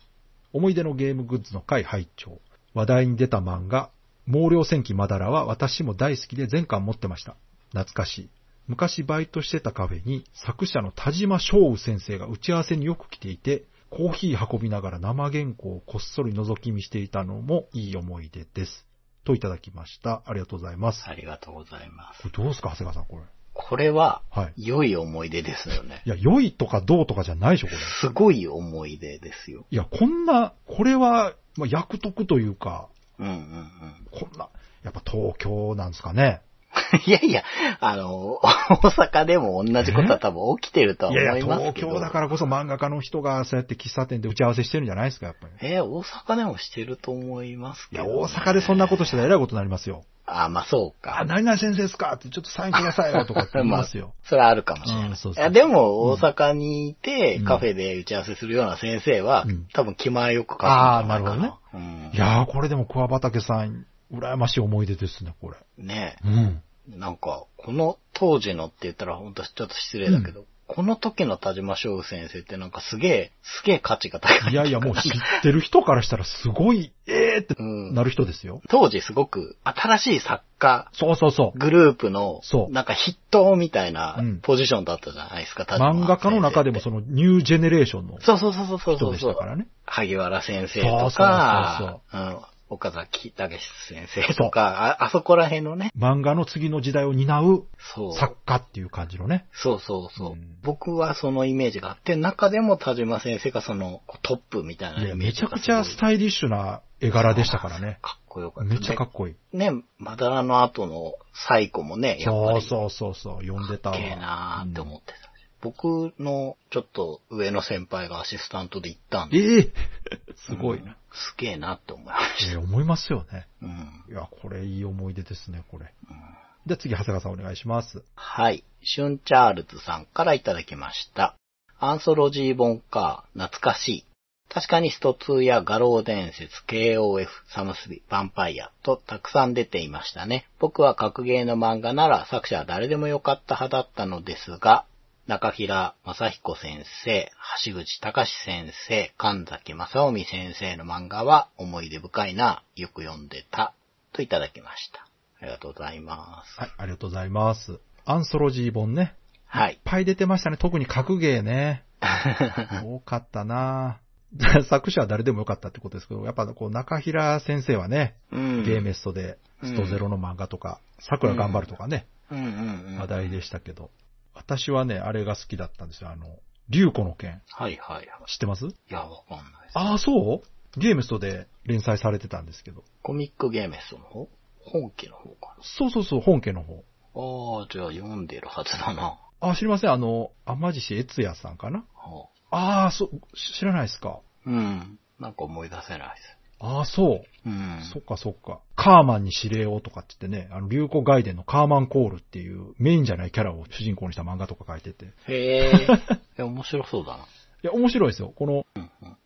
Speaker 2: 思い出のゲームグッズの会拝聴話題に出た漫画、毛量戦記マダラは私も大好きで全巻持ってました。懐かしい。昔バイトしてたカフェに作者の田島翔宇先生が打ち合わせによく来ていて、コーヒー運びながら生原稿をこっそり覗き見していたのもいい思い出です。といただきました。ありがとうございます。
Speaker 3: ありがとうございます。
Speaker 2: これどうですか、長谷川さん、これ。
Speaker 3: これは、
Speaker 2: はい。
Speaker 3: 良い思い出ですよね
Speaker 2: い。や、良いとかどうとかじゃないでしょ、これ。
Speaker 3: すごい思い出ですよ。
Speaker 2: いや、こんな、これは、まあ、役得というか、
Speaker 3: うんうんうん。 [LAUGHS]
Speaker 2: こんな、やっぱ東京なんですかね。
Speaker 3: いやいや、あの、大阪でも同じことは多分起きてるとはい思
Speaker 2: やい
Speaker 3: い
Speaker 2: や、
Speaker 3: ます
Speaker 2: 東
Speaker 3: けど。
Speaker 2: 京だからこそ漫画家の人がそうやって喫茶店で打ち合わせしてるんじゃないですか、やっぱり。
Speaker 3: えー大阪でもしてると思います
Speaker 2: い
Speaker 3: けど
Speaker 2: や、
Speaker 3: ね、
Speaker 2: 大阪でそんなことしてたらえらいことになります
Speaker 3: [LAUGHS]
Speaker 2: よ。
Speaker 3: あ、まあそう
Speaker 2: あ、
Speaker 3: か。
Speaker 2: 何々先生ですかって、ちょっとサインくださいよとかって言います
Speaker 3: [LAUGHS]
Speaker 2: よ。
Speaker 3: それはあるかもしれない。
Speaker 2: うんそうそう
Speaker 3: いやでも、大阪にいて、
Speaker 2: うん
Speaker 3: カフェで打ち合わせするような先生は、
Speaker 2: うん
Speaker 3: 多分気前よく書くんじ
Speaker 2: あ
Speaker 3: ゃ
Speaker 2: ー
Speaker 3: ないかな。
Speaker 2: なるほ
Speaker 3: ほどね。
Speaker 2: いやー、これでも桑畑さん、羨ましい思い出ですね、これ。
Speaker 3: うん。ね
Speaker 2: うん。
Speaker 3: えなんか、この当時のって言ったら、本当ちょっと失礼だけど、この時の田島翔先生ってなんかすげえ、すげえ価値が高い。
Speaker 2: いやいや、もう知ってる人からしたらすごい、えーって
Speaker 3: うん。
Speaker 2: なる人ですよ。
Speaker 3: 当時すごく新しい作家
Speaker 2: そうそうそう。
Speaker 3: グループの
Speaker 2: そ、う
Speaker 3: なんか筆頭みたいうなんポジションだったじゃないですか、田島
Speaker 2: 漫画家の中でも
Speaker 3: 先
Speaker 2: そのニュージェネレーションの
Speaker 3: 生ってそうそうそうそうそう
Speaker 2: 人
Speaker 3: そう
Speaker 2: でしたからね。
Speaker 3: 萩原先生とか、
Speaker 2: そうそうそう
Speaker 3: うん岡崎武史先生とか、あ、あそこら辺のね、
Speaker 2: 漫画の次の時代を担う
Speaker 3: そう。
Speaker 2: 作家っていう感じのね。
Speaker 3: そうそうそう。
Speaker 2: うん
Speaker 3: 僕はそのイメージがあって、中でも田島先生がそのトップみたいない
Speaker 2: や、
Speaker 3: イメー
Speaker 2: め
Speaker 3: ジ
Speaker 2: ちゃく
Speaker 3: が
Speaker 2: ちゃスタイリッシュな絵柄でしたからね。
Speaker 3: かっこよかった。
Speaker 2: めっちゃかっこいい。
Speaker 3: ね、まだらの後の最後もね、やっぱ
Speaker 2: そう
Speaker 3: り
Speaker 2: そうそうそう、読んでたわ。
Speaker 3: けえなーって思ってた。僕のちょっと上の先輩がアシスタントで行ったん
Speaker 2: うん
Speaker 3: で、
Speaker 2: ええすごいな。
Speaker 3: すげえなって思いまし
Speaker 2: ええ思いますよね。
Speaker 3: た。うん。
Speaker 2: いや、これいい思い出ですね、これ。じゃあ次、長谷川さんお願いします。
Speaker 3: はい。シュンチャールズさんからいただきました。アンソロジー本か、懐かしい。確かにスト2や画廊伝説、KOF、サムスビ、ヴァンパイアとたくさん出ていましたね。僕は格ゲーの漫画なら作者は誰でもよかった派だったのですが、中平正彦先生、橋口隆先生、神崎正臣先生の漫画は思い出深いな、よく読んでた、といただきました。ありがとうございます。
Speaker 2: はい、ありがとうございます。アンソロジー本ね。
Speaker 3: はい
Speaker 2: いっ。ぱい出てましたね。特に格ゲー
Speaker 3: [LAUGHS]
Speaker 2: ね。多かったな [LAUGHS] ぁ作者は誰でもよかったってことですけど、やっぱこう中平先生はね、
Speaker 3: うん
Speaker 2: ゲーメストでストゼロの漫画とか、桜頑張るとかね、
Speaker 3: うんうんうん。
Speaker 2: 話題でしたけど、私はね、あれが好きだったんですよ。あの、竜子の剣。
Speaker 3: はいはいはい。
Speaker 2: 知ってます
Speaker 3: いや、わかんないです。
Speaker 2: ああ、そうゲーメストで連載されてたんですけど。
Speaker 3: コミックゲーメスの方本家の方か
Speaker 2: そうそうそう、本家の方。
Speaker 3: な。ああ、じゃあ読んでるはずだな。
Speaker 2: あ、知りません。あの、天岸悦也さんかな
Speaker 3: は
Speaker 2: ああ、そう、知らないですか。
Speaker 3: あうん。なんか思い出せないです。
Speaker 2: ああ、そう。
Speaker 3: うん。
Speaker 2: そっかそっか。カーマンに指令をとかって言ってね、あの、流行外伝のカーマンコールっていうメインじゃないキャラを主人公にした漫画とか書いてて。い [LAUGHS]
Speaker 3: へえ。いや、面白そうだな。
Speaker 2: や、面白いですよ。この、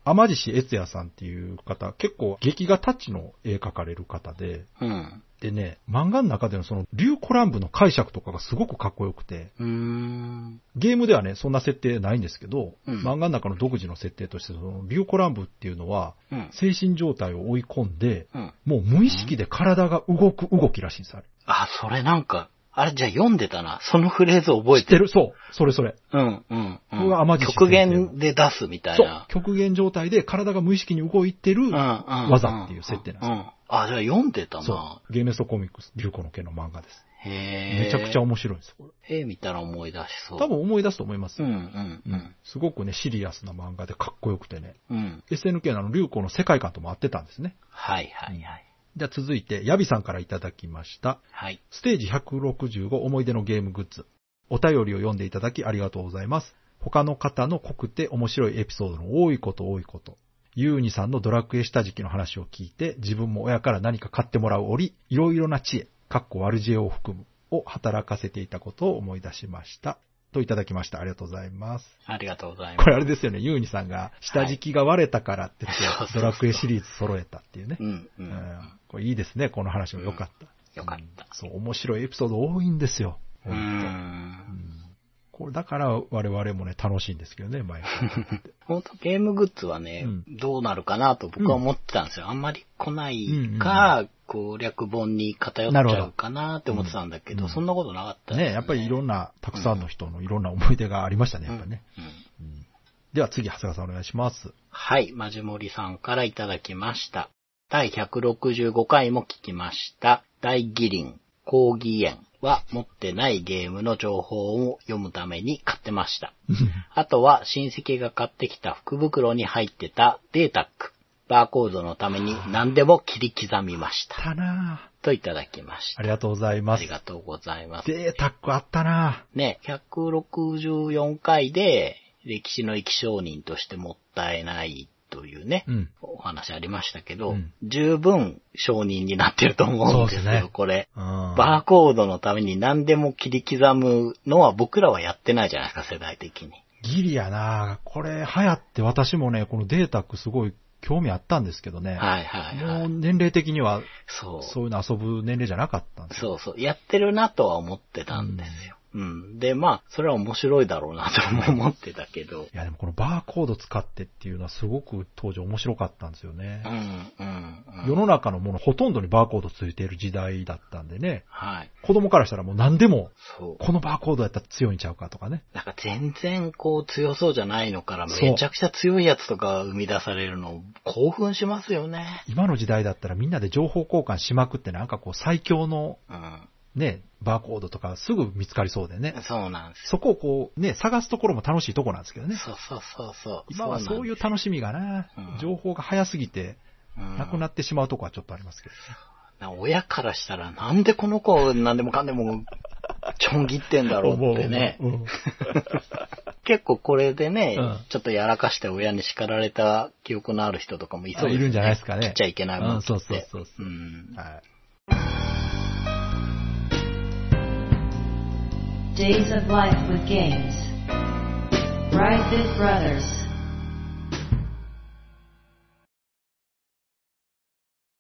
Speaker 2: 天岸悦也さんっていう方、結構劇画タッチの絵描かれる方で、
Speaker 3: うん。
Speaker 2: でね、漫画の中でのその、竜コランブの解釈とかがすごくかっこよくて、
Speaker 3: うーん。
Speaker 2: ゲームではね、そんな設定ないんですけど、
Speaker 3: うん
Speaker 2: 漫画の中の独自の設定として、その、竜コランブっていうのは、
Speaker 3: うん。
Speaker 2: 精神状態を追い込んで、
Speaker 3: うん。
Speaker 2: もう無意識で体が動く動きらしいんです、あれ。
Speaker 3: あ、それなんか、あれ、じゃあ読んでたな。そのフレーズ覚え
Speaker 2: 知って
Speaker 3: てる。
Speaker 2: るそう。それそれ。
Speaker 3: うん、うん、う
Speaker 2: うわ
Speaker 3: ん。
Speaker 2: 天地
Speaker 3: 極限で出すみたい
Speaker 2: そう
Speaker 3: な。。
Speaker 2: 極限状態で体が無意識に動いてる
Speaker 3: う。ん、うん。
Speaker 2: 技っていう設定なんです
Speaker 3: うん。うんあ、じゃあ読んでた
Speaker 2: そ
Speaker 3: な。
Speaker 2: う。ゲーメストコミックス、竜子の毛の漫画です。
Speaker 3: へ
Speaker 2: め
Speaker 3: え。
Speaker 2: ちゃくちゃ面白いんです、こ
Speaker 3: 絵見たら思い出しそう。
Speaker 2: れ。多分思い出すと思います
Speaker 3: うん
Speaker 2: よ。
Speaker 3: うんうん。
Speaker 2: すごくね、シリアスな漫画でかっこよくてね。
Speaker 3: うん。
Speaker 2: SNK のあの、竜子の世界観とも合ってたんですね。
Speaker 3: はいはいはい。
Speaker 2: じゃあ続いて、ヤビさんからいただきました。
Speaker 3: はい。
Speaker 2: ステージ165思い出のゲームグッズ。お便りを読んでいただきありがとうございます。他の方の濃くて面白いエピソードの多いこと多いこと。ユーニさんのドラクエ下敷きの話を聞いて、自分も親から何か買ってもらう折、いろいろな知恵、かっこ悪知恵を含む、を働かせていたことを思い出しました。といただきました。ありがとうございます。
Speaker 3: ありがとうございま
Speaker 2: こ
Speaker 3: す。
Speaker 2: れあれですよね、ユーニさんが下敷きが割れたからって言
Speaker 3: はい
Speaker 2: って、ドラクエシリーズ揃えたっていうね
Speaker 3: う。んう。
Speaker 2: うんんこれいいですね、この話もよかった。
Speaker 3: よかった。
Speaker 2: そう、面白いエピソード多いんですよ。
Speaker 3: う。
Speaker 2: うんんこれだから我々もね、楽しいんですけどね、毎回。
Speaker 3: [LAUGHS] 本当ゲームグッズはね、
Speaker 2: うん
Speaker 3: どうなるかなと僕は思ってたんですよ。あんまり来ない
Speaker 2: うん
Speaker 3: か、攻略本に偏っち
Speaker 2: なる
Speaker 3: ゃ
Speaker 2: ほど
Speaker 3: うかなって思ってたんだけど、
Speaker 2: うん
Speaker 3: そんなことなかったです
Speaker 2: ね、やっぱりいろんな、たくさんの人のいろんな思い出がありましたね、やっぱね。
Speaker 3: うん
Speaker 2: うんでは次、長谷川さんお願いします。
Speaker 3: はい、まじもりさんからいただきました。第165回も聞きました。大義林、講義園は持ってないゲームの情報を読むために買ってました。あとは親戚が買ってきた福袋に入ってたデータック。バーコードのために何でも切り刻みました。
Speaker 2: たなぁ
Speaker 3: といただきまし
Speaker 2: あ
Speaker 3: た。
Speaker 2: りがとうございま
Speaker 3: あ
Speaker 2: す
Speaker 3: り。がとうございます。
Speaker 2: データックあったな
Speaker 3: ね、164回で歴史の生き証人としてもったいないというね、
Speaker 2: ぁうん。
Speaker 3: お話ありましたけど、
Speaker 2: うん
Speaker 3: 十分承認になってると思うんです
Speaker 2: そう
Speaker 3: よ、
Speaker 2: ですね
Speaker 3: これ。
Speaker 2: バ
Speaker 3: バーコードのために何でも切り刻むのは僕らはやってないじゃないですか、世代的に。
Speaker 2: ギリやなぁこれ流行って私もね、このデータックすごい興味あったんですけどね。
Speaker 3: はいはいは
Speaker 2: もう
Speaker 3: い。
Speaker 2: 年齢的には
Speaker 3: そう。
Speaker 2: そういうの遊ぶ年齢じゃなかったんですよ
Speaker 3: そうそう。やってるなとは思ってたんですよ。うん。で、まあ、それは面白いだろうなとも思ってたけど。
Speaker 2: いやでもこのバーコード使ってっていうのはすごく当時面白かったんですよ
Speaker 3: う
Speaker 2: ね。
Speaker 3: ん、うん、う
Speaker 2: 世
Speaker 3: ん。
Speaker 2: の中のものほとんどにバーコードついている時代だったんでね。
Speaker 3: はい。
Speaker 2: 子供からしたらもう何でも、
Speaker 3: そう。
Speaker 2: このバーコードやったら強いんちゃうかとかね。
Speaker 3: なんか全然こう強そうじゃないのから
Speaker 2: そう
Speaker 3: めちゃくちゃ強いやつとか生み出されるの興奮しますよね。
Speaker 2: 今の時代だったらみんなで情報交換しまくってなんかこう最強の
Speaker 3: うん。
Speaker 2: ね、バーコードとかすぐ見つかりそうでね。
Speaker 3: [LAUGHS] そうなんです
Speaker 2: そこをこうね、探すところも楽しいところなんですけどね
Speaker 3: よ。。そうそうそうそう。
Speaker 2: 今はそういうう楽しみがな
Speaker 3: うん、
Speaker 2: 情報が早すぎて、
Speaker 3: なんです、
Speaker 2: なくなってしまうとこはちょっとありますけど。
Speaker 3: うんな親からしたらなんでこの子なんでもかんでもちょん切ってんだろうってね。
Speaker 2: 思う思ううん
Speaker 3: 結構これでね、
Speaker 2: うん
Speaker 3: ちょっとやらかして親に叱られた記憶のある人とかもいそう
Speaker 2: あ
Speaker 3: で
Speaker 2: [LAUGHS]
Speaker 3: す
Speaker 2: い
Speaker 3: ね
Speaker 2: るんじゃないですかね。
Speaker 3: 切っちゃいけないも
Speaker 2: うんん
Speaker 3: 切
Speaker 2: そう
Speaker 3: って
Speaker 2: そうそうそうう。
Speaker 3: ん。
Speaker 2: はい。
Speaker 1: Days of Life with Games. Bright Bit Brothers.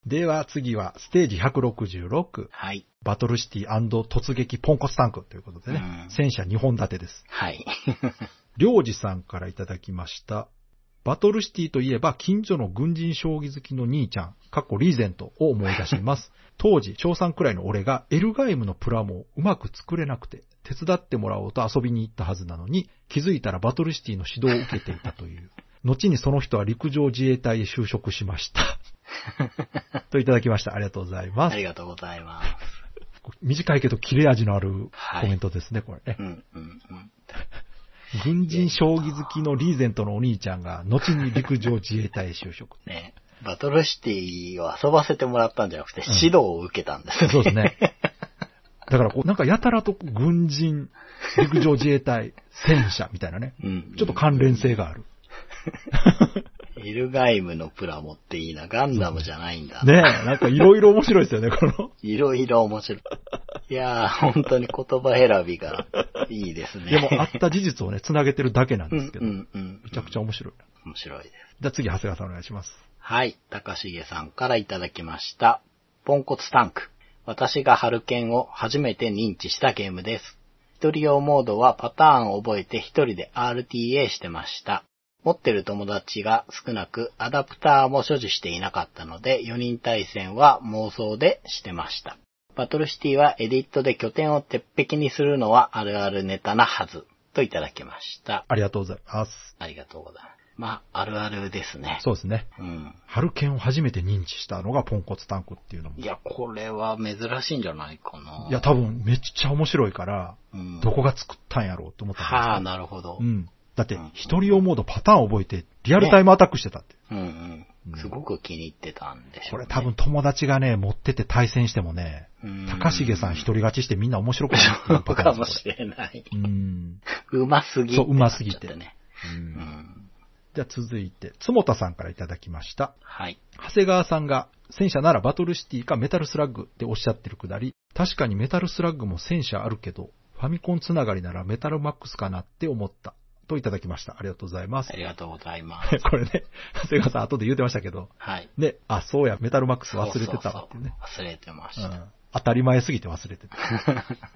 Speaker 2: では次はステージ166、
Speaker 3: はい。
Speaker 2: バトルシティ突撃ポンコツタンクということでね
Speaker 3: うん、
Speaker 2: 戦車2本立てです。
Speaker 3: はい。
Speaker 2: りょうじさんからいただきました。バトルシティといえば、近所の軍人将棋好きの兄ちゃん、かっこリーゼントを思い出し
Speaker 3: [LAUGHS]
Speaker 2: ます。当時、小3くらいの俺がエルガイムのプラモをうまく作れなくて、手伝ってもらおうと遊びに行ったはずなのに、気づいたらバトルシティの指導を受けていたという。後にその人は陸上自衛隊へ就職しました。
Speaker 3: [LAUGHS]
Speaker 2: といただきました。ありがとうございま
Speaker 3: あ
Speaker 2: す
Speaker 3: り。がとうございます。
Speaker 2: 短いけど切れ味のある
Speaker 3: はい
Speaker 2: コメントですね、これね。
Speaker 3: うん、うん、うん。。
Speaker 2: 軍人将棋好きのリーゼントのお兄ちゃんが、後に陸上自衛隊へ就職
Speaker 3: [LAUGHS] ね、バトルシティを遊ばせてもらったんじゃなくて、指導を受けたんですね。
Speaker 2: そうですね。だからこう、なんかやたらと軍人、陸上自衛隊、戦車みたいなね。
Speaker 3: うん
Speaker 2: ちょっと関連性がある。
Speaker 3: エルガイムのプラモっていいな、ガンダムじゃないんだ。
Speaker 2: ねえ、なんかいろいろ面白いですよね、この。
Speaker 3: いろいろ
Speaker 2: [LAUGHS]
Speaker 3: 面白い。いやー、本当に言葉選びがいいですね。
Speaker 2: でもあった事実をね、繋げてるだけなん
Speaker 3: うん
Speaker 2: ですけど、
Speaker 3: う
Speaker 2: め
Speaker 3: んうん。
Speaker 2: ちゃくちゃ面白いな。
Speaker 3: 面白いです。
Speaker 2: じゃあ次、長谷川さんお願いします。
Speaker 3: はい。高重さんからいただきました。ポンコツタンク。私がハルケンを初めて認知したゲームです。一人用モードはパターンを覚えて一人で RTA してました。持ってる友達が少なくアダプターも所持していなかったので4人対戦は妄想でしてました。バトルシティはエディットで拠点を鉄壁にするのはあるあるネタなはず。といただきました。
Speaker 2: ありがとうございます。
Speaker 3: ありがとうございます。まあ、あるあるですね。
Speaker 2: そうですね。
Speaker 3: うん。
Speaker 2: ハルケンを初めて認知したのがポンコツタンクっていうのも。
Speaker 3: い
Speaker 2: い
Speaker 3: や、これは珍しいんじゃないかな。
Speaker 2: や、多分めっちゃ面白いから、
Speaker 3: うん、
Speaker 2: どこが作ったんやろうと思ったんですけど
Speaker 3: はあ、なるほど
Speaker 2: う。ん。だって
Speaker 3: うん、
Speaker 2: 一人用モードパターン覚えて、リアルタイムアタックしてたって。
Speaker 3: うんう
Speaker 2: うん
Speaker 3: ん。すごく気に入ってたんでしょ
Speaker 2: こ
Speaker 3: うね、
Speaker 2: れ多分友達がね、持ってて対戦してもね、
Speaker 3: うん、
Speaker 2: 高重さん一人勝ちしてみんな面白くなる
Speaker 3: そう
Speaker 2: パター
Speaker 3: [LAUGHS] か
Speaker 2: ン
Speaker 3: も
Speaker 2: です
Speaker 3: しれない。
Speaker 2: よ。これうん。
Speaker 3: うますぎって
Speaker 2: そううますぎて
Speaker 3: なっちゃっね。
Speaker 2: うん
Speaker 3: うん。
Speaker 2: じゃあ続いて、つもたさんからいただきました。
Speaker 3: はい。
Speaker 2: 長谷川さんが、戦車ならバトルシティかメタルスラッグっておっしゃってるくだり、確かにメタルスラッグも戦車あるけど、ファミコンつながりならメタルマックスかなって思った。といただきました。ありがとうございます
Speaker 3: あ。りがとうございます。
Speaker 2: [LAUGHS] これね、長谷川さん後で言ってましたけど、
Speaker 3: はい。
Speaker 2: ね、あ、そうや、メタルマックス忘れてたわって
Speaker 3: そう
Speaker 2: ね。
Speaker 3: そうそう忘れてまし
Speaker 2: う
Speaker 3: た。
Speaker 2: ん当たり前すぎて忘れてた。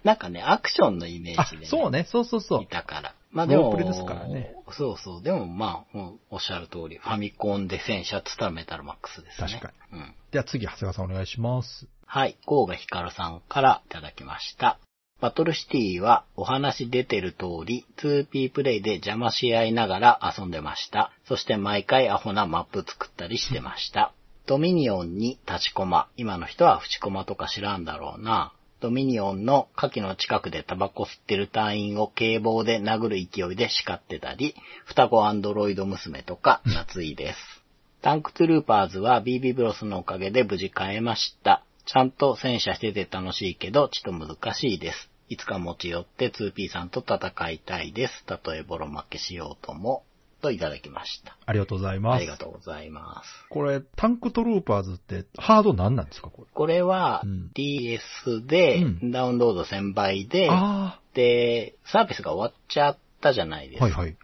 Speaker 3: なんかね、アクションのイメー
Speaker 2: あ
Speaker 3: ジで、、
Speaker 2: そうね、そうそうそ。
Speaker 3: いうたから。まあでも、
Speaker 2: ロープレですからね
Speaker 3: そうそう。でもまあ、もうおっしゃる通り、ファミコンで戦車っつったらメタルマックスですね。
Speaker 2: 確
Speaker 3: かに。うん。
Speaker 2: では次、長谷川さんお願いします。
Speaker 3: はい、甲賀ヒカルさんからいただきました。バトルシティはお話出てる通り、2P プレイで邪魔し合いながら遊んでました。そして毎回アホなマップ作ったりしてました。ドミニオンに立ちコマ。今の人は淵コマとか知らんだろうな。ドミニオンの火器の近くでタバコ吸ってる隊員を警棒で殴る勢いで叱ってたり、双子アンドロイド娘とか夏井です。タンクトゥルーパーズは BB ブロスのおかげで無事買えました。ちゃんと戦車してて楽しいけど、ちょっと難しいです。いつか持ち寄って 2P さんと戦いたいです。たとえボロ負けしようとも。といただきました。
Speaker 2: ありがとうござい
Speaker 3: あ
Speaker 2: ま
Speaker 3: り
Speaker 2: す
Speaker 3: が。とうございます。
Speaker 2: これ、タンクトルーパーズってハード何なんですか、これ。
Speaker 3: これは
Speaker 2: うん
Speaker 3: DS で
Speaker 2: うん
Speaker 3: ダウンロード1000倍で、
Speaker 2: あ
Speaker 3: で、サービスが終わっちゃったじゃないですか。
Speaker 2: はいはい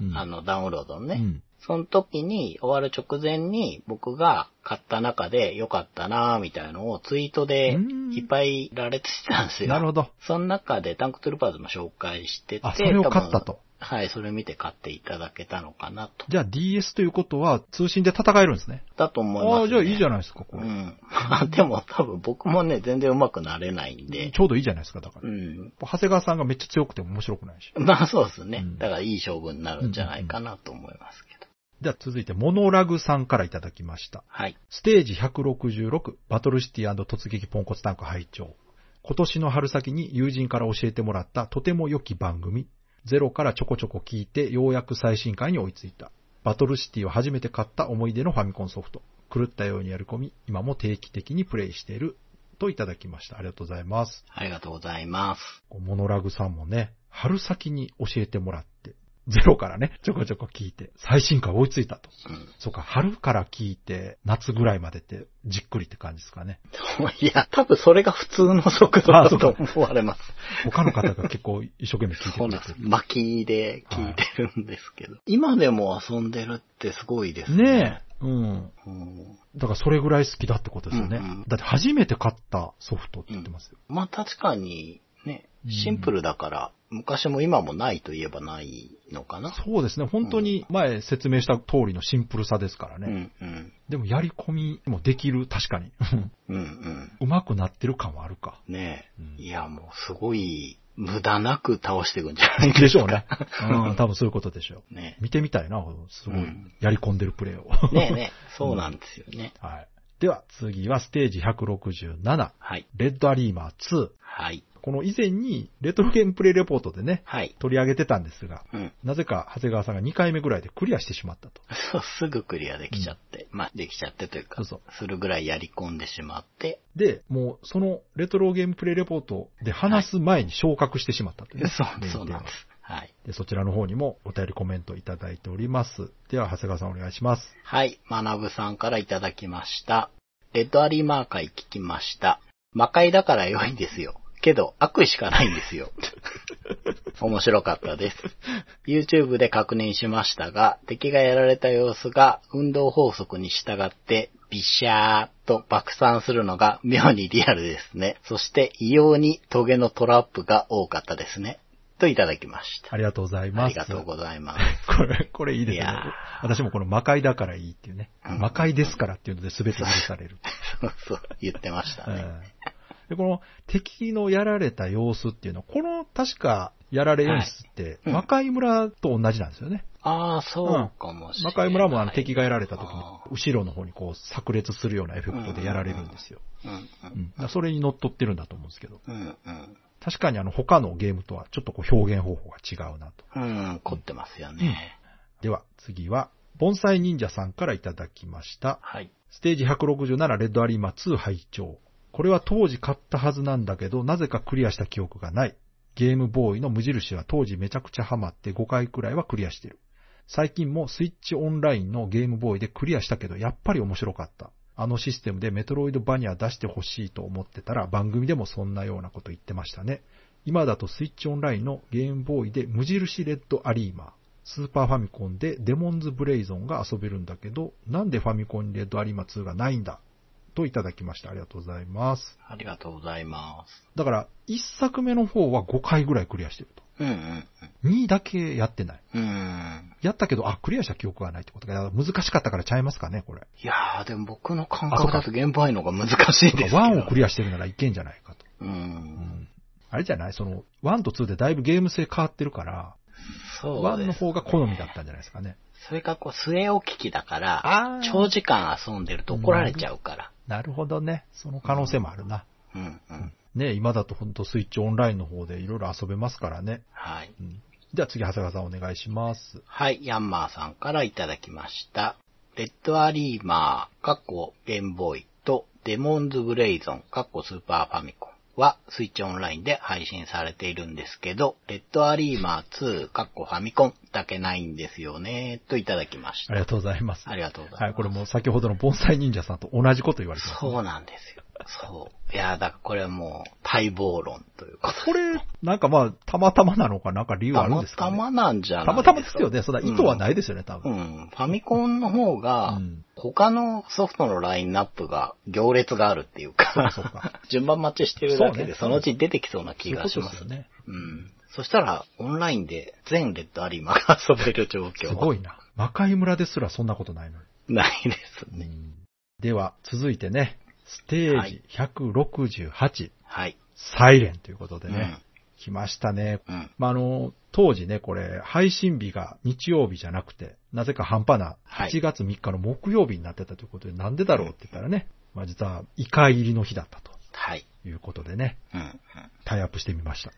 Speaker 2: うん
Speaker 3: あの、ダウンロードの
Speaker 2: あ、
Speaker 3: ね。
Speaker 2: うん。
Speaker 3: その時に、終わる直前に僕が買った中で良かったなぁみたいなのをツイートで
Speaker 2: うん
Speaker 3: いっぱい羅列してたんですよ。
Speaker 2: なるほど。
Speaker 3: その中でタンクトゥルーパーズも紹介してて、
Speaker 2: あ、それを買った
Speaker 3: 多分。
Speaker 2: と。
Speaker 3: はい、それ見て買っていただけたのかなと。
Speaker 2: じゃあ DS ということは通信で戦えるんですね。
Speaker 3: だと思います、
Speaker 2: あ
Speaker 3: ね。
Speaker 2: あ、じゃあいいじゃ
Speaker 3: ん。
Speaker 2: ないですか、こ
Speaker 3: う
Speaker 2: れ。
Speaker 3: ん。 [LAUGHS] でも多分僕もね、全然上手くなれないんで。
Speaker 2: ちょうどいいじゃないですか、だから
Speaker 3: う。ん。
Speaker 2: 長谷川さんがめっちゃ強くても面白くないし。
Speaker 3: まあそうですね。
Speaker 2: うん
Speaker 3: だからいい勝負になるんじゃないかなと思いますけど。
Speaker 2: では続いて、モノラグさんからいただきました。
Speaker 3: はい。
Speaker 2: ステージ166、バトルシティ突撃ポンコツタンク拝聴今年の春先に友人から教えてもらったとても良き番組。ゼロからちょこちょこ聞いてようやく最新回に追いついた。バトルシティを初めて買った思い出のファミコンソフト。狂ったようにやり込み、今も定期的にプレイしている。といただきました。ありがとうございます。
Speaker 3: ありがとうございます。
Speaker 2: モノラグさんもね、春先に教えてもらって、ゼロからね、ちょこちょこ聞いて、最新回追いついたと。
Speaker 3: うん。
Speaker 2: そうか、春から聞いて、夏ぐらいまでって、じっくりって感じですかね。
Speaker 3: [LAUGHS] いや、多分それが普通の速度だと思われます。
Speaker 2: 他の方が結構一生懸命聞いて
Speaker 3: そう
Speaker 2: くれ
Speaker 3: なんで
Speaker 2: て
Speaker 3: す
Speaker 2: る。。
Speaker 3: 巻きで聞いてるんですけど。今でも遊んでるってすごいですね
Speaker 2: ね。え。うん。
Speaker 3: うん
Speaker 2: だからそれぐらい好きだってことですよね。
Speaker 3: うんうん
Speaker 2: だって初めて買ったソフトって言ってますよ。
Speaker 3: まあ確かにね、
Speaker 2: うん
Speaker 3: シンプルだから、昔も今もないといえばないのかな。
Speaker 2: そうですね。本当に前説明した通りのシンプルさですから
Speaker 3: う
Speaker 2: ね。
Speaker 3: んうん。
Speaker 2: でもやり込みもできる、確か
Speaker 3: [LAUGHS]
Speaker 2: に。
Speaker 3: うんうん。
Speaker 2: うまくなってる感はあるか。
Speaker 3: ねえ、
Speaker 2: うん
Speaker 3: いや、もうすごい、無駄なく倒していくんじゃない
Speaker 2: で
Speaker 3: で
Speaker 2: し
Speaker 3: す
Speaker 2: ょう
Speaker 3: か。
Speaker 2: ね。うん、多分そういうことでしょう。
Speaker 3: [LAUGHS] ね
Speaker 2: 見てみたいな、すご
Speaker 3: う
Speaker 2: い
Speaker 3: ん、
Speaker 2: やり込んでるプレイを。
Speaker 3: え。ねえねえ、そうなんですよね。
Speaker 2: [LAUGHS] はい。では、次はステージ167、
Speaker 3: はい。
Speaker 2: レッドアリーマー2。
Speaker 3: はい。
Speaker 2: この以前に、レトロゲームプレイレポートでね、
Speaker 3: はい。
Speaker 2: 取り上げてたんですが、
Speaker 3: うん。
Speaker 2: なぜか長谷川さんが2回目ぐらいでクリアしてしまったと。
Speaker 3: [LAUGHS] そう、すぐクリアできちゃって。まあ、できちゃってというか、
Speaker 2: そう
Speaker 3: するぐらいやり込んでしまって。
Speaker 2: で、もう、そのレトロゲームプレイレポートで話す前に昇格してしまったというね、
Speaker 3: [LAUGHS] そう、
Speaker 2: メール
Speaker 3: そうなん
Speaker 2: テーマ
Speaker 3: です。はい。
Speaker 2: でそちらの方にもお便りコメントいただいております。では、長谷川さんお願いします。
Speaker 3: はい、まなぶさんからいただきました。レッドアリーマー会聞きました。魔界だから良いんですよ。けど、悪意しかないんで
Speaker 2: [LAUGHS]
Speaker 3: すよ。面白かったです。YouTube で確認しましたが、敵がやられた様子が運動法則に従って、ビシャーと爆散するのが妙にリアルですね。そして、異様にトゲのトラップが多かったですね。といただきました。
Speaker 2: ありがとうございます。
Speaker 3: ありがとうございます。 [LAUGHS]
Speaker 2: これ、これいいです
Speaker 3: い
Speaker 2: ね
Speaker 3: や。
Speaker 2: 私もこの魔界だからいいっていうね。
Speaker 3: うん
Speaker 2: 魔界ですからっていうので全て許される。
Speaker 3: そうそう、言ってましたね。
Speaker 2: うんで、この敵のやられた様子っていうのは、この確かやられ演出って、
Speaker 3: うん
Speaker 2: 魔界村と同じなんですよね。
Speaker 3: ああ、そうかもしれな
Speaker 2: 魔
Speaker 3: い。
Speaker 2: 界村もあの敵がやられた時に
Speaker 3: あ、
Speaker 2: 後ろの方にこう炸裂するようなエフェクトでやられるんですよ。
Speaker 3: うん
Speaker 2: うんだからそれに乗っ取ってるんだと思うんですけど。
Speaker 3: うん。うんうん。
Speaker 2: 確かにあの他のゲームとはちょっとこう表現方法が違うなと。
Speaker 3: うん、凝ってますよね。
Speaker 2: では次は、盆栽忍者さんからいただきました。
Speaker 3: はい。
Speaker 2: ステージ167レッドアリーマ2拝聴。これは当時買ったはずなんだけど、なぜかクリアした記憶がない。ゲームボーイの無印は当時めちゃくちゃハマって5回くらいはクリアしてる。最近もスイッチオンラインのゲームボーイでクリアしたけど、やっぱり面白かった。あのシステムでメトロイドバニア出してほしいと思ってたら、番組でもそんなようなこと言ってましたね。今だとスイッチオンラインのゲームボーイで無印レッドアリーマー、スーパーファミコンでデモンズブレイゾンが遊べるんだけど、なんでファミコンにレッドアリーマー2がないんだといただきました。ありがとうございます。
Speaker 3: ありがとうございます。
Speaker 2: だから、1作目の方は5回ぐらいクリアしてると。
Speaker 3: うんうん
Speaker 2: 2だけやってない。
Speaker 3: うん。うん。
Speaker 2: やったけど、あ、クリアした記憶がないってことが、難しかったからちゃいますかね、これ。
Speaker 3: いやー、でも僕の感覚だと現場の方が難しいですけど。
Speaker 2: 1をクリアしてるならいけんじゃないかと。
Speaker 3: う。
Speaker 2: うんん。あれじゃないその、1と2でだいぶゲーム性変わってるから、
Speaker 3: そう
Speaker 2: 1
Speaker 3: で
Speaker 2: の
Speaker 3: す。
Speaker 2: 方が好みだったんじゃないですかね。
Speaker 3: それかこう、末置き機だから、
Speaker 2: あ
Speaker 3: 長時間遊んでると怒られちゃうから。
Speaker 2: なるほどね。その可能性もあるな。
Speaker 3: うんうん。
Speaker 2: ね今だとほんとスイッチオンラインの方でいろいろ遊べますからね。
Speaker 3: はい。
Speaker 2: うん。では次、長谷川さんお願いします。
Speaker 3: はい、ヤンマーさんからいただきました。レッドアリーマー、過去ゲームボーイとデモンズブレイゾン、過去スーパーファミコンはスイッチオンラインで配信されているんですけど、レッドアリーマー2、過去ファミコンだけないんですよね、といただきまし
Speaker 2: あ
Speaker 3: た。
Speaker 2: りがとうございます。
Speaker 3: ありがとうございます。
Speaker 2: はい、これもう先ほどの盆栽忍者さんと同じこと言われてます。
Speaker 3: そうなんですよ。そう。いや、だからこれはもう、待望論というか。
Speaker 2: これ、なんかまあ、たまたまなのか、なんか理由あ
Speaker 3: た
Speaker 2: るん
Speaker 3: ま
Speaker 2: ですか、
Speaker 3: た
Speaker 2: ね、
Speaker 3: まなんじゃ
Speaker 2: た
Speaker 3: ない。
Speaker 2: またまですよね。そんな意図はいないですよね、多
Speaker 3: う
Speaker 2: 分。
Speaker 3: ん。ファミコンの方が
Speaker 2: うん、
Speaker 3: 他のソフトのラインナップが行列があるっていう
Speaker 2: [LAUGHS]
Speaker 3: か、
Speaker 2: そうか
Speaker 3: 順番待ちしてるだけ
Speaker 2: そう
Speaker 3: で、
Speaker 2: ね
Speaker 3: そのうち出てきそうな
Speaker 2: そう
Speaker 3: 気
Speaker 2: いう
Speaker 3: が
Speaker 2: こ
Speaker 3: し
Speaker 2: と
Speaker 3: ま
Speaker 2: です
Speaker 3: す
Speaker 2: よ。ね。
Speaker 3: うん。そしたら、オンラインで全レッドアリーマが遊べる状況。
Speaker 2: すご
Speaker 3: い。
Speaker 2: いな。魔界村ですらそんなことないのに。
Speaker 3: [LAUGHS] ないですね。
Speaker 2: うんでは、続いてね、ステージ168、
Speaker 3: はい。
Speaker 2: サイレンということで
Speaker 3: う
Speaker 2: ね、
Speaker 3: ん。
Speaker 2: 来ましたね。
Speaker 3: うん。
Speaker 2: まあ、あの、当時ね、これ、配信日が日曜日じゃなくて、なぜか半端な
Speaker 3: はい
Speaker 2: 1月3日の木曜日になってたということで、なんでだろうって言ったらね、まあ、実は、イカ入りの日だったと
Speaker 3: はい。
Speaker 2: いうことでね、
Speaker 3: うん。うん
Speaker 2: タイアップしてみました。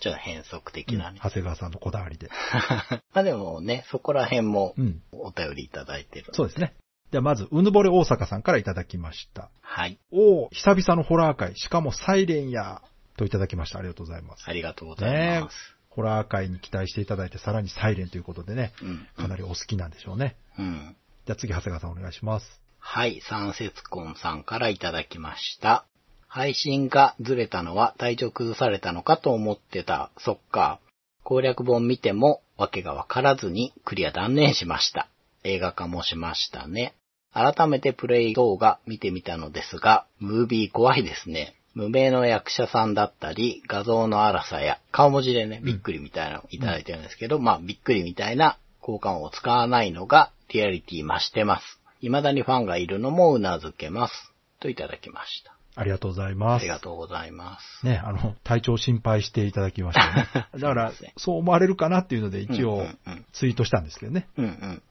Speaker 3: ちょっと変則的なね。
Speaker 2: 長谷川さんのこだわりで。
Speaker 3: まあでもね、そこら辺も
Speaker 2: うん。
Speaker 3: お便りいただいてる。
Speaker 2: そうですね。では、まず、うぬぼれ大阪さんからいただきました。
Speaker 3: はい。
Speaker 2: おお、久々のホラー会、しかもサイレンや、といただきました。ありがとうございます。
Speaker 3: ありがとうございます。
Speaker 2: ホラー界に期待していただいて、さらにサイレンということでね、
Speaker 3: うん。
Speaker 2: かなりお好きなんでしょうね。
Speaker 3: うん。
Speaker 2: じゃあ次、長谷川さんお願いします。
Speaker 3: はい、三節婚さんからいただきました。配信がずれたのは体調崩されたのかと思ってた。そっか。攻略本見ても訳がわからずにクリア断念しました。映画化もしましたね。改めてプレイ動画見てみたのですが、ムービー怖いですね。無名の役者さんだったり、画像の荒さや、顔文字でね、
Speaker 2: ん
Speaker 3: びっくりみたいなのをいただいてるんですけど、まあ、びっくりみたいな交換を使わないのが、リアリティ増してます。未だにファンがいるのもうなずけます。といただきました。
Speaker 2: ありがとうござい
Speaker 3: あ
Speaker 2: ます
Speaker 3: り。がとうございます。
Speaker 2: ね、あの、体調心配していただきましたね。
Speaker 3: [LAUGHS]
Speaker 2: だから
Speaker 3: すいません、
Speaker 2: そう思われるかなっていうので、一
Speaker 3: うんう
Speaker 2: 応
Speaker 3: んうん、
Speaker 2: ツイートしたんですけどね。
Speaker 3: うんうんうん。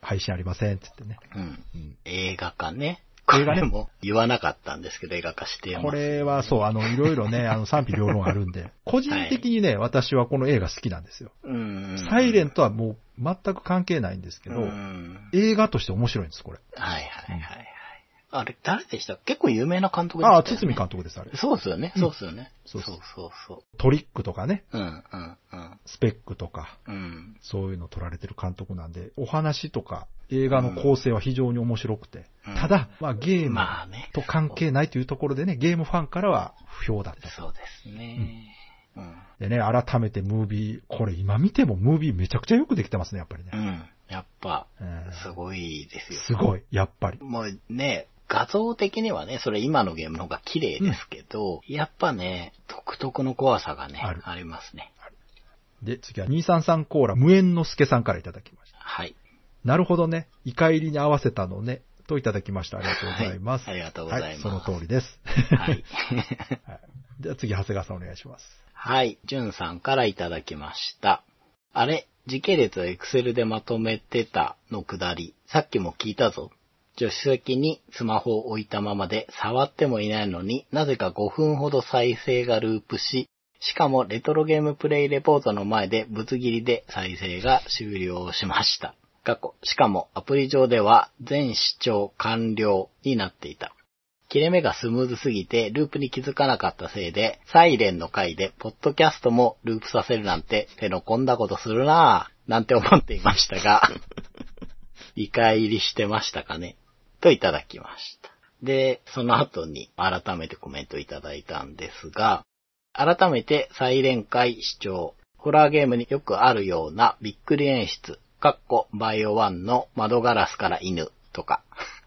Speaker 2: 配信ありませんって言ってね。
Speaker 3: うん。
Speaker 2: うん
Speaker 3: 映画化ね。これも言わなかったんですけど、映画化してます。
Speaker 2: これはそう、あの、いろいろね、あの、賛否両論あるん
Speaker 3: [LAUGHS]
Speaker 2: で、個人的にね、私はこの映画好きなんですよ。
Speaker 3: うん、うん。
Speaker 2: サイレンとはもう全く関係ないんですけ
Speaker 3: う
Speaker 2: ど、
Speaker 3: ん。
Speaker 2: 映画として面白いんです、これ。
Speaker 3: はいはいはいはい。あれ、誰でした結構有名な監督でした
Speaker 2: あ
Speaker 3: よ
Speaker 2: あ、
Speaker 3: ね
Speaker 2: 堤監督です、あれ。
Speaker 3: そうですよね。そうですよね。
Speaker 2: そう
Speaker 3: そ
Speaker 2: そうう
Speaker 3: そうそ
Speaker 2: トリックとかね、
Speaker 3: う。うんうんうん。
Speaker 2: スペックとか、
Speaker 3: うん。
Speaker 2: そういうのを撮られてる監督なんで、お話とか映画の構成は非常に面白くて、
Speaker 3: うん
Speaker 2: ただ、まあゲーム
Speaker 3: まあね。
Speaker 2: と関係ないというところでね、ゲームファンからは不評だったと。
Speaker 3: そうですね。うん。
Speaker 2: でね、改めてムービー、これ今見てもムービーめちゃくちゃよくできてますね、やっぱりね
Speaker 3: う。ん。やっぱ、
Speaker 2: うん
Speaker 3: すごいですよ。
Speaker 2: すごい、やっぱり。
Speaker 3: もうね、画像的にはね、それ今のゲームの方が綺麗ですけど、やっぱね、独特の怖さがね、
Speaker 2: ある
Speaker 3: ありますね。
Speaker 2: で、次は233コーラ無縁の助さんからいただきました。 [LAUGHS]
Speaker 3: はい。
Speaker 2: なるほどね、イカ入りに合わせたのね、といただきました。ありがとうございます。
Speaker 3: はいありがとうございます
Speaker 2: はい、その通りです。 [LAUGHS]
Speaker 3: はい。
Speaker 2: はいじゃあ次、長谷川さんお願いします。
Speaker 3: はい、じゅんさんからいただきました。あれ、時系列を Excel でまとめてたのくだり、さっきも聞いたぞ。助手席にスマホを置いたままで触ってもいないのになぜか5分ほど再生がループし、しかもレトロゲームプレイレポートの前でぶつ切りで再生が終了しました。過去、しかもアプリ上では全視聴完了になっていた。切れ目がスムーズすぎてループに気づかなかったせいで、サイレンの回でポッドキャストもループさせるなんて手の込んだことするなぁ、なんて思っていましたが、理解入りしてましたかねといただきました。で、その後に改めてコメントいただいたんですが、改めて再連会視聴。ホラーゲームによくあるようなびっくり演出、かっこバイオワンの窓ガラスから犬とか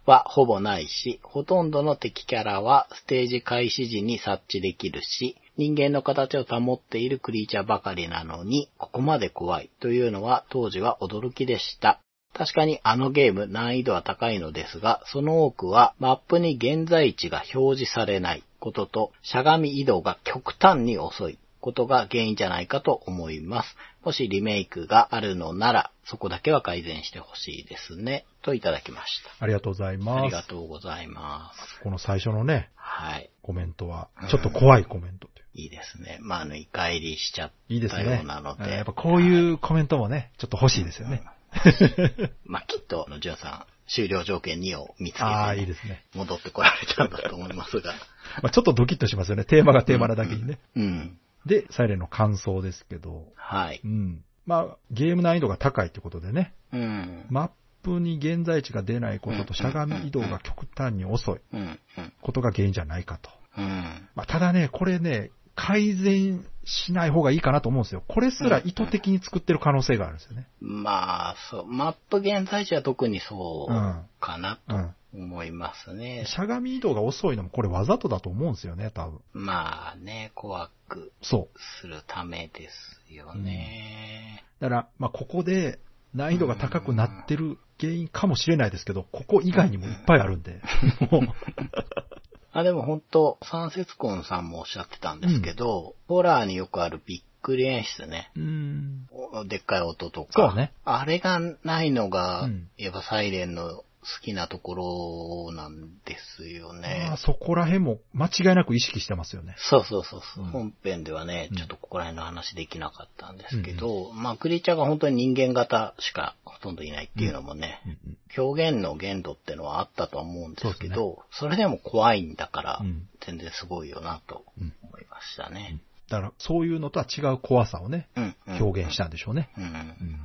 Speaker 3: はほぼないし、ほとんどの敵キャラはステージ開始時に察知できるし、人間の形を保っているクリーチャーばかりなのに、ここまで怖いというのは当時は驚きでした。確かにあのゲーム難易度は高いのですが、その多くはマップに現在地が表示されないことと、しゃがみ移動が極端に遅いことが原因じゃないかと思います。もしリメイクがあるのなら、そこだけは改善してほしいですね。といただきまし
Speaker 2: ありがとうござい
Speaker 3: た。あ
Speaker 2: ま
Speaker 3: り
Speaker 2: す
Speaker 3: が。とうございます。
Speaker 2: この最初のね、
Speaker 3: はい。
Speaker 2: コメントは、ちょっと怖いコメントという。
Speaker 3: いいですね。まあ、あの、イカ入りしちゃっ
Speaker 2: いいです
Speaker 3: たよ
Speaker 2: ね
Speaker 3: う。なので。
Speaker 2: やっぱこういうコメントもね、ちょっと欲しいですよね。
Speaker 3: まあ、きっと、あの、ジュンさん、終了条件2を見つけて、
Speaker 2: ああ、いいですね。
Speaker 3: 戻ってこられたんだと思いますが。
Speaker 2: まあ、ちょっとドキッとしますよね。テーマがテーマなだけにね。
Speaker 3: うん。
Speaker 2: で、サイレンの感想ですけど、
Speaker 3: はい。
Speaker 2: うん。まあ、ゲーム難易度が高いってことでね、
Speaker 3: うん。
Speaker 2: マップに現在地が出ないこととしゃがみ移動が極端に遅い
Speaker 3: うん、うん、
Speaker 2: ことが原因じゃないかと。
Speaker 3: うん。
Speaker 2: まあ、ただね、これね、改善しない方がいいかなと思うんですよ。これすら意図的に作ってる可能性があるんですよね。
Speaker 3: まあ、そう、マップ現在地は特にそう
Speaker 2: うん
Speaker 3: かな
Speaker 2: う
Speaker 3: と
Speaker 2: ん。
Speaker 3: 思いますね。
Speaker 2: しゃがみ移動が遅いのもこれわざとだと思うんですよね、多分。
Speaker 3: まあね、怖く
Speaker 2: そ
Speaker 3: するためですよね。
Speaker 2: う。だから、まあ、ここで難易度が高くなってる原因かもしれないですけど、ここ以外にもいっぱいあるんで。もう
Speaker 3: あ、でも本当三節コンさんもおっしゃってたんですけど、ホラーによくあるびっくり演出ね。
Speaker 2: [LAUGHS] うーん。
Speaker 3: おでっかい音とか。
Speaker 2: そうね
Speaker 3: あれがないのが、
Speaker 2: うん
Speaker 3: やっぱサイレンの好きなところなんですよね
Speaker 2: まあ。そこら辺も間違いなく意識してますよね。
Speaker 3: そうそうそうそう、
Speaker 2: うん
Speaker 3: 本編ではね
Speaker 2: う、ん
Speaker 3: ちょっとここら辺の話できなかったんですけど、まあ、クリーチャーが本当に人間型しかほとんどいないっていうのもね、
Speaker 2: うんうん
Speaker 3: 表現の限度ってのはあったとは思うんですけど、
Speaker 2: そ
Speaker 3: それでも怖いんだから、
Speaker 2: うん
Speaker 3: 全然すごいよなと
Speaker 2: うん
Speaker 3: 思いましたね。
Speaker 2: だから、そういうのとは違う怖さをね、
Speaker 3: うん。うん
Speaker 2: 表現したんでしょうね。
Speaker 3: うん。
Speaker 2: うん。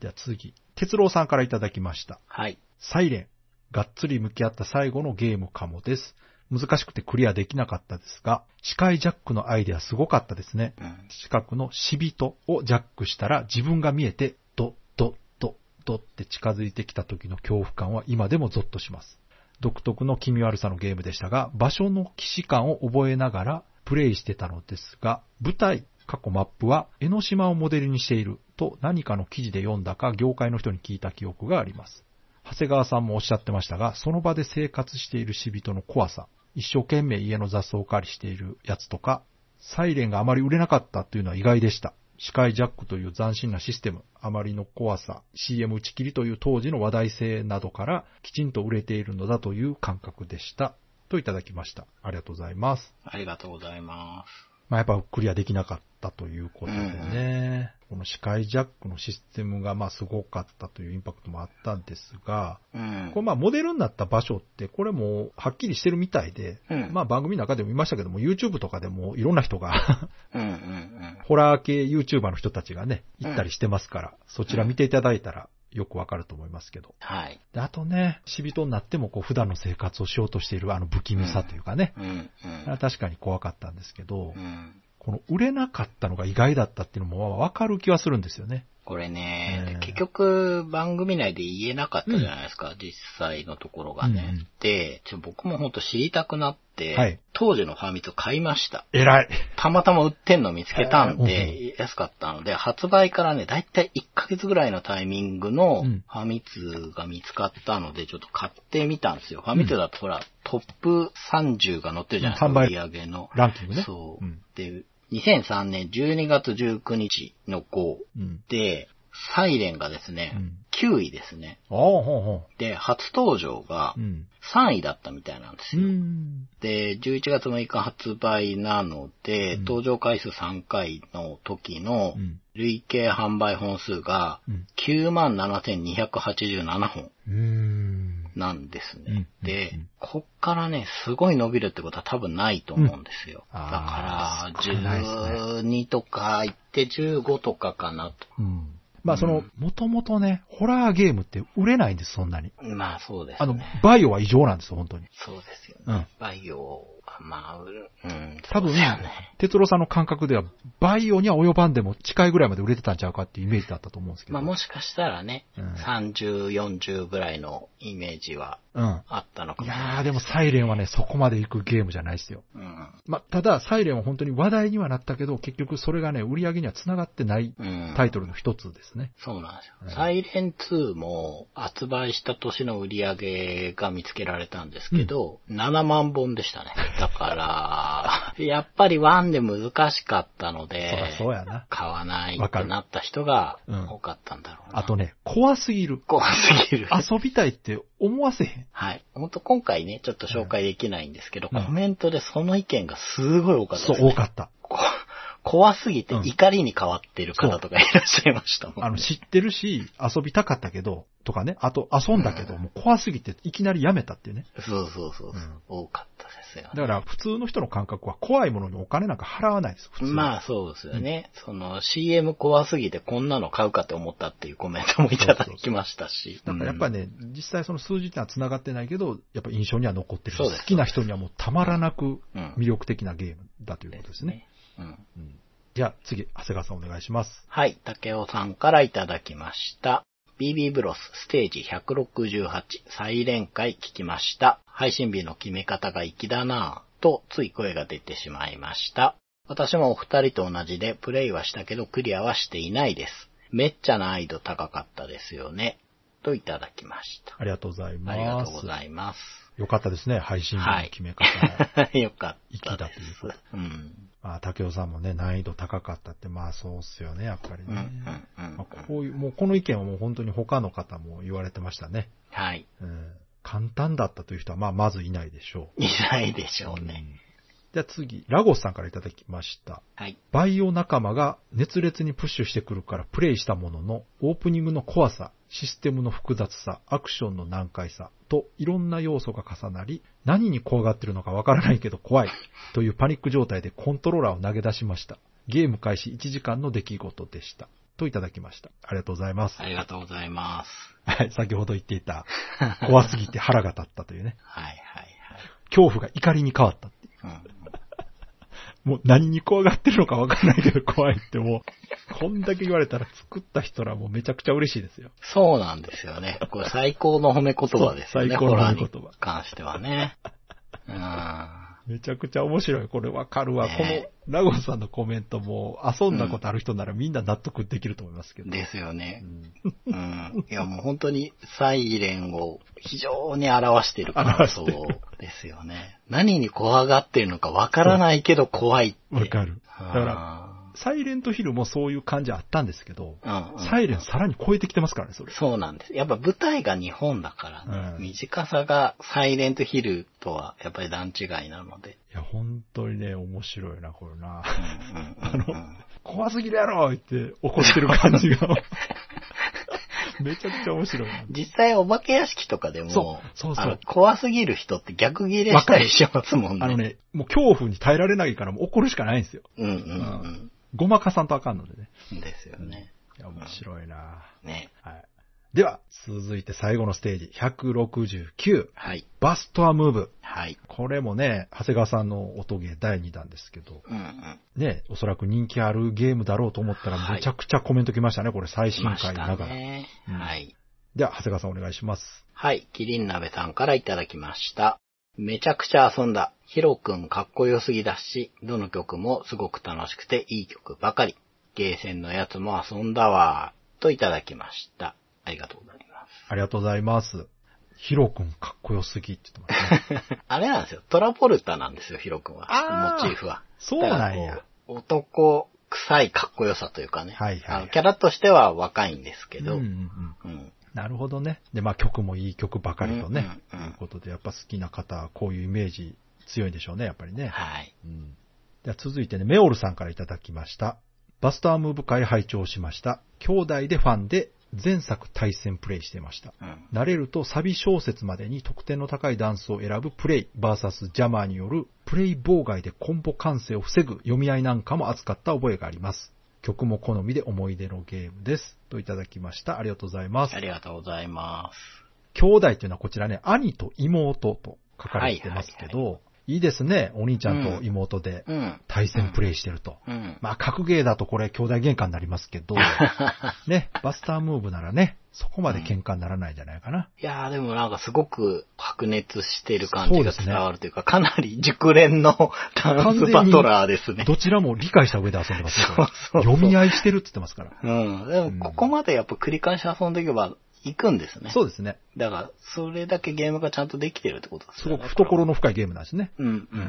Speaker 2: では次、哲郎さんからいただきました。
Speaker 3: はい。
Speaker 2: サイレン。がっつり向き合った最後のゲームかもです。難しくてクリアできなかったですが、視界ジャックのアイデアすごかったですね。
Speaker 3: うん。
Speaker 2: 近くの死人をジャックしたら自分が見えて、ドドドドって近づいてきた時の恐怖感は今でもゾッとします。独特の気味悪さのゲームでしたが、場所の既視感を覚えながらプレイしてたのですが、舞台、過去マップは江ノ島をモデルにしていると何かの記事で読んだか業界の人に聞いた記憶があります。長谷川さんもおっしゃってましたが、その場で生活している死人の怖さ、一生懸命家の雑草を借りしているやつとか、サイレンがあまり売れなかったというのは意外でした。視界ジャックという斬新なシステム、あまりの怖さ、CM 打ち切りという当時の話題性などからきちんと売れているのだという感覚でした。といただきました。ありがとうございます。
Speaker 3: ありがとうございます。
Speaker 2: まあ、やっぱクリアできなかったということでね、この視界ジャックのシステムがまあすごかったというインパクトもあったんですが、
Speaker 3: うん。
Speaker 2: これまあモデルになった場所って、これもはっきりしてるみたいで、
Speaker 3: うん
Speaker 2: まあ番組の中でも見ましたけども、YouTube とかでもいろんな人が、 [LAUGHS]
Speaker 3: うんうんうん。
Speaker 2: ホラー系 YouTuber の人たちがね、行ったりしてますから、そちら見ていただいたらよくわかると思いますけど。
Speaker 3: はい。
Speaker 2: であとね、死人になってもこう普段の生活をしようとしているあの不気味さというかね、
Speaker 3: うん
Speaker 2: あれは確かに怖かったんですけど
Speaker 3: うん。う、ん。
Speaker 2: この売れなかったのが意外だったっていうのもわかる気はするんですよね。
Speaker 3: これね、
Speaker 2: えー
Speaker 3: 結局番組内で言えなかったじゃないですか、実際のところがね。
Speaker 2: うんうん
Speaker 3: で、ちょ僕もほんと知りたくなって、
Speaker 2: はい
Speaker 3: 当時のファミツ買いました。
Speaker 2: 偉い。
Speaker 3: たまたま売ってんの見つけたん
Speaker 2: え
Speaker 3: で、安かったので、発売からね、だいたい1ヶ月ぐらいのタイミングの
Speaker 2: う
Speaker 3: フ
Speaker 2: ん
Speaker 3: ァミツが見つかったので、ちょっと買ってみたんですよ。ファミツだとほら、トップ30が載ってるじゃないですか、
Speaker 2: うん販売
Speaker 3: 売り上げの。
Speaker 2: ランキングね。
Speaker 3: そう。
Speaker 2: うん
Speaker 3: で、2003年12月19日の号
Speaker 2: うん。
Speaker 3: で、サイレンがですね、9位ですね。
Speaker 2: ああ、ほうほ
Speaker 3: で、初登場が
Speaker 2: う。うん。
Speaker 3: 3位だったみたいなんです
Speaker 2: う
Speaker 3: よ。
Speaker 2: ん。
Speaker 3: で、11月6日発売なので、
Speaker 2: うん
Speaker 3: 登場回数3回の時の
Speaker 2: うん。
Speaker 3: 累計販売本数が
Speaker 2: うん。
Speaker 3: 97,287本
Speaker 2: うーん。
Speaker 3: なんですね。
Speaker 2: うん
Speaker 3: で
Speaker 2: うん、
Speaker 3: こっからね、すごい伸びるってことは多分ないと思うんですよ。
Speaker 2: うんあ
Speaker 3: だ
Speaker 2: ー
Speaker 3: か
Speaker 2: 少ないですね
Speaker 3: ら、12とか行って15とかかなと。
Speaker 2: うん。まあその、もともとね、ホラーゲームって売れないんです、そんなに。
Speaker 3: まあそうですね。
Speaker 2: あの、バイオは異常なんですよ、本当に。
Speaker 3: そうですよね。
Speaker 2: うん。
Speaker 3: バイオは、まあ、うん、
Speaker 2: 多分
Speaker 3: そうだよね。、
Speaker 2: 哲郎さんの感覚では、バイオには及ばんでも近いぐらいまで売れてたんちゃうかっていうイメージだったと思うんですけど。
Speaker 3: まあもしかしたらね、
Speaker 2: うん
Speaker 3: 30、40ぐらいのイメージは
Speaker 2: うん。
Speaker 3: あったのか
Speaker 2: い
Speaker 3: もしれ
Speaker 2: や
Speaker 3: な
Speaker 2: ー、
Speaker 3: い。
Speaker 2: でもサイレンはね、そこまで行くゲームじゃないですよ。
Speaker 3: うん。
Speaker 2: まあ、ただ、サイレンは本当に話題にはなったけど、結局それがね、売り上げには繋がってない
Speaker 3: うん。
Speaker 2: タイトルの一つですね。
Speaker 3: そうなんですよ。
Speaker 2: うん
Speaker 3: サイレン2も発売した年の売り上げが見つけられたんですけど、7万本でしたね。だから、 [LAUGHS] やっぱり1で難しかったので、
Speaker 2: そらそうやな。
Speaker 3: 買わないってなった人が多かったんだろうな。
Speaker 2: あとね、怖すぎる。
Speaker 3: 怖すぎる。
Speaker 2: 遊びたいって思わせへん。
Speaker 3: はい。本当今回ね、ちょっと紹介できないんですけど、
Speaker 2: うん
Speaker 3: コメントでその意見がすごい多かった
Speaker 2: そ
Speaker 3: で
Speaker 2: う多
Speaker 3: す、、
Speaker 2: かった。
Speaker 3: こ [LAUGHS] 怖すぎて
Speaker 2: うん
Speaker 3: 怒りに変わってる方とかいらっしゃいましたもん、ね
Speaker 2: あの、知ってるし、遊びたかったけど、とかね。あと、遊んだけど、もう怖すぎて、いきなりやめたっていうね。
Speaker 3: そうそうそうそう、
Speaker 2: うん
Speaker 3: 多かったですよね
Speaker 2: だから、普通の人の感覚は、怖いものにお金なんか払わないです。普通。
Speaker 3: まあそうですよね。その CM 怖すぎてこんなの買うかって思ったっていうコメントもいただきましたし。
Speaker 2: だからやっぱね、
Speaker 3: ね、
Speaker 2: 実際その数字ってのは繋がってないけど、やっぱ印象には残ってるし。
Speaker 3: そうです
Speaker 2: 好きな人にはもうたまらなく
Speaker 3: うん
Speaker 2: 魅力的なゲームだということですね。。
Speaker 3: うん。
Speaker 2: うんじゃあ次、長谷川さんお願いします。
Speaker 3: はい、竹尾さんからいただきました。BB ブロスステージ168再連会聞きました。配信日の決め方が粋だなぁとつい声が出てしまいました。私もお二人と同じでプレイはしたけどクリアはしていないです。めっちゃ難易度高かったですよね。といただきました。
Speaker 2: ありがとうございます。
Speaker 3: ありがとうございます。 [LAUGHS]
Speaker 2: よかったですね、配信日の決め方。
Speaker 3: よかった
Speaker 2: 粋だ
Speaker 3: で
Speaker 2: という
Speaker 3: す [LAUGHS]
Speaker 2: こと。
Speaker 3: うん。
Speaker 2: まあ、竹雄さんもね、難易度高かったって、まあそうっすよね、やっぱり
Speaker 3: うん、う
Speaker 2: ね。
Speaker 3: ん、うん
Speaker 2: まあ、こういう、もうこの意見はもう本当に他の方も言われてましたね。
Speaker 3: はい。
Speaker 2: うん、簡単だったという人は、まあまずいないでしょう。
Speaker 3: いないでしょうね。
Speaker 2: んじゃあ次、ラゴスさんからいただきました。
Speaker 3: はい。
Speaker 2: バイオ仲間が熱烈にプッシュしてくるからプレイしたものの、オープニングの怖さ、システムの複雑さ、アクションの難解さ、といろんな要素が重なり、何に怖がってるのかわからないけど怖い、というパニック状態でコントローラーを投げ出しました。ゲーム開始1時間の出来事でした。といただきました。ありがとうございます。
Speaker 3: ありがとうございます。
Speaker 2: はい、先ほど言っていた、怖すぎて腹が立ったというね、
Speaker 3: はい
Speaker 2: 恐怖が怒りに変わった。
Speaker 3: はいはい。
Speaker 2: もう何に怖がってるのか分かんないけど怖いってもう、こんだけ言われたら作った人らもうめちゃくちゃ嬉しいですよ。
Speaker 3: そうなんですよね。これ最高の褒め言葉です
Speaker 2: そ
Speaker 3: よね。
Speaker 2: う最高の
Speaker 3: ホラ
Speaker 2: 褒
Speaker 3: ー
Speaker 2: め言葉
Speaker 3: に関してはね。うん。
Speaker 2: めちゃくちゃ面白い。これ分かるわ。この
Speaker 3: ね
Speaker 2: ラゴンさんのコメントも遊んだことある人ならみんな納得できると思いますけど。
Speaker 3: ですよね
Speaker 2: う。ん
Speaker 3: うん。いやもう本当にサイレンを非常に表している感想ですよね。何に怖がっているのかわからないけど怖いって。
Speaker 2: 分かる。だから、
Speaker 3: あ
Speaker 2: サイレントヒルもそういう感じあったんですけど、
Speaker 3: ーうんうん
Speaker 2: サイレンさらに超えてきてますからね、それ。
Speaker 3: そうなんです。やっぱ舞台が日本だからね、
Speaker 2: うん
Speaker 3: 短さがサイレントヒルとはやっぱり段違いなので。
Speaker 2: いや、本当にね、面白いな、これな。 [LAUGHS]
Speaker 3: うんうんうんうん
Speaker 2: 怖すぎるやろって怒ってる感じ
Speaker 3: [LAUGHS]
Speaker 2: が。めちゃくちゃ面白いな。
Speaker 3: 実際お化け屋敷とかでも、
Speaker 2: そうそうそう
Speaker 3: あの怖すぎる人って逆ギレしたりしますもんね。
Speaker 2: あのね、もう恐怖に耐えられないからもう怒るしかないんですよ。
Speaker 3: うんうん
Speaker 2: ごまかさんとあかんのでね。
Speaker 3: うん。ですよね。
Speaker 2: いや、面白いな
Speaker 3: ね。
Speaker 2: はい。では、続いて最後のステージ、169、
Speaker 3: はい。
Speaker 2: バストアムーブ。
Speaker 3: はい。
Speaker 2: これもね、長谷川さんの音ゲー第2弾ですけど、
Speaker 3: うんうん。
Speaker 2: ね、おそらく人気あるゲームだろうと思ったら
Speaker 3: はい
Speaker 2: めちゃくちゃコメント来ましたね、これ最
Speaker 3: し
Speaker 2: 新
Speaker 3: まし
Speaker 2: 回な
Speaker 3: た
Speaker 2: がら。
Speaker 3: ね。
Speaker 2: うん
Speaker 3: はい。
Speaker 2: では、長谷川さんお願いします。
Speaker 3: はい。キリン鍋さんからいただきました。めちゃくちゃ遊んだ。ヒロ君かっこよすぎだし、どの曲もすごく楽しくていい曲ばかり。ゲーセンのやつも遊んだわ。といただきました。ありがとうございます。
Speaker 2: ありがとうございます。ヒロ君かっこよすぎって言って
Speaker 3: [LAUGHS]
Speaker 2: ますね。
Speaker 3: あれなんですよ。トラポルタなんですよ、ヒロ君は
Speaker 2: あ。ー
Speaker 3: モチーフは。
Speaker 2: そうなんや
Speaker 3: だからこう。男臭いかっこよさというかね。
Speaker 2: はいはい
Speaker 3: あのキャラとしては若いんですけ
Speaker 2: うんう
Speaker 3: ど。
Speaker 2: んう
Speaker 3: うん。
Speaker 2: ん。なるほどね。で、まあ曲もいい曲ばかりとね、
Speaker 3: うんうんうん
Speaker 2: ということで、やっぱ好きな方はこういうイメージ強いんでしょうね、やっぱりね。
Speaker 3: はい。
Speaker 2: うん。では続いてね、メオルさんからいただきました。バスタームーブ会拝聴しました。兄弟でファンで前作対戦プレイしていました。
Speaker 3: うん。
Speaker 2: 慣れるとサビ小説までに得点の高いダンスを選ぶプレイ VS ジャマーによるプレイ妨害でコンボ完成を防ぐ読み合いなんかも扱った覚えがあります。曲も好みで思い出のゲームです。といただきました。ありがとうございます
Speaker 3: あ。りがとうございます。
Speaker 2: 兄弟っていうのはこちらね、兄と妹と書かれてますけど、
Speaker 3: はい
Speaker 2: いいですね、お兄ちゃんと妹で
Speaker 3: うん。
Speaker 2: 対戦プレイしてると。
Speaker 3: うん。 [LAUGHS]
Speaker 2: まあ、格ゲーだとこれ兄弟喧嘩になりますけど、ね、バスタームーブならね、そこまで喧嘩にならないんじゃないかな。
Speaker 3: いやーでもなんかすごく白熱してる感じ
Speaker 2: そうで
Speaker 3: が
Speaker 2: すね
Speaker 3: 伝わるというか、かなり熟練のダンスバトラーですね。
Speaker 2: どちらも理解した上で遊んでますねこれ
Speaker 3: そうそうそう
Speaker 2: 読み合いしてるって言ってますから。
Speaker 3: うん。でもここまでやっぱ繰り返し遊んでいけば行くんですね。
Speaker 2: そうですね。
Speaker 3: だから、それだけゲームがちゃんとできてるってことです
Speaker 2: す
Speaker 3: よ
Speaker 2: ご
Speaker 3: ね。
Speaker 2: く懐の深いゲームなんですね。
Speaker 3: うん、う、
Speaker 2: うん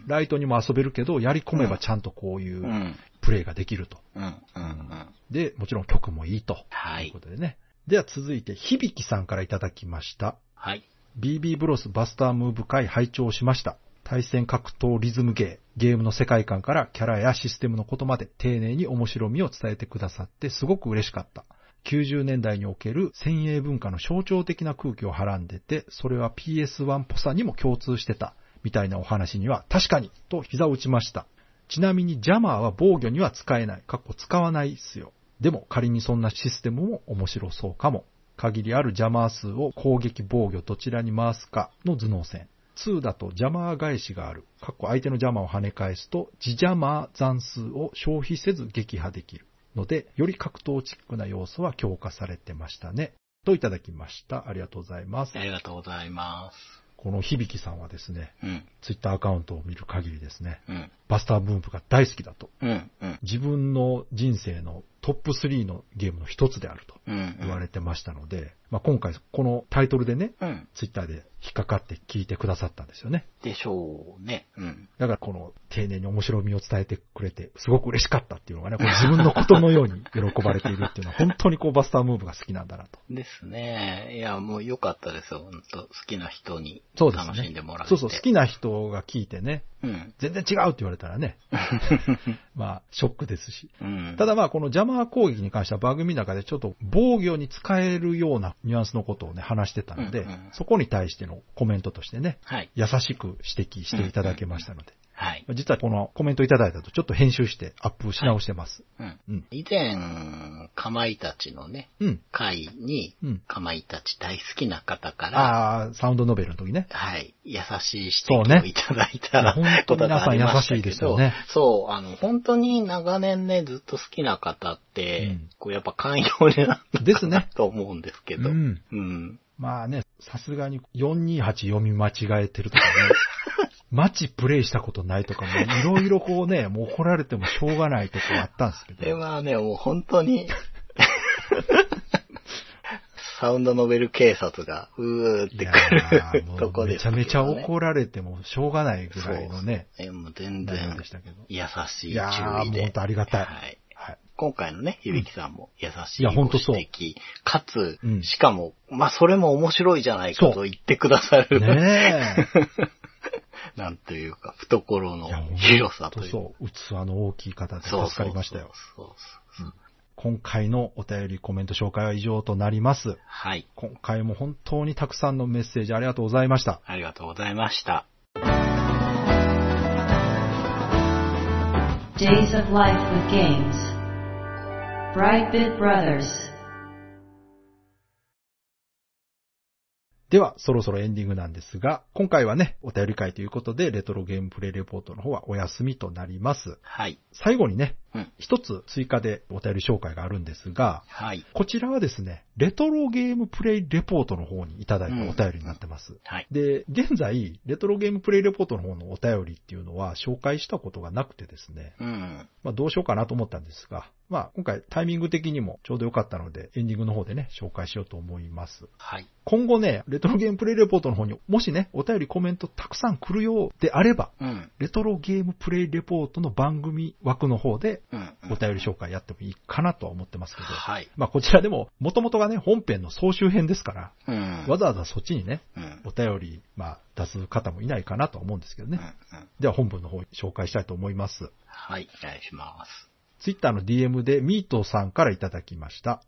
Speaker 2: んライトにも遊べるけど、やり込めばちゃんとこうい
Speaker 3: うん。う、
Speaker 2: うんプレイができると。
Speaker 3: うん、うん、うん。
Speaker 2: で、もちろん曲もいいと。
Speaker 3: は
Speaker 2: という
Speaker 3: い
Speaker 2: こ。とでね。では続いて、響さんからいただきました。
Speaker 3: はい。
Speaker 2: BB ブロスバスタームーブ会拝聴しました。対戦格闘リズムゲー。ゲームの世界観からキャラやシステムのことまで丁寧に面白みを伝えてくださってすごく嬉しかった。90年代における先鋭文化の象徴的な空気をはらんでて、それは PS1 っぽさにも共通してた、みたいなお話には確かに、と膝を打ちました。ちなみにジャマーは防御には使えない、かっこ使わないっすよ。でも仮にそんなシステムも面白そうかも。限りあるジャマー数を攻撃防御どちらに回すかの頭脳戦。2だとジャマー返しがある。かっこ相手のジャマーを跳ね返すと、自ジャマー残数を消費せず撃破できる。ので、より格闘チックな要素は強化されてましたね。といただきました。ありがとうございます
Speaker 3: あ。りがとうございま
Speaker 2: この響さんはですね、
Speaker 3: す。うん、
Speaker 2: ツイッターアカウントを見る限りですね、
Speaker 3: うん、
Speaker 2: バスターブームが大好きだと。
Speaker 3: うん、うん、
Speaker 2: 自分の人生のトップ3のゲームの一つであると
Speaker 3: うん、うん。
Speaker 2: 言われてましたので、まあ、今回このタイトルでね、
Speaker 3: うん。
Speaker 2: ツイッターで引っかかって聞いてくださったんですよね。
Speaker 3: でしょうね。うん。
Speaker 2: だからこの丁寧に面白みを伝えてくれて、すごく嬉しかったっていうのがね、こう自分のことのように喜ばれているっていうのは、本当にこうバスタームーブが好きなんだなと。
Speaker 3: ですね。いや、もう良かったですよ。ほんと好きな人に
Speaker 2: そうですね。
Speaker 3: 楽しんでもらって。
Speaker 2: そうそう、好きな人が聞いてね、
Speaker 3: うん。
Speaker 2: 全然違うって言われたらね、まあ、ショックですし。
Speaker 3: う
Speaker 2: [LAUGHS]
Speaker 3: ん。
Speaker 2: ただまあ、このジャマー攻撃に関しては番組の中でちょっと防御に使えるようなニュアンスのことをね、話してたので、
Speaker 3: うんうん
Speaker 2: そこに対してのコメントとしてね、
Speaker 3: はい。
Speaker 2: 優しく指摘していただけましたので、
Speaker 3: はい。
Speaker 2: 実はこのコメントいただいたとちょっと編集してアップし直してます。
Speaker 3: うん。
Speaker 2: うん。
Speaker 3: 以前、かまいたちのね、
Speaker 2: うん。
Speaker 3: 会に
Speaker 2: うん、
Speaker 3: かまいたち大好きな方から、
Speaker 2: ああ、サウンドノベルの時ね。
Speaker 3: はい、優しい
Speaker 2: そう
Speaker 3: 指
Speaker 2: ね
Speaker 3: 摘をいただいた
Speaker 2: いや
Speaker 3: ことがありまし
Speaker 2: 本当に皆さ
Speaker 3: た
Speaker 2: ん優しい
Speaker 3: け
Speaker 2: ですよ
Speaker 3: ど、
Speaker 2: ね
Speaker 3: そう、あの、本当に長年ね、ずっと好きな方って、
Speaker 2: うん
Speaker 3: こうやっぱ寛容になった
Speaker 2: ですね。
Speaker 3: と思うんですけ
Speaker 2: う
Speaker 3: ど、うん。
Speaker 2: ん。まあね、さすがに428読み間違えてるとかね。
Speaker 3: [LAUGHS]
Speaker 2: マチプレイしたことないとかも、いろいろこうね、もう怒られてもしょうがないとこあったんです
Speaker 3: こ
Speaker 2: け
Speaker 3: れ
Speaker 2: ど。
Speaker 3: はね、もう本当に、サウンドノベル警察が、うーってくる
Speaker 2: いやーもう
Speaker 3: とこ
Speaker 2: め
Speaker 3: で
Speaker 2: ち
Speaker 3: すけ
Speaker 2: ゃ
Speaker 3: ど、ね。
Speaker 2: めちゃ怒られてもしょうがないぐらいのね、
Speaker 3: えもう全
Speaker 2: 内容
Speaker 3: 然
Speaker 2: でしたけど。
Speaker 3: 優しい
Speaker 2: いやー、
Speaker 3: 注意
Speaker 2: もう
Speaker 3: で。
Speaker 2: 本当ありがたい。
Speaker 3: はい。
Speaker 2: はい。
Speaker 3: 今回のね、響さんも優し
Speaker 2: い
Speaker 3: い
Speaker 2: や
Speaker 3: ご
Speaker 2: ほんとそう
Speaker 3: 指摘、かつ、
Speaker 2: うん
Speaker 3: しかも、まあ、それも面白いじゃないか
Speaker 2: そ
Speaker 3: と
Speaker 2: う
Speaker 3: 言ってくださる、
Speaker 2: ねえ。
Speaker 3: [LAUGHS] なんというか、懐の
Speaker 2: いやほんと
Speaker 3: 広さという。
Speaker 2: そう、器の大きい方で助かりましたよ。
Speaker 3: そうそうそう
Speaker 2: 今回のお便りコメント紹介は以上となります。
Speaker 3: はい。
Speaker 2: 今回も本当にたくさんのメッセージありがとうございました。
Speaker 3: ありがとうございました。
Speaker 1: Days of Life with Games. Brightbit Brothers.
Speaker 2: では、そろそろエンディングなんですが、今回はね、お便り会ということで、レトロゲームプレイレポートの方はお休みとなります。
Speaker 3: はい。
Speaker 2: 最後にね、
Speaker 3: うん。
Speaker 2: 一つ追加でお便り紹介があるんですが、
Speaker 3: はい。
Speaker 2: こちらはですね、レトロゲームプレイレポートの方にいただいたお便りになってます。
Speaker 3: はい。
Speaker 2: で、現在、レトロゲームプレイレポートの方のお便りっていうのは紹介したことがなくてですね、
Speaker 3: うん。
Speaker 2: まあどうしようかなと思ったんですが、まあ今回タイミング的にもちょうど良かったので、エンディングの方でね、紹介しようと思います。
Speaker 3: はい。
Speaker 2: 今後ね、レトロゲームプレイレポートの方にもしね、お便りコメントたくさん来るようであれば、
Speaker 3: うん。
Speaker 2: レトロゲームプレイレポートの番組枠の方で
Speaker 3: うん。
Speaker 2: お便り紹介やってもいいかなとは思ってますけど、
Speaker 3: はい。
Speaker 2: まあこちらでも、もともとがね、本編の総集編ですから、
Speaker 3: うん。
Speaker 2: わざわざそっちにね、
Speaker 3: うん。
Speaker 2: お便り、まあ、出す方もいないかなとは思うんですけど
Speaker 3: うん。う
Speaker 2: ね。
Speaker 3: ん。
Speaker 2: では本文の方紹介したいと思います。
Speaker 3: はい。お願いします。
Speaker 2: ツイッターの DM でミートさんからいただきました。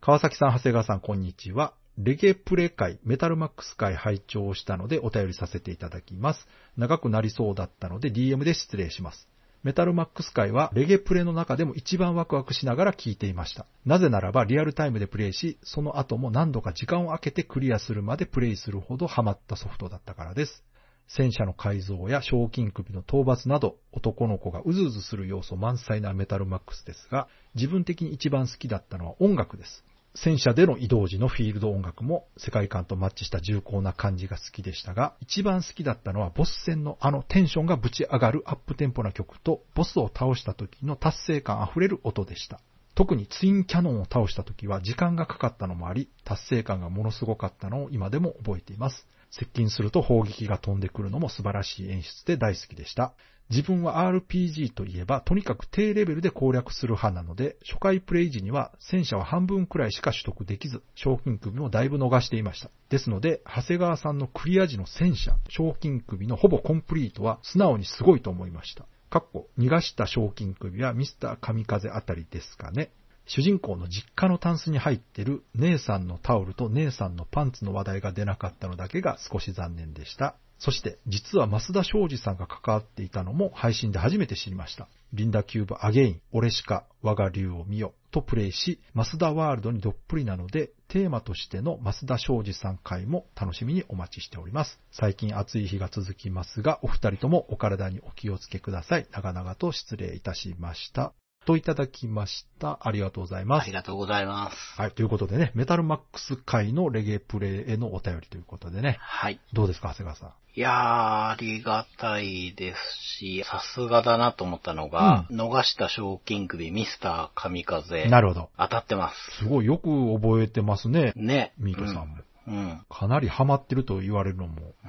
Speaker 2: 川崎さん、長谷川さん、こんにちは。レゲプレ会、メタルマックス会拝聴したのでお便りさせていただきます。長くなりそうだったので DM で失礼します。メタルマックス会はレゲプレの中でも一番ワクワクしながら聞いていました。なぜならばリアルタイムでプレイし、その後も何度か時間を空けてクリアするまでプレイするほどハマったソフトだったからです。戦車の改造や賞金首の討伐など、男の子がうずうずする要素満載なメタルマックスですが、自分的に一番好きだったのは音楽です。戦車での移動時のフィールド音楽も世界観とマッチした重厚な感じが好きでしたが、一番好きだったのはボス戦のあのテンションがぶち上がるアップテンポな曲と、ボスを倒した時の達成感あふれる音でした。特にツインキャノンを倒した時は時間がかかったのもあり、達成感がものすごかったのを今でも覚えています。接近すると砲撃が飛んでくるのも素晴らしい演出で大好きでした。自分は RPG といえば、とにかく低レベルで攻略する派なので、初回プレイ時には戦車は半分くらいしか取得できず、賞金首もだいぶ逃していました。ですので、長谷川さんのクリア時の戦車、賞金首のほぼコンプリートは素直にすごいと思いました。かっこ、逃がした賞金首はミスター神風あたりですかね。主人公の実家のタンスに入ってる姉さんのタオルと姉さんのパンツの話題が出なかったのだけが少し残念でした。そして、実は増田昌司さんが関わっていたのも配信で初めて知りました。リンダキューブアゲイン、俺しか我が竜を見よとプレイし、増田ワールドにどっぷりなので、テーマとしての増田昌司さん会も楽しみにお待ちしております。最近暑い日が続きますが、お二人ともお体にお気をつけください。長々と失礼いたしました。といただきました。ありがとうございま
Speaker 3: あ
Speaker 2: す
Speaker 3: り。がとうございます。
Speaker 2: はい。ということでね、メタルマックス会のレゲエプレイへのお便りということでね。
Speaker 3: はい。
Speaker 2: どうですか、長谷川さん。
Speaker 3: いやー、ありがたいですし、さすがだなと思ったのが、
Speaker 2: う
Speaker 3: 逃した賞金首ミスター神風。
Speaker 2: なるほど。
Speaker 3: 当たってます。
Speaker 2: すごいよく覚えてますね。
Speaker 3: ね。
Speaker 2: ミートさんも。
Speaker 3: うん。うん。
Speaker 2: かなりハマってると言われるのも。
Speaker 3: うー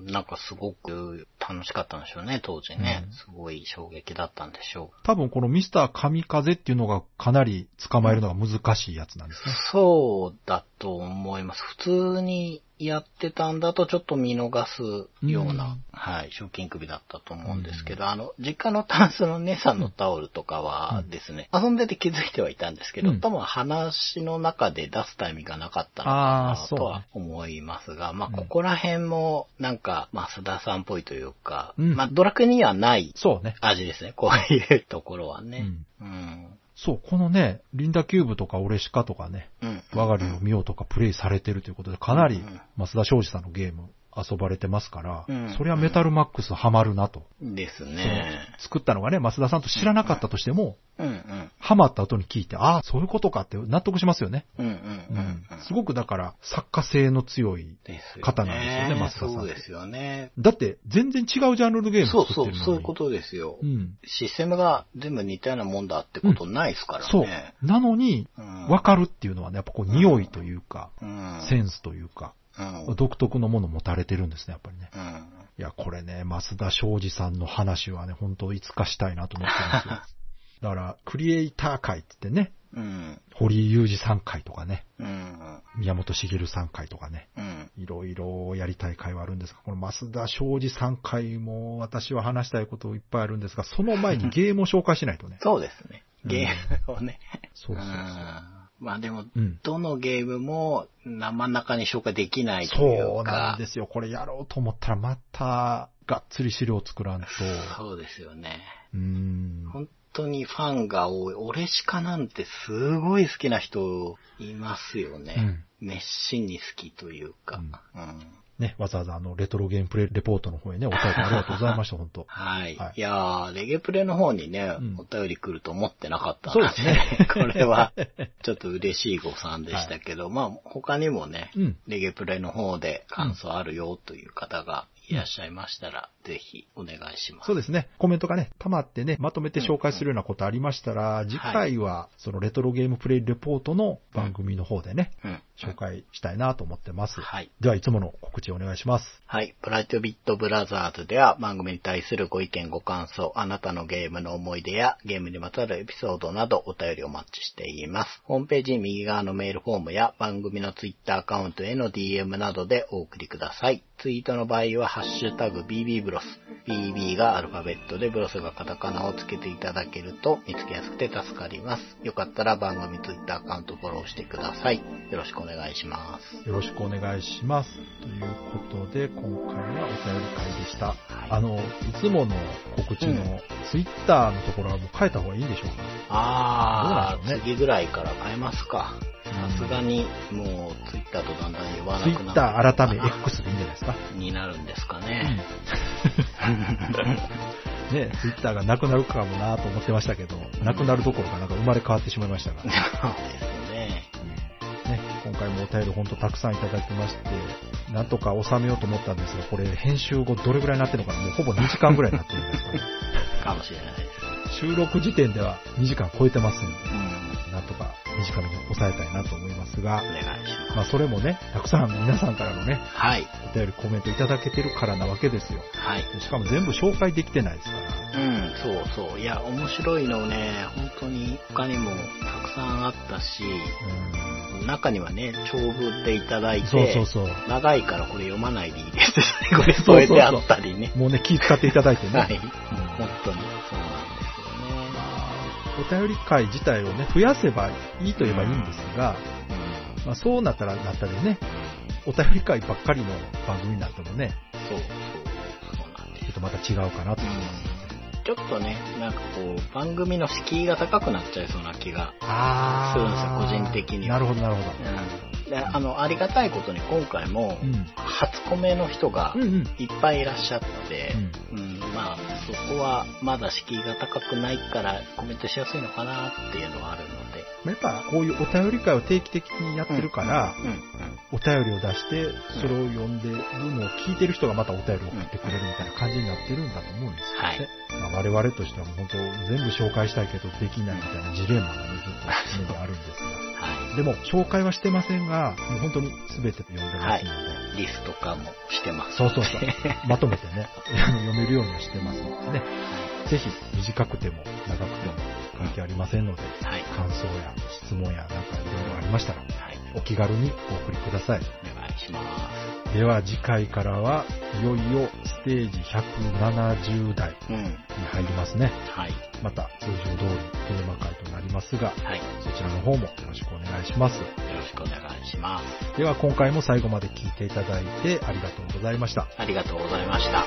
Speaker 3: んなんかすごく楽しかったんでしょうね、当時ね。
Speaker 2: うん
Speaker 3: すごい衝撃だったんでしょう。
Speaker 2: 多分このミスター神風っていうのがかなり捕まえるのが難しいやつなんですね。
Speaker 3: そうだと思います。普通にやってたんだとちょっと見逃すよう
Speaker 2: う
Speaker 3: な、
Speaker 2: ん
Speaker 3: はい、賞金首だったと思うんですけど、あの、実家のタンスの姉さんのタオルとかは
Speaker 2: うん
Speaker 3: ですね、遊んでて気づいてはいたんですけど、
Speaker 2: うん
Speaker 3: 多分話の中で出すタイミングがなかったの
Speaker 2: あ
Speaker 3: か
Speaker 2: ー
Speaker 3: な
Speaker 2: そう
Speaker 3: と
Speaker 2: ね
Speaker 3: は思いますが、まあ、
Speaker 2: うん
Speaker 3: ここら辺もなんか、まあ、須田さんっぽいというか、
Speaker 2: うん
Speaker 3: まあ、ドラクエにはない
Speaker 2: そうね。
Speaker 3: 味ですね、こういうところは
Speaker 2: う
Speaker 3: ね。
Speaker 2: ん。
Speaker 3: うん。
Speaker 2: そう、このね、リンダキューブとかオレシカとかね、
Speaker 3: うん。
Speaker 2: 我が竜を見ようとかプレイされてるということで、かなり
Speaker 3: うん
Speaker 2: 増田昌司さんのゲーム遊ばれてますから、
Speaker 3: うん
Speaker 2: そりゃメタルマックスハマるなと。
Speaker 3: ですね。
Speaker 2: 作ったのがね、増田さんと知らなかったとしても、
Speaker 3: うんうん。
Speaker 2: ハマった後に聞いて、ああ、そういうことかって納得しますよね。
Speaker 3: うんうん
Speaker 2: う
Speaker 3: うん
Speaker 2: ん
Speaker 3: うん。。
Speaker 2: すごくだから、作家性の強い。
Speaker 3: ですよね
Speaker 2: 方なんですよね松田さん
Speaker 3: そうですよね。
Speaker 2: だって、全然違うジャンルのゲーム
Speaker 3: そう
Speaker 2: 作って
Speaker 3: そ
Speaker 2: るの
Speaker 3: う、
Speaker 2: に。
Speaker 3: そういうことですよ。
Speaker 2: うん。
Speaker 3: システムが全部似たようなもんだってことないですから
Speaker 2: そう
Speaker 3: ね。。
Speaker 2: なのに、
Speaker 3: うん
Speaker 2: わかるっていうのはね、やっぱこう、匂いというか、
Speaker 3: うん。
Speaker 2: センスというか、
Speaker 3: うん。
Speaker 2: 独特のもの持たれてるんですね、やっぱりね。
Speaker 3: うん
Speaker 2: いや、これね、増田昌司さんの話はね、本当いつかしたいなと思ってるん
Speaker 3: [LAUGHS]
Speaker 2: ですよ。だから、クリエイター会って言ってね、
Speaker 3: うん。
Speaker 2: 堀井雄二さん会とかね、
Speaker 3: うん。
Speaker 2: 宮本茂さん会とかね、
Speaker 3: うん。
Speaker 2: いろいろやりたい会はあるんですが、この増田昌司さん会も私は話したいこといっぱいあるんですが、その前
Speaker 3: [LAUGHS]
Speaker 2: にゲームを紹介しないとね。
Speaker 3: そうですね。ゲームをね。
Speaker 2: そう
Speaker 3: う
Speaker 2: そうんそ
Speaker 3: まあでも、
Speaker 2: う。うん。
Speaker 3: どのゲームも生中に紹介できないというか。
Speaker 2: そうなんですよ。これやろうと思ったらまた、がっつり資料作らんと。
Speaker 3: そうですよね。
Speaker 2: うーん。
Speaker 3: 本当にファンが多い。俺しかなんてすごい好きな人いますよね。熱心に好きというか。うん
Speaker 2: ね、わざわざあの、レトロゲームプレイレポートの方へね、お便りありがとうござい
Speaker 3: [LAUGHS]
Speaker 2: ました、本当
Speaker 3: はい。
Speaker 2: はい
Speaker 3: い、やー、レゲプレの方にね、
Speaker 2: うん
Speaker 3: お便り来ると思ってなかった
Speaker 2: そう
Speaker 3: の
Speaker 2: ですね
Speaker 3: [LAUGHS] これは、ちょっと嬉しい誤算でしたけど、まあ、他にもね、
Speaker 2: うん。
Speaker 3: レゲプレの方で感想あるよという方がいらっしゃいましたら、ぜひお願いします。
Speaker 2: そうですね。コメントがね、溜まってね、まとめて紹介するようなことありましたら、次回は、そのレトロゲームプレイレポートの番組の方でね、
Speaker 3: うん。
Speaker 2: 紹介したいなと思ってます。
Speaker 3: はい。
Speaker 2: では、いつもの告知をお願いします。
Speaker 3: はい。プライトビットブラザーズでは番組に対するご意見、ご感想、あなたのゲームの思い出やゲームにまつわるエピソードなどお便りをお待ちしています。ホームページ右側のメールフォームや番組のツイッターアカウントへの DM などでお送りください。ツイートの場合はハッシュタグ BB ブロス。BB がアルファベットでブロスがカタカナをつけていただけると見つけやすくて助かります。よかったら番組ツイッターアカウントフォローしてください。よろしくお願いします。
Speaker 2: よろしくお願いします。ということで、今回はお便り会でした。
Speaker 3: はい
Speaker 2: あの、いつもの告知
Speaker 3: う
Speaker 2: のツイッターのところはもう変えた方がいいんでしょうか
Speaker 3: あ
Speaker 2: どうなんでしょう
Speaker 3: あ、
Speaker 2: ね
Speaker 3: 次ぐらいから変えますか。
Speaker 2: うん
Speaker 3: さすがに、もう、ツイッターとだんだん言わ
Speaker 2: ツ
Speaker 3: なく
Speaker 2: イ
Speaker 3: なって
Speaker 2: ッター改め X でいいんじゃないですか。
Speaker 3: になるんですかね。
Speaker 2: ねツイッターがなくなるかもなと思ってましたけど、なくなるどころかなんか生まれ変わってしまいましたが、
Speaker 3: そう
Speaker 2: ね、
Speaker 3: ですね。
Speaker 2: 今回もお便りほんとたくさんいただきまして、なんとか収めようと思ったんですが、これ編集後どれぐらいになってるのかな、もうほぼ2時間ぐらいになってるんですかね。
Speaker 3: かもしれないです。
Speaker 2: 収録時点では2時間超えてますんで、
Speaker 3: うん。
Speaker 2: なんとか短めに抑えたいなと思いますが
Speaker 3: お、願いします。
Speaker 2: まあそれもね、たくさん皆さんからのね、
Speaker 3: はい。
Speaker 2: お便りコメントいただけてるからなわけですよ。
Speaker 3: はい。
Speaker 2: しかも全部紹介できてないですから。
Speaker 3: うん、そうそう。いや、面白いのね、本当に他にもたくさんあったし、
Speaker 2: うん
Speaker 3: 中にはね、長文でいただいて、
Speaker 2: そうそうそう。
Speaker 3: 長いからこれ読まないでいいですって最後に添えてあったりね。
Speaker 2: もうね、気使っていただいてね。
Speaker 3: はい。
Speaker 2: うん
Speaker 3: 本当にそうなんですよね。
Speaker 2: お便り会自体をね、増やせばいいといえばいいんですが、
Speaker 3: うん
Speaker 2: まあ、そうなったらなったでね、お便り会ばっかりの番組になってもね、
Speaker 3: そうそう。そうなんです
Speaker 2: ちょっとまた違うかなと思います。
Speaker 3: ちょっとね、なんかこう、番組の敷居が高くなっちゃいそうな気が。
Speaker 2: あ
Speaker 3: そうですよ個人的に
Speaker 2: な
Speaker 3: は
Speaker 2: るほど、なるほど。
Speaker 3: うん。で、あの、ありがたいことに今回も
Speaker 2: う、ん。
Speaker 3: 初コメの人が
Speaker 2: うんうん。
Speaker 3: いっぱいいらっしゃって、
Speaker 2: うん
Speaker 3: うん、まあ、そこはまだ敷居が高くないからコメントしやすいのかなっていうのはあるので。
Speaker 2: やっぱこういうお便り会を定期的にやってるから、
Speaker 3: う
Speaker 2: お
Speaker 3: ん、
Speaker 2: 便りを出して、それを読んでるのを聞いてる人がまたお便りを送ってくれるみたいな感じになってるんだと思うんですよね。
Speaker 3: はい
Speaker 2: まあ、我々としては本当全部紹介したいけどできないみたいなジレンマがね、ずっと常にあるんですが。
Speaker 3: は
Speaker 2: でも、紹介はしてませんが、もう本当に全て読んでますので、
Speaker 3: い。リスト化もしてます。
Speaker 2: そう
Speaker 3: [LAUGHS]
Speaker 2: そうそう、まとめてね、あの読めるようにはしてますのでね、ぜひ短くても長くても関係ありませんので、
Speaker 3: はい。
Speaker 2: 感想や質問やなんかいろいろありましたら、
Speaker 3: はい。
Speaker 2: お気軽にお送りください。
Speaker 3: お願いしま
Speaker 2: では次回からはいよいよステージ170台
Speaker 3: す。うん。
Speaker 2: に入りますね。
Speaker 3: はい。
Speaker 2: また通常通りテーマ会となりますが、
Speaker 3: はい。
Speaker 2: そちらの方もよろしくお願いします。
Speaker 3: よろしくお願いします。
Speaker 2: では今回も最後まで聞いていただいてありがとうございました。
Speaker 3: ありがとうございました。